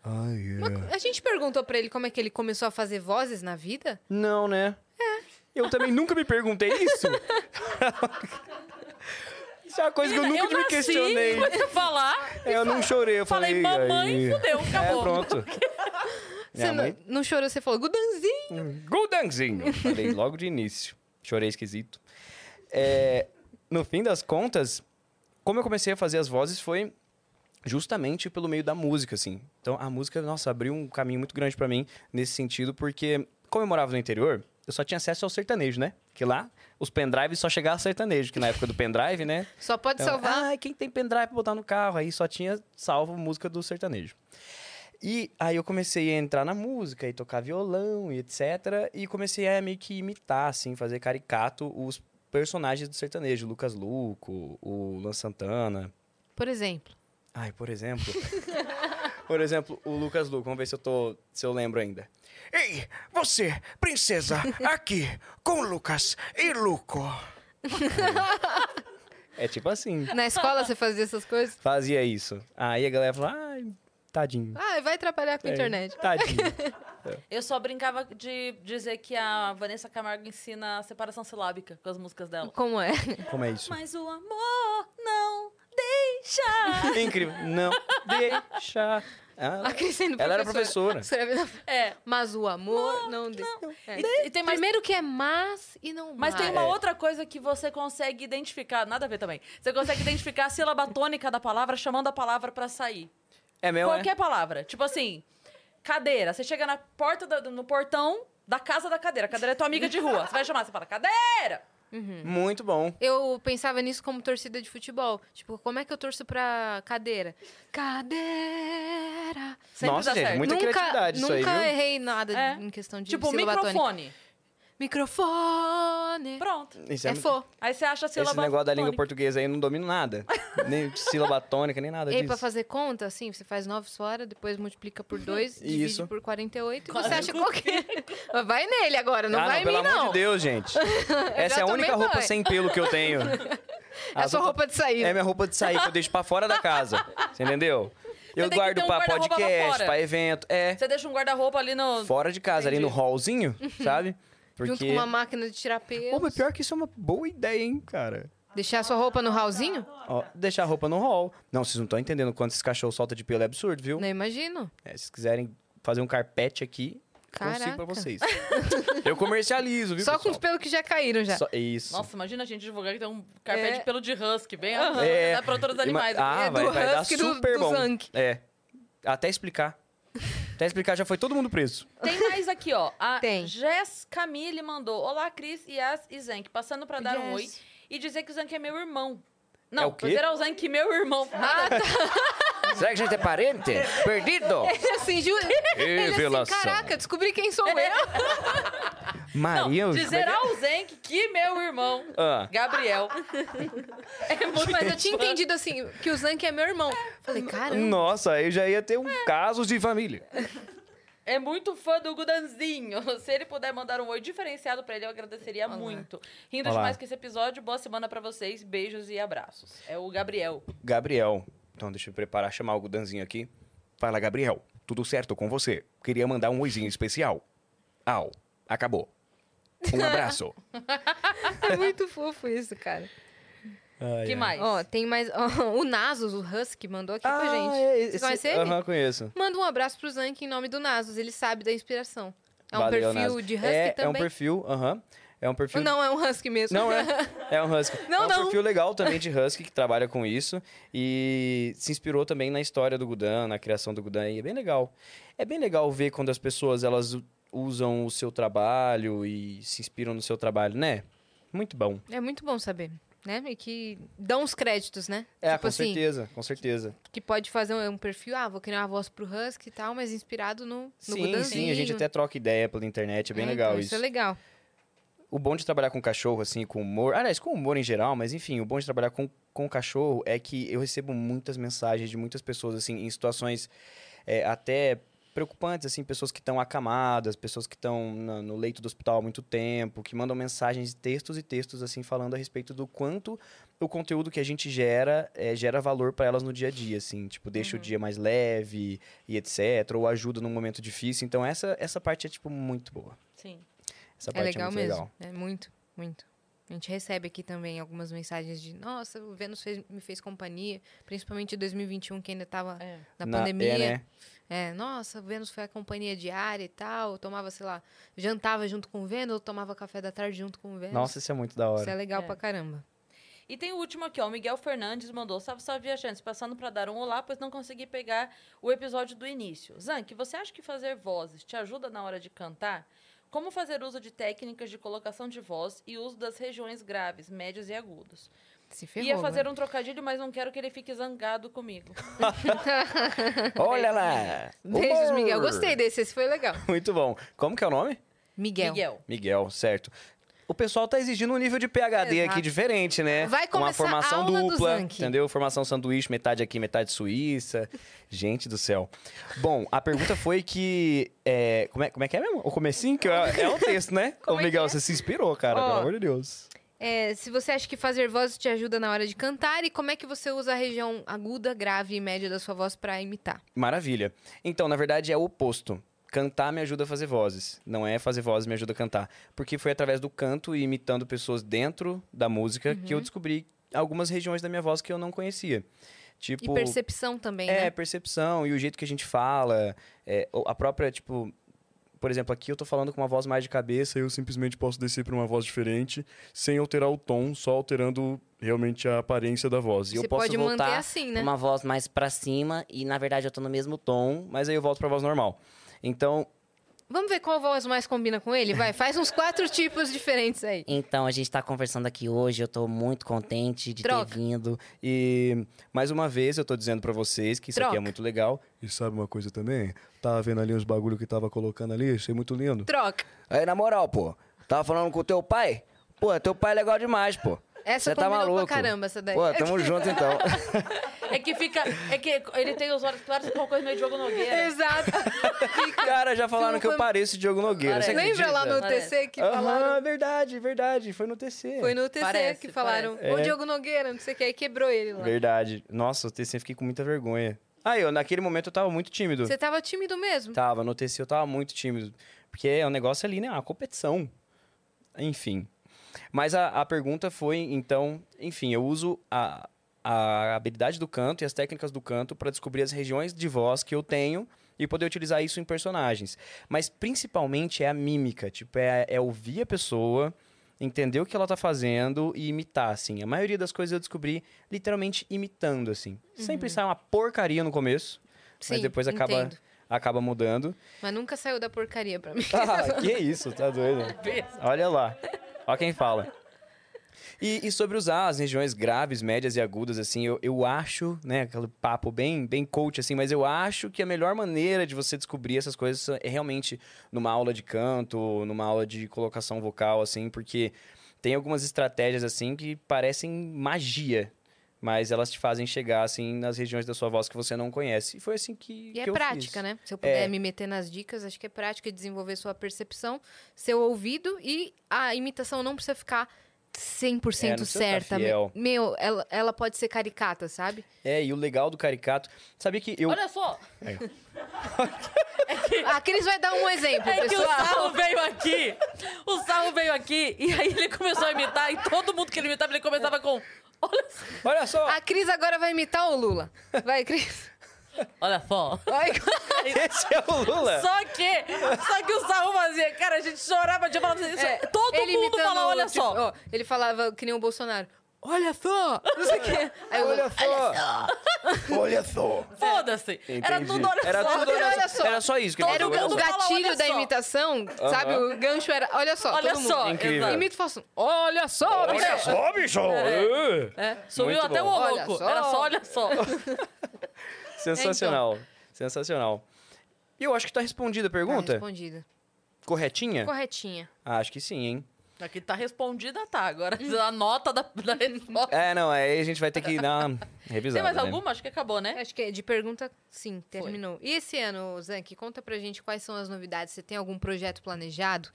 S4: Ah, yeah.
S3: É.
S2: A gente perguntou pra ele como é que ele começou a fazer vozes na vida?
S3: Não, né? É. Eu também nunca me perguntei isso. isso é uma coisa que eu nunca me questionei. É,
S1: comecei a falar,
S3: Eu não chorei, eu
S1: falei,
S3: falei.
S1: mamãe,
S3: aí.
S1: fudeu,
S3: É,
S1: acabou.
S3: pronto.
S2: Você
S3: Minha
S2: não,
S3: mãe.
S2: não chorou, você falou, Gudanzinho!
S3: Gudanzinho. Falei logo de início. Chorei esquisito. É, no fim das contas, como eu comecei a fazer as vozes foi justamente pelo meio da música, assim. Então, a música, nossa, abriu um caminho muito grande pra mim nesse sentido, porque como eu morava no interior, eu só tinha acesso ao sertanejo, né? Que lá, os pendrives só chegavam ao sertanejo, que na época do pendrive, né?
S2: Só pode
S3: Então,
S2: Tá salvar.
S3: Ah, quem tem pendrive pra botar no carro? Aí só tinha salvo música do sertanejo. E aí eu comecei a entrar na música e tocar violão e etc. E comecei a meio que imitar, assim, fazer caricato os personagens do sertanejo. Lucas Luco, o Lan Santana.
S2: Por exemplo.
S3: Ai, por exemplo. por exemplo, o Lucas Lu, vamos ver se eu tô. se eu lembro ainda.
S4: Ei, você, princesa, aqui, com Lucas e Luco.
S3: É tipo assim.
S2: Na escola você fazia essas coisas?
S3: Fazia isso. Aí a galera fala, ai, tadinho.
S2: Ah, vai atrapalhar com a
S3: É,
S2: internet.
S3: Tadinho.
S1: Eu só brincava de dizer que a Vanessa Camargo ensina a separação silábica com as músicas dela.
S2: Como é?
S3: Como é isso?
S1: Mas o amor não deixa.
S3: É Incrível. Não deixa. Ah,
S2: A Cris sendo
S3: Ela era professora.
S2: Escreve na-
S1: É.
S2: Mas o amor não... de- É.
S1: E, e tem mais
S2: Primeiro que é mas e não
S1: Mas tem
S2: mais.
S1: uma outra coisa que você consegue identificar, nada a ver também. Você consegue identificar a sílaba tônica da palavra chamando a palavra pra sair.
S3: é meu,
S1: Qualquer palavra. Tipo assim, cadeira. Você chega na porta da- no portão da casa da cadeira. A cadeira é tua amiga de rua. Você vai chamar, você fala, cadeira!
S3: é? Muito bom.
S2: Eu pensava nisso como torcida de futebol. Tipo, como é que eu torço pra cadeira? Cadeira.
S1: Sempre
S3: Nossa,
S1: dá
S3: gente,
S1: certo.
S3: muito- Muita
S2: nunca
S3: criatividade isso
S2: nunca
S3: aí, viu?
S2: errei nada
S1: É.
S2: em questão de
S1: Tipo,
S2: sílaba tônica.
S1: microfone.
S2: Microfone.
S1: Pronto.
S3: Isso
S2: É fô.
S1: Aí você acha a sílaba
S3: Esse negócio da língua
S1: tônica.
S3: portuguesa aí eu não domino nada. nem sílaba tônica, nem nada
S2: E aí, pra
S3: disso.
S2: fazer conta, assim, você faz 9 fora, depois multiplica por 2, divide
S3: Isso.
S2: por 48 e você acha qualquer. vai nele agora, não
S3: ah,
S2: vai
S3: pelo
S2: em mim,
S3: amor
S2: não.
S3: de Deus, gente. Essa
S2: já
S3: é a
S2: tomei
S3: única roupa
S2: banho.
S3: sem pelo que eu tenho.
S2: É sua roupa de sair.
S3: É minha roupa de sair, que eu deixo pra fora da casa. Você entendeu?
S1: tem
S3: Eu
S1: que
S3: guardo
S1: ter um
S3: pra
S1: guarda-roupa lá
S3: podcast,
S1: fora.
S3: pra evento. É,
S1: Você deixa um guarda-roupa ali no.
S3: fora de casa, ali no
S1: Entendi.
S3: hallzinho, sabe? Porque...
S2: Junto com uma máquina de tirar pelo.
S3: Pô, mas pior que isso é uma boa ideia, hein, cara?
S2: Deixar sua roupa no hallzinho?
S3: Ó, deixar a roupa no hall. Não, vocês não estão entendendo quanto esses cachorros soltam de pelo, é absurdo, viu?
S2: Não imagino.
S3: É, se vocês quiserem fazer um carpete aqui, consigo
S2: Caraca.
S3: pra vocês. Eu comercializo, viu,
S2: Só com os
S3: pessoal?
S2: pelos que já caíram já.
S3: Só- Isso.
S1: Nossa, imagina a gente divulgar que tem um carpete
S2: É.
S1: de pelo de husky, bem
S3: É.
S1: dá pra outros animais.
S3: Ima- Ah,
S2: É do
S3: vai, vai dar
S2: husky do-
S3: super
S2: do
S3: bom.
S2: Zank.
S3: É. Até explicar. Até explicar, já foi todo mundo preso.
S1: Tem mais aqui, ó. A
S2: Tem.
S1: Jess Camille mandou: Olá, Cris, Yas e Zank. Passando pra dar um oi
S2: Yes.
S1: e dizer que o Zank é meu irmão.
S3: É
S1: Não,
S3: o quê? é
S1: dizer ao Zank meu irmão. Ah,
S4: Será que a gente é parente? Perdido?
S2: assim, ju... Ele assim,
S3: Revelação.
S2: caraca, descobri quem sou eu.
S1: não.
S3: Maria. é?
S1: Dizer ao Zank que meu irmão,
S3: Ah.
S1: Gabriel. É muito
S2: Mas eu tinha entendido assim, que o Zank é meu irmão. Falei, caramba.
S3: Nossa, aí já ia ter um
S2: É.
S3: caso de família.
S1: É muito fã do Gudanzinho. Se ele puder mandar um oi diferenciado pra ele, eu agradeceria muito. Rindo
S3: Olá.
S1: demais com esse episódio. Boa semana pra vocês. Beijos e abraços. É o Gabriel.
S4: Gabriel. Então deixa eu preparar, chamar o Gudanzinho aqui. Fala, Gabriel. Tudo certo com você? Queria mandar um oizinho especial. Au. Acabou. Um abraço.
S2: Tipo É muito fofo isso, cara.
S1: que mais?
S2: Ó, tem mais. ó, o Nasus, o Husky, mandou aqui pra gente. Você conhece ele?
S3: Ah, é, Aham, conheço.
S2: Manda um abraço pro Zank em nome do Nasus. Ele sabe da inspiração. É um
S3: Valeu,
S2: perfil
S3: Nasa.
S2: de Husky
S3: é, É um
S2: também?
S3: perfil, aham. É um perfil...
S2: Não, é um Husky mesmo.
S3: Não é. É um Husky.
S2: Não,
S3: é um
S2: não.
S3: perfil legal também de Husky que trabalha com isso. E se inspirou também na história do Gudan, na criação do Gudan. E é bem legal. É bem legal ver quando as pessoas elas u- usam o seu trabalho e se inspiram no seu trabalho, né? Muito bom.
S2: É muito bom saber, né? E que dão os créditos, né?
S3: É,
S2: tipo
S3: com
S2: assim,
S3: certeza, com certeza.
S2: que pode fazer um, um perfil, ah, vou criar uma voz pro Husky e tal, mas inspirado no, no
S3: sim,
S2: Gudanzinho.
S3: sim, a gente até troca ideia pela internet, é bem
S2: É,
S3: legal
S2: então,
S3: isso.
S2: Isso é legal.
S3: O bom de trabalhar com cachorro, assim, com humor. Aliás, com humor em geral, mas enfim, o bom de trabalhar com, com cachorro é que eu recebo muitas mensagens de muitas pessoas, assim, em situações é, até preocupantes, assim, pessoas que estão acamadas, pessoas que estão na- no leito do hospital há muito tempo, que mandam mensagens, textos e textos, assim, falando a respeito do quanto o conteúdo que a gente gera é, gera valor para elas no dia a dia, assim, tipo, deixa
S2: Uhum.
S3: o dia mais leve e etc, ou ajuda num momento difícil. Então, essa, essa parte é, tipo, muito boa.
S1: Sim.
S3: Essa
S2: É
S3: parte é,
S2: legal
S3: muito
S2: mesmo.
S3: legal.
S2: É muito, muito. A gente recebe aqui também algumas mensagens de nossa, o Vênus fez- me fez companhia, principalmente em 2021, que ainda estava
S1: É.
S2: na
S3: Na- é,
S2: pandemia.
S3: né?
S2: É, nossa, o Vênus foi a companhia diária e tal. Eu tomava, sei lá, jantava junto com o Vênus, eu tomava café da tarde junto com o Vênus.
S3: Nossa, isso é muito da hora.
S2: isso é legal
S1: É.
S2: pra caramba.
S1: E tem o último aqui, ó. O Miguel Fernandes mandou salve, salve, viajantes. Passando pra dar um olá, pois não consegui pegar o episódio do início. Zank, você acha que fazer vozes te ajuda na hora de cantar? Como fazer uso de técnicas de colocação de voz e uso das regiões graves, médios e agudos?
S2: Se ferrou. né?
S1: Ia fazer um trocadilho, mas não quero que ele fique zangado comigo.
S4: Olha lá.
S1: um
S2: velho. é- Beijos,
S4: Humor.
S2: Miguel. Gostei desse, esse foi legal.
S3: Muito bom. Como que é o nome?
S2: Miguel.
S1: Miguel.
S3: Miguel, certo. o pessoal tá exigindo um nível de PHD
S2: Exato.
S3: aqui diferente, né?
S2: Vai
S3: Uma
S2: começar
S3: formação
S2: a aula do
S3: dupla,
S2: Zank.
S3: entendeu? Formação sanduíche, metade aqui, metade suíça. Gente do céu. Bom, a pergunta foi que... é, como, é, como é que é mesmo? O comecinho, que é, é um texto, né?
S2: Como
S3: Ô,
S2: é que
S3: Miguel,
S2: é?
S3: você se inspirou, cara,
S2: Ó.
S3: pelo amor de Deus.
S2: É, se você acha que fazer vozes te ajuda na hora de cantar e como é que você usa a região aguda, grave e média da sua voz pra imitar?
S3: Maravilha. Então, na verdade, é o oposto. Cantar me ajuda a fazer vozes. Não é fazer vozes me ajuda a cantar. Porque foi através do canto e imitando pessoas dentro da música que
S2: Uhum.
S3: eu descobri algumas regiões da minha voz que eu não conhecia.
S2: E
S3: Tipo,
S2: percepção também,
S3: é,
S2: né?
S3: percepção e o jeito que a gente fala. é, ou a própria, tipo. Por exemplo, aqui eu tô falando com uma voz mais de cabeça e eu simplesmente posso descer pra uma voz diferente sem alterar o tom, só alterando realmente a aparência da voz. E
S2: você
S3: eu posso
S2: pode
S3: voltar
S2: manter assim, né?
S6: Uma voz mais pra cima e, na verdade, eu tô no mesmo
S3: tom, mas aí eu volto pra voz normal. Então,
S2: Vamos ver qual voz mais combina com ele? Vai, faz uns quatro tipos diferentes aí.
S6: Então, a gente tá conversando aqui hoje, eu tô muito contente de
S2: Troca.
S6: ter vindo.
S3: E mais uma vez eu tô dizendo pra vocês que isso aqui
S2: Troca.
S3: é muito legal. E sabe uma coisa também? Tava vendo ali os bagulho que tava colocando ali, achei muito lindo.
S2: Troca.
S3: Aí na moral, pô, tava falando com o teu pai? Pô, teu pai é legal demais, pô.
S2: Essa
S3: Você tá
S2: combinou pra
S3: maluco.
S2: caramba, essa daí.
S3: Pô, tamo junto então.
S1: É que fica. É que ele tem os olhos claros com uma coisa meio Diogo Nogueira.
S2: Exato.
S3: Cara, já falaram que eu
S2: Foi-
S3: pareço Diogo Nogueira. Você
S2: Lembra
S3: acredita?
S2: lá no
S1: Parece.
S2: TC que
S3: Aham,
S2: falaram?
S3: verdade, verdade. Foi no TC.
S2: Foi no TC
S1: Parece,
S2: que falaram.
S3: parece.
S2: O
S3: É.
S2: Diogo Nogueira, não sei o que, aí quebrou ele lá.
S3: Verdade. Nossa, o TC eu fiquei com muita vergonha. Ah, eu naquele momento eu tava muito tímido.
S2: Você tava tímido mesmo.
S3: Tava, no TC eu tava muito tímido. Porque é um negócio ali, né? Uma competição. Enfim. Mas a, a pergunta foi, então, enfim, eu uso a, a habilidade do canto e as técnicas do canto para descobrir as regiões de voz que eu tenho e poder utilizar isso em personagens. Mas principalmente é a mímica, tipo, é, é ouvir a pessoa, entender o que ela tá fazendo e imitar, assim. A maioria das coisas eu descobri literalmente imitando, assim. Sempre sai uma porcaria no começo,
S2: Sim,
S3: Tá, mas depois acaba,
S2: entendo.
S3: acaba mudando.
S2: Mas nunca saiu da porcaria pra mim.
S3: Ah, que isso, tá doido?
S2: É
S3: Olha lá. Olha quem fala. E, e sobre usar as regiões graves, médias e agudas, assim, eu, eu acho, né, aquele papo bem, bem coach, assim, mas eu acho que a melhor maneira de você descobrir essas coisas é realmente numa aula de canto, numa aula de colocação vocal, assim, porque tem algumas estratégias, assim, que parecem magia, mas elas te fazem chegar, assim, nas regiões da sua voz que você não conhece. E foi assim que.
S2: E é
S3: que eu
S2: prática,
S3: fiz. É.
S2: né? Se eu puder me meter nas dicas, acho que é prática desenvolver sua percepção, seu ouvido e a imitação não precisa ficar 100%
S3: É, não precisa
S2: certa.
S3: ficar fiel.
S2: Meu, ela, ela pode ser caricata, sabe?
S3: É, e o legal do caricato. Sabia que eu.
S1: Olha só,
S2: A Cris vai dar um exemplo,
S1: é que o
S2: pessoal.
S1: Sarro veio aqui. O Sarro veio aqui e aí ele começou a imitar e todo mundo que ele imitava, ele começava com. Olha só.
S3: Olha só!
S2: A Cris agora vai imitar o Lula. Vai, Cris.
S1: Olha só.
S2: Vai.
S3: Esse é o Lula!
S1: Só que, só que o Sarro fazia, cara, a gente chorava de falar,
S2: É,
S1: todo
S2: ele
S1: mundo
S2: imitando
S1: fala,
S2: o-
S1: olha
S2: tipo,
S1: só.
S2: ó, ele falava que nem o Bolsonaro. Olha só! Não sei o quê. Aí o Lula,
S3: Olha só! Olha só!
S4: é.
S1: Foda-se. Era tudo olha
S3: Era
S1: só.
S3: tudo olha
S2: Olha
S3: só.
S2: só.
S3: Era só isso que
S2: Era o,
S3: ele
S1: Todo
S2: o
S1: mundo
S3: fazia.
S1: fala,
S2: gatilho
S1: olha
S2: da
S1: só.
S2: imitação, sabe? O gancho era. Olha só,
S1: Olha
S2: todo
S1: só.
S2: mundo.
S3: Incrível.
S1: exato.
S2: Imita e fala assim: olha só, bicho.
S3: só, bicho!
S1: É, sumiu
S3: Muito
S1: até o
S3: bom.
S2: Olha
S1: louco.
S2: só.
S1: Era só, olha só.
S3: Sensacional.
S1: Então.
S3: Sensacional. E eu acho que tá respondida a
S2: Tá
S3: pergunta.
S2: respondida.
S3: Corretinha?
S2: Corretinha.
S3: Ah, acho que sim, hein?
S1: Aqui tá respondida, tá. Agora a nota da, da resposta.
S3: É, não, aí a gente vai ter que dar uma
S1: Tem
S3: revisada.
S1: mais
S3: né?
S1: alguma? Acho que acabou, né?
S2: Acho que é de pergunta, sim, terminou. E esse ano, Zank, conta pra gente quais são as novidades. Você tem algum projeto planejado?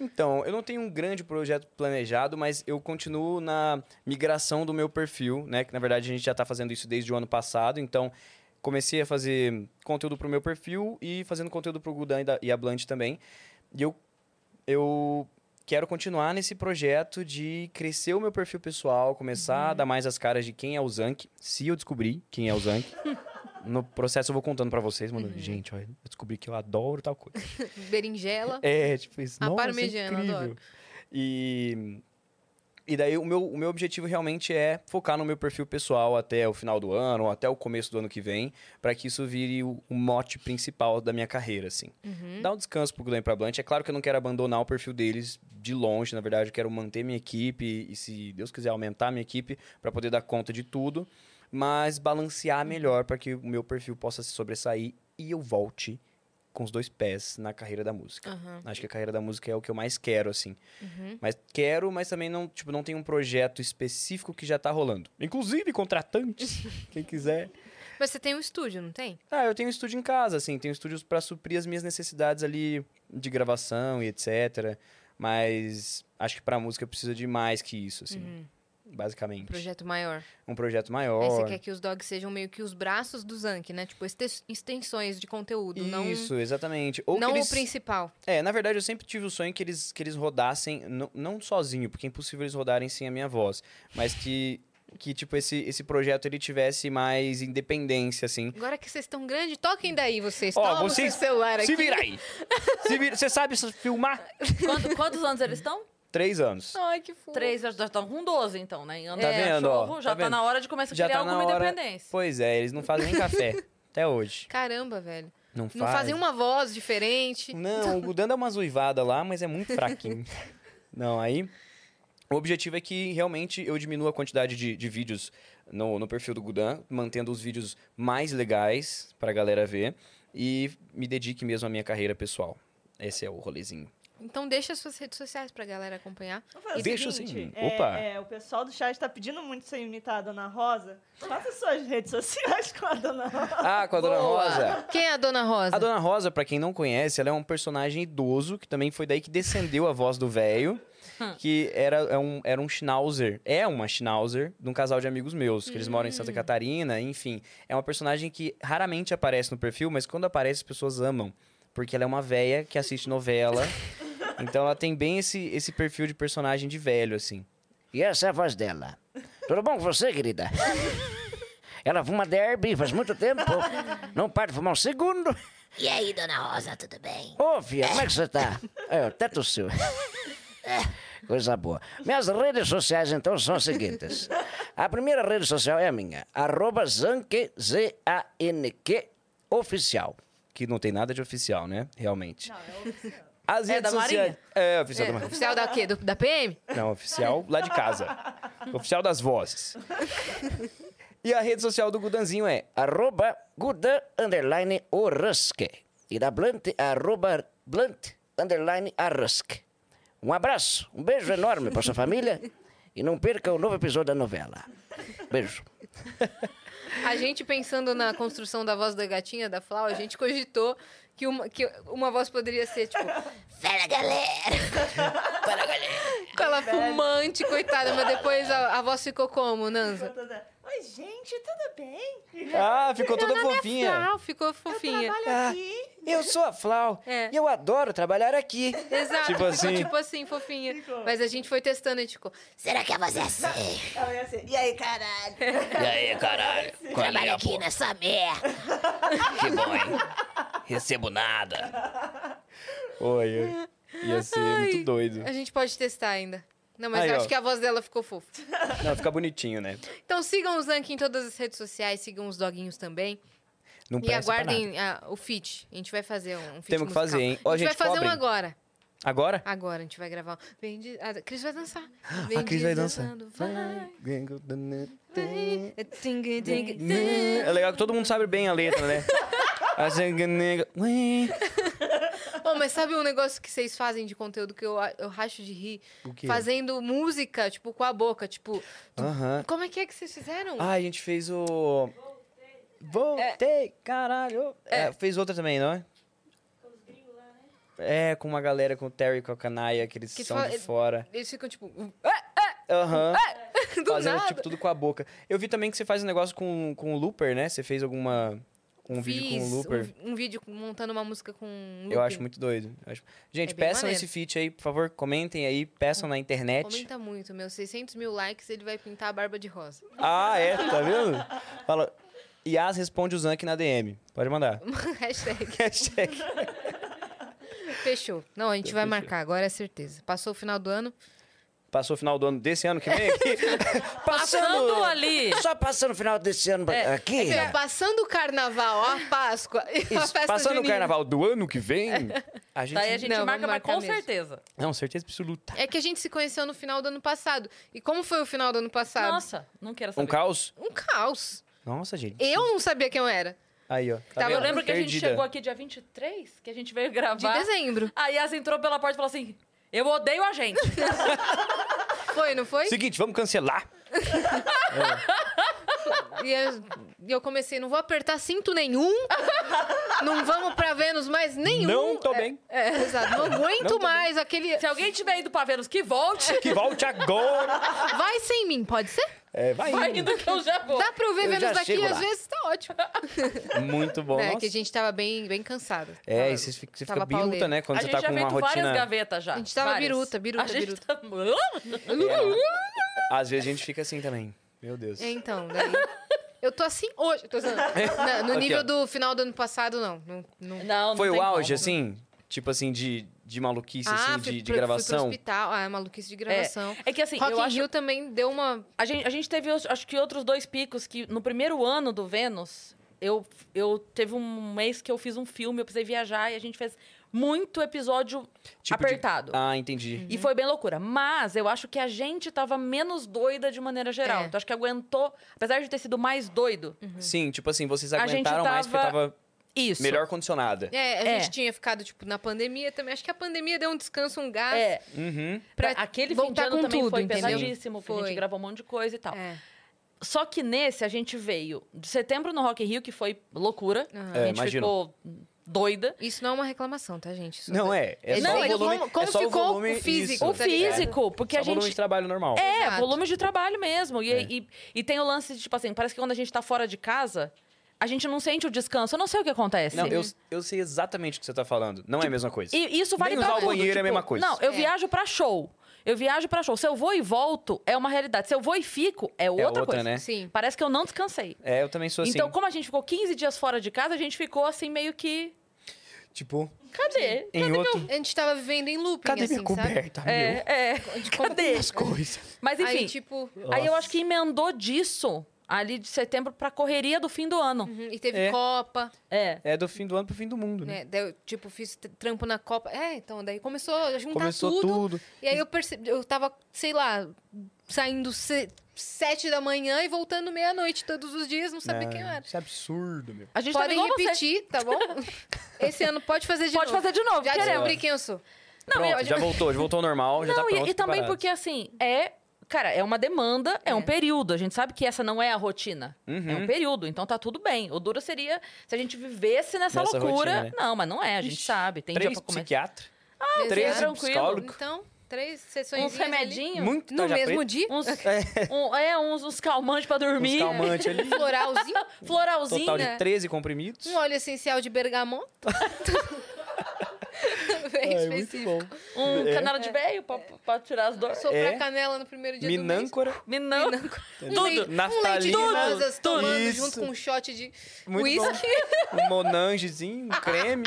S3: Então, eu não tenho um grande projeto planejado, mas eu continuo na migração do meu perfil, né? Que na verdade a gente já tá fazendo isso desde o ano passado, então comecei a fazer conteúdo pro meu perfil e fazendo conteúdo pro Gudan e da- e a Blunt também. E eu, eu quero continuar nesse projeto de crescer o meu perfil pessoal, começar a dar mais as caras de quem é o Zank, se eu descobrir quem é o Zank. No processo eu vou contando pra vocês, mano. Gente, olha, eu descobri que eu adoro tal coisa.
S2: Berinjela.
S3: É, tipo isso.
S2: A
S3: Nossa,
S2: parmegiana,
S3: incrível.
S2: adoro.
S3: E, e daí o meu, o meu objetivo realmente é focar no meu perfil pessoal até o final do ano, ou até o começo do ano que vem, para que isso vire o, o mote principal da minha carreira, assim. Dá um descanso pro Glenn e pra Blunt. É claro que eu não quero abandonar o perfil deles de longe, na verdade, eu quero manter minha equipe e, se Deus quiser, aumentar minha equipe para poder dar conta de tudo, mas balancear melhor para que o meu perfil possa se sobressair e eu volte com os dois pés na carreira da música. Acho que a carreira da música é o que eu mais quero, assim.
S2: Uhum.
S3: Mas quero, mas também não, tipo, não tem um projeto específico que já tá rolando. Inclusive, contratantes, quem quiser.
S2: Mas você tem um estúdio, não tem?
S3: Ah, eu tenho um estúdio em casa, assim, tenho estúdios pra suprir as minhas necessidades ali de gravação e etc. Mas acho que pra música precisa de mais que isso, assim. Basicamente.
S2: Um projeto maior.
S3: Um projeto
S2: Uhum. Aí
S3: maior.
S2: você quer que os dogs sejam meio que os braços do Zank, né? Tipo, este- extensões de conteúdo,
S3: Isso, exatamente. Ou
S2: não,
S3: que
S2: não
S3: eles-
S2: o principal.
S3: É, na verdade, eu sempre tive o sonho que eles, que eles rodassem, não, não sozinho, porque é impossível eles rodarem sem a minha voz, mas que, que tipo, esse, esse projeto ele tivesse mais independência, assim.
S2: Agora que vocês estão grandes, toquem daí vocês.
S3: Ó,
S2: Toma o
S3: vocês-
S2: seu celular aqui.
S3: Se vira aí! Se vira, você sabe se filmar?
S1: Quanto- quantos anos eles estão?
S3: Três anos.
S2: Ai, que fofo.
S1: Três, já estão com 12, então, né? Em Andar
S3: Tá vendo, ó?
S1: cachorro, já
S3: Tá
S1: tá,
S3: vendo?
S1: na hora de começar a
S3: Já
S1: criar
S3: tá na
S1: alguma
S3: hora-
S1: independência.
S3: Pois é, eles não fazem nem café, até hoje.
S2: Caramba, velho.
S3: Não, fazem
S2: Não fazem uma voz diferente.
S3: Não, o Gudan dá umas uivadas lá, mas é muito fraquinho. Não, aí. O objetivo é que realmente eu diminua a quantidade de, de vídeos no, no perfil do Gudan, mantendo os vídeos mais legais pra galera ver e me dedique mesmo à minha carreira pessoal. Esse é o rolezinho.
S2: Então deixa as suas redes sociais pra galera acompanhar.
S8: Vamos fazer o
S3: Deixa
S8: seguinte,
S3: assim, opa.
S8: É, é, o pessoal do chat tá pedindo muito você imitar a Dona Rosa. Faça suas redes sociais com a Dona Rosa.
S3: Ah, com a Dona Rosa.
S2: Quem é a Dona Rosa?
S3: A Dona Rosa, pra quem não conhece, ela é um personagem idoso, que também foi daí que descendeu a voz do velho, que era, é um, era um schnauzer, é uma schnauzer, de um casal de amigos meus, que eles moram em Santa Catarina, enfim. É uma personagem que raramente aparece no perfil, mas quando aparece, as pessoas amam, porque ela é uma véia que assiste novela, então ela tem bem esse, esse perfil de personagem de velho, assim.
S6: E essa é a voz dela. Tudo bom com você, querida? Ela fuma derby faz muito tempo. Não para de fumar um segundo.
S9: E aí, dona Rosa, tudo bem?
S6: Ô, filha, como é que você tá? É, até tossiu. Coisa boa. Minhas redes sociais, então, são as seguintes. A primeira rede social é a minha. Arroba Zank, Z-A-N-Q, oficial.
S3: Que não tem nada de oficial, né? Realmente.
S8: é oficial.
S3: As
S1: É
S3: redes
S1: da
S3: sociais-
S1: Marinha?
S3: É, oficial da
S2: É,
S3: Marinha.
S2: oficial da quê? Do- da PM?
S3: Não, oficial lá de casa. oficial das vozes. E a rede social do Gudanzinho é.
S6: Arroba Gudan, underline, Orusque. E da Blunt, arroba Blunt, underline, Arusque. Um abraço, um beijo enorme para sua família. E não perca o novo episódio da novela. Beijo.
S2: A gente pensando na construção da voz da gatinha, da Flau, a gente cogitou que uma, que uma voz poderia ser, tipo,
S9: Fala, galera! Fala, galera!
S2: com ela fumante, coitada, mas depois a, a voz ficou como, Nanza?
S8: né? Oi, gente, tudo bem?
S3: Ah, ficou toda fofinha.
S2: Flau, é ficou fofinha.
S8: Olha aqui.
S3: eu sou a Flau
S2: É.
S3: e eu adoro trabalhar aqui.
S2: Exato,
S3: Tipo
S2: ficou
S3: assim.
S2: tipo assim, fofinha.
S8: Ficou.
S2: Mas a gente foi testando e a gente ficou,
S9: Será que a voz é assim?
S8: Ela ia ser, E aí, caralho?
S6: E aí, caralho? Qual é,
S9: Trabalha
S6: meu
S9: aqui
S6: amor?
S9: nessa merda!
S6: Que bom, hein? Recebo nada.
S3: Oi, oi. ia ser muito doido.
S2: a gente pode testar ainda. Não, mas
S3: Aí,
S2: eu
S3: ó.
S2: acho que a voz dela ficou fofa.
S3: Não, fica bonitinho, né?
S2: Então sigam o Zank em todas as redes sociais, sigam os doguinhos também.
S3: Não
S2: e
S3: presta pra nada.
S2: aguardem ah, o feat. A gente vai fazer um, um feat
S3: Temos que
S2: musical.
S3: fazer, hein? Ó,
S2: a gente,
S3: gente,
S2: vai fazer
S3: cobrem.
S2: um agora.
S3: Agora?
S2: Agora a gente vai gravar. um. Vem de... A Cris vai dançar. Vem
S3: a Cris vai dançar.
S2: deslizando, vai.
S3: É
S2: É ting, ting, ting.
S3: legal que todo mundo sabe bem a letra, né?
S2: Ô, mas sabe um negócio que vocês fazem de conteúdo que eu, eu racho de rir?
S3: O quê?
S2: Fazendo música, tipo, com a boca. Tipo,
S3: Aham.
S2: como é que é que vocês fizeram?
S3: Ah, a gente fez o. Voltei, caralho. É, fez outra também, não é? É, com uma galera, com o Terry e com a Canaia, que eles
S2: Que
S3: são
S2: fa-
S3: de fora.
S2: Eles ficam tipo, do
S3: Aham. Fazendo,
S2: É, nada.
S3: tipo, tudo com a boca. Eu vi também que você faz um negócio com, com o Looper, né? Você fez alguma... Um vídeo com
S2: Fiz
S3: o Looper.
S2: um vi- Um, vídeo montando uma música com um
S3: Eu acho
S2: looping.
S3: muito doido. Eu acho- Gente,
S2: É bem
S3: peçam
S2: maneiro.
S3: esse feat aí, por favor. Comentem aí, peçam na internet.
S2: Comenta muito, meu. 600 mil likes, ele vai pintar a barba de rosa.
S3: Ah, é? Tá vendo? Fala... Yas responde o Zank na DM. Pode mandar.
S2: Hashtag.
S3: Hashtag.
S2: Fechou. Não, a gente vai marcar, agora é certeza. Passou o final do ano.
S3: Passou o final do ano desse ano que vem aqui. é
S1: Passando ali.
S6: Só passando o final desse ano
S1: É,
S6: aqui.
S2: Meu, passando o carnaval, a Páscoa e a
S3: Isso,
S2: festa
S3: passando o
S2: junina.
S3: carnaval do ano que vem, a gente.
S1: Daí a gente
S2: Não, vamos
S1: marca, mas
S2: marcar
S1: com
S2: mesmo.
S1: certeza.
S3: Não, certeza absoluta.
S2: É que a gente se conheceu no final do ano passado. E como foi o final do ano passado?
S1: Nossa, não quero
S3: Um
S1: saber.
S3: caos?
S2: Um caos.
S3: Nossa, gente.
S2: Eu não sabia quem eu era.
S3: Aí, ó. Tá
S2: Tava-
S1: Eu
S3: vendo?
S1: lembro que a gente
S3: Perdida.
S1: chegou aqui dia 23, que a gente veio gravar.
S2: De dezembro.
S1: A Yas entrou pela porta e falou assim: Eu odeio a gente.
S2: Foi, não foi?
S3: Seguinte, vamos cancelar.
S2: E eu, e eu comecei, não vou apertar cinto nenhum. não vamos pra Vênus mais nenhum.
S3: Não tô bem.
S2: É, exato. Não aguento mais aquele.
S1: Se alguém tiver ido pra Vênus, que volte.
S3: Que volte agora.
S2: Vai sem mim, pode ser?
S3: É, vai.
S1: Vai indo que eu já vou.
S2: Dá pra eu ver
S10: Eu
S2: Vênus
S10: já
S2: daqui,
S10: chego
S2: às
S10: lá.
S2: vezes tá ótimo.
S3: Muito bom.
S2: É,
S3: nossa.
S2: que a gente tava bem, bem cansada.
S3: É, e você fica, você
S2: Tava
S3: fica biruta,
S2: pauleira.
S3: né? Quando
S1: a
S3: você
S1: gente
S3: tá
S1: já
S3: com
S1: fez
S3: uma
S1: várias
S3: rotina.
S1: gavetas já.
S2: A gente tava
S1: Várias.
S2: biruta, biruta,
S1: a gente
S2: biruta.
S1: Tá...
S3: É. Às vezes a gente fica assim também. Meu Deus.
S2: É, Então, daí. Eu tô assim hoje. Tô zoando. Na- no
S3: É. Aqui,
S2: nível
S3: ó.
S2: do final do ano passado, não. não, não. Ah,
S1: Não, não
S3: Foi
S1: tem
S3: o auge,
S1: como.
S3: assim? Tipo assim, de, de maluquice, assim,
S2: fui
S3: de, de
S2: pro- Fui
S3: gravação?
S2: pro hospital. Ah, maluquice de gravação.
S1: É que assim,
S2: Rock
S1: eu
S2: in
S1: acho.
S2: Rio também deu uma...
S1: A gente, a gente teve, os- acho que outros dois picos que no primeiro ano do Vênus, eu, eu teve um mês que eu fiz um filme, eu precisei viajar e a gente fez muito episódio
S3: Tipo de-
S1: apertado.
S3: Ah, entendi.
S1: E foi bem loucura. Mas eu acho que a gente tava menos doida de maneira geral.
S2: É.
S1: Então acho que aguentou, apesar de ter sido mais doido.
S3: Sim, tipo assim, vocês
S1: Uhum. A gente
S3: aguentaram mais porque
S1: tava-
S3: tava
S1: Isso.
S3: melhor condicionada.
S2: É, a
S1: É.
S2: gente tinha ficado, tipo, na pandemia também. Acho que a pandemia deu um descanso, um gás.
S1: É,
S3: Uhum.
S2: pra
S1: aquele fim de
S2: voltar
S1: ano
S2: com
S1: também
S2: tudo,
S1: foi
S2: entendeu?
S1: pesadíssimo, porque a
S2: Foi.
S1: gente gravou um monte de coisa e tal.
S2: É.
S1: Só que nesse a gente veio de setembro no Rock in Rio, que foi loucura.
S2: Aham.
S1: a
S3: É,
S1: gente
S3: imagino.
S1: ficou doida.
S2: Isso não é uma reclamação, tá, gente? Isso
S3: Não é. É
S2: Ele
S3: só
S1: não,
S3: o
S1: ele-
S3: volume.
S2: como- como
S3: é só
S2: ficou
S3: o volume,
S2: o físico,
S3: isso. É.
S1: O
S2: tá ligado?
S1: físico, porque
S3: Só
S1: a
S3: o volume
S1: gente
S3: de trabalho normal.
S1: É,
S2: Exato.
S1: volume de trabalho mesmo.
S3: É.
S1: E, e, e tem o lance de, tipo assim, parece que quando a gente tá fora de casa, a gente não sente o descanso. Eu não sei o que acontece.
S3: Não, eu, eu sei exatamente o que você tá falando. Não é a mesma coisa.
S1: Tipo, E isso vale
S3: Nem
S1: pra
S3: usar o
S1: tudo.
S3: banheiro é a
S1: tipo,
S3: mesma coisa.
S1: Não, eu
S2: É.
S1: viajo pra show. Eu viajo pra show. Se eu vou e volto, é uma realidade. Se eu vou e fico, é outra,
S3: outra,
S1: coisa.
S3: né?
S2: Sim.
S1: Parece que eu não descansei.
S3: É, eu também sou assim.
S1: Então, como a gente ficou 15 dias fora de casa, a gente ficou assim meio que.
S3: Tipo,
S1: Cadê?
S3: em outro.
S2: A gente tava vivendo em looping,
S3: Cadê
S2: assim,
S3: minha
S2: sabe?
S3: coberta, meu?
S1: É, é. Cadê?
S3: Coisa.
S1: Mas enfim.
S2: Aí, tipo...
S1: Aí eu acho que emendou disso, ali de setembro, pra correria do fim do ano.
S2: uhum, E teve
S3: É.
S2: Copa,
S1: É.
S3: É do fim do ano pro fim do mundo, né?
S2: né? Daí eu, tipo, fiz t- trampo na Copa. É, então, daí começou a juntar
S3: Começou tudo.
S2: E aí eu percebi, eu tava, sei lá, saindo se- sete da manhã e voltando meia-noite todos os dias, não sabia quem eu era.
S3: Isso é absurdo, meu.
S1: A gente tá
S2: Podem
S1: igual você.
S2: repetir, tá bom? Esse ano pode fazer de
S1: Pode
S2: novo.
S1: fazer de novo,
S2: Já
S1: queremos.
S2: descobri quem eu sou.
S1: Não,
S3: Pronto,
S1: eu-
S3: já voltou, já voltou ao normal, já tá
S1: Não, e-
S3: pronto.
S1: e, também
S3: preparado.
S1: porque assim, é. Cara, é uma demanda, é,
S2: É.
S1: um período. A gente sabe que essa não é a rotina. É
S3: Uhum.
S1: um período, então tá tudo bem. O duro seria se a gente vivesse nessa,
S3: Nessa
S1: loucura.
S3: rotina, né?
S1: Não, mas não é, a gente
S3: Ixi,
S1: sabe. Tem dia
S3: Três
S1: pra comer.
S3: psiquiatras.
S1: três
S2: Exato.
S1: tranquilo.
S3: psicólogo.
S2: Então, três sessões
S1: Uns remedinhos,
S3: Muito
S2: No
S3: tarja
S2: mesmo
S3: preta.
S2: dia.
S1: uns, um- é, uns, uns calmantes pra dormir.
S3: Uns calmantes ali.
S2: Um floralzinho.
S1: Floralzinho.
S3: Total
S2: né?
S3: de 13 comprimidos.
S2: Um óleo essencial de bergamota. Bem específico.
S1: Um canal de velho pra, pra tirar as dores.
S2: Soprar
S3: É.
S2: canela no primeiro dia
S3: Minâncora.
S1: Minão.
S2: do mês. Um leite- Um leite de
S3: Naftalina.
S2: rosas
S3: Tudo.
S2: tomando
S3: Isso.
S2: junto com um shot de
S3: Muito
S2: whisky.
S3: bom. Um monangezinho, um creme.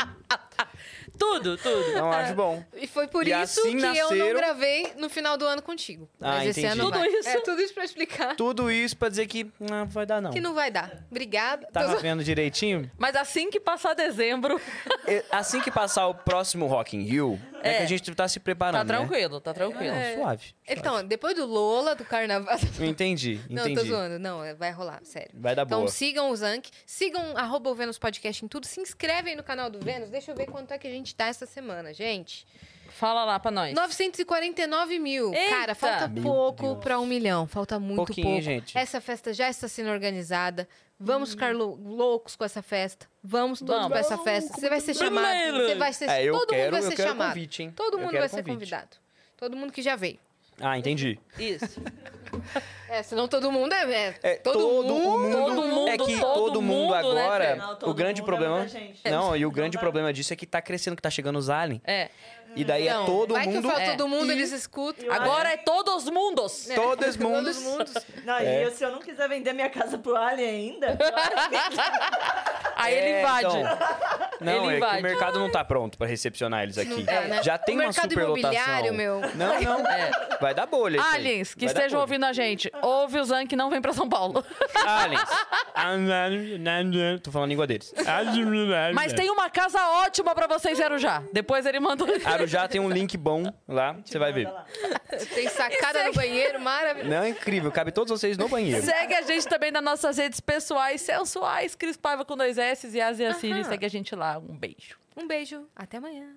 S1: Tudo, tudo.
S3: Não acho bom.
S2: E foi por
S3: E
S2: isso
S3: assim
S2: que eu não
S3: nasceram-
S2: gravei no final do ano contigo.
S3: Ah,
S2: Mas esse
S3: entendi.
S2: ano
S1: Tudo
S2: vai.
S1: isso.
S2: É tudo isso pra explicar
S3: Tudo isso pra dizer que "Ah, não vai dar, não.
S2: que não vai dar. Obrigada.
S3: Tava vendo direitinho?
S1: Mas assim que passar dezembro,
S3: É, Assim que passar o próximo Rock in Rio, é, que a gente tá se
S1: tá
S3: preparando, né?
S1: tranquilo, tá tranquilo.
S3: Não, Suave.
S2: Então, depois do Lola, do carnaval.
S3: Entendi, entendi.
S2: Não, tô zoando. Não, é- vai rolar, sério.
S3: Vai dar
S2: então
S3: Tá boa.
S2: sigam o Zank, sigam arroba o Vênus Podcast em tudo, se inscrevem no canal do Vênus. Deixa eu ver quanto é que a gente tá essa semana, gente.
S1: Fala lá pra nós.
S2: 949 mil.
S1: Eita!
S2: Cara, falta
S1: Meu
S2: pouco pra um milhão. Falta muito
S3: Pouquinho,
S2: pouco.
S3: gente.
S2: Essa festa já está sendo organizada. Vamos ficar lou- loucos com essa festa. Vamos todos
S1: Vamos.
S2: pra essa festa. Você vai ser chamado.
S1: Primeiro.
S2: Você vai ser,
S3: É, eu
S2: todo
S3: quero-
S2: mundo vai
S3: eu
S2: ser
S3: quero
S2: chamado.
S3: convite, hein?
S2: Todo
S3: Eu
S2: mundo
S3: quero
S2: vai ser
S3: convite.
S2: convidado. Todo mundo que já veio.
S3: Ah, entendi.
S1: Isso.
S2: É, senão todo mundo é. é,
S3: É, todo, o mundo,
S1: Todo mundo,
S3: é que
S1: todo
S3: todo,
S1: mundo,
S3: mundo,
S1: né,
S3: agora,
S1: Fê?
S8: Não,
S3: o
S8: todo
S3: grande
S8: mundo é
S3: problema,
S8: muita gente.
S3: não, e o grande
S8: dá.
S3: problema disso é que tá crescendo, que tá chegando os aliens,
S1: É.
S3: e daí
S2: Não,
S3: é todo
S2: vai
S3: mundo,
S2: que eu falo
S1: É.
S2: todo mundo, eles escutam.
S8: Eu
S1: Agora é todos mundos.
S2: É.
S3: todos
S2: Todos
S3: mundos,
S2: os mundos.
S8: Não,
S3: É.
S8: e eu- se eu não quiser vender minha casa pro Alien ainda,
S1: Aí ele
S3: É,
S1: invade.
S3: então, não,
S1: Ele
S3: é que
S1: invade.
S3: o mercado não tá pronto pra recepcionar eles aqui.
S2: tá, né?
S3: Já
S2: O
S3: tem uma
S2: mercado
S3: superlotação.
S2: imobiliário, meu. É.
S3: Não, não. Vai dar bolha isso aí.
S1: Aliens, que
S3: Vai dar
S1: estejam
S3: bolha.
S1: ouvindo a gente, ouve o Zan que não vem pra São Paulo.
S3: Aliens. Tô falando a língua deles.
S1: Mas tem uma casa ótima pra vocês em Arujá. Depois ele mandou.
S3: A Guarujá tem um link bom lá, você vai ver.
S2: Tem sacada no banheiro, maravilhoso.
S3: Não, é incrível, cabe todos vocês no banheiro.
S1: Segue a gente também nas nossas redes pessoais, sensuais, Cris Paiva com dois S e Asia Cine. Segue a gente lá. Um beijo.
S2: Um beijo, até amanhã.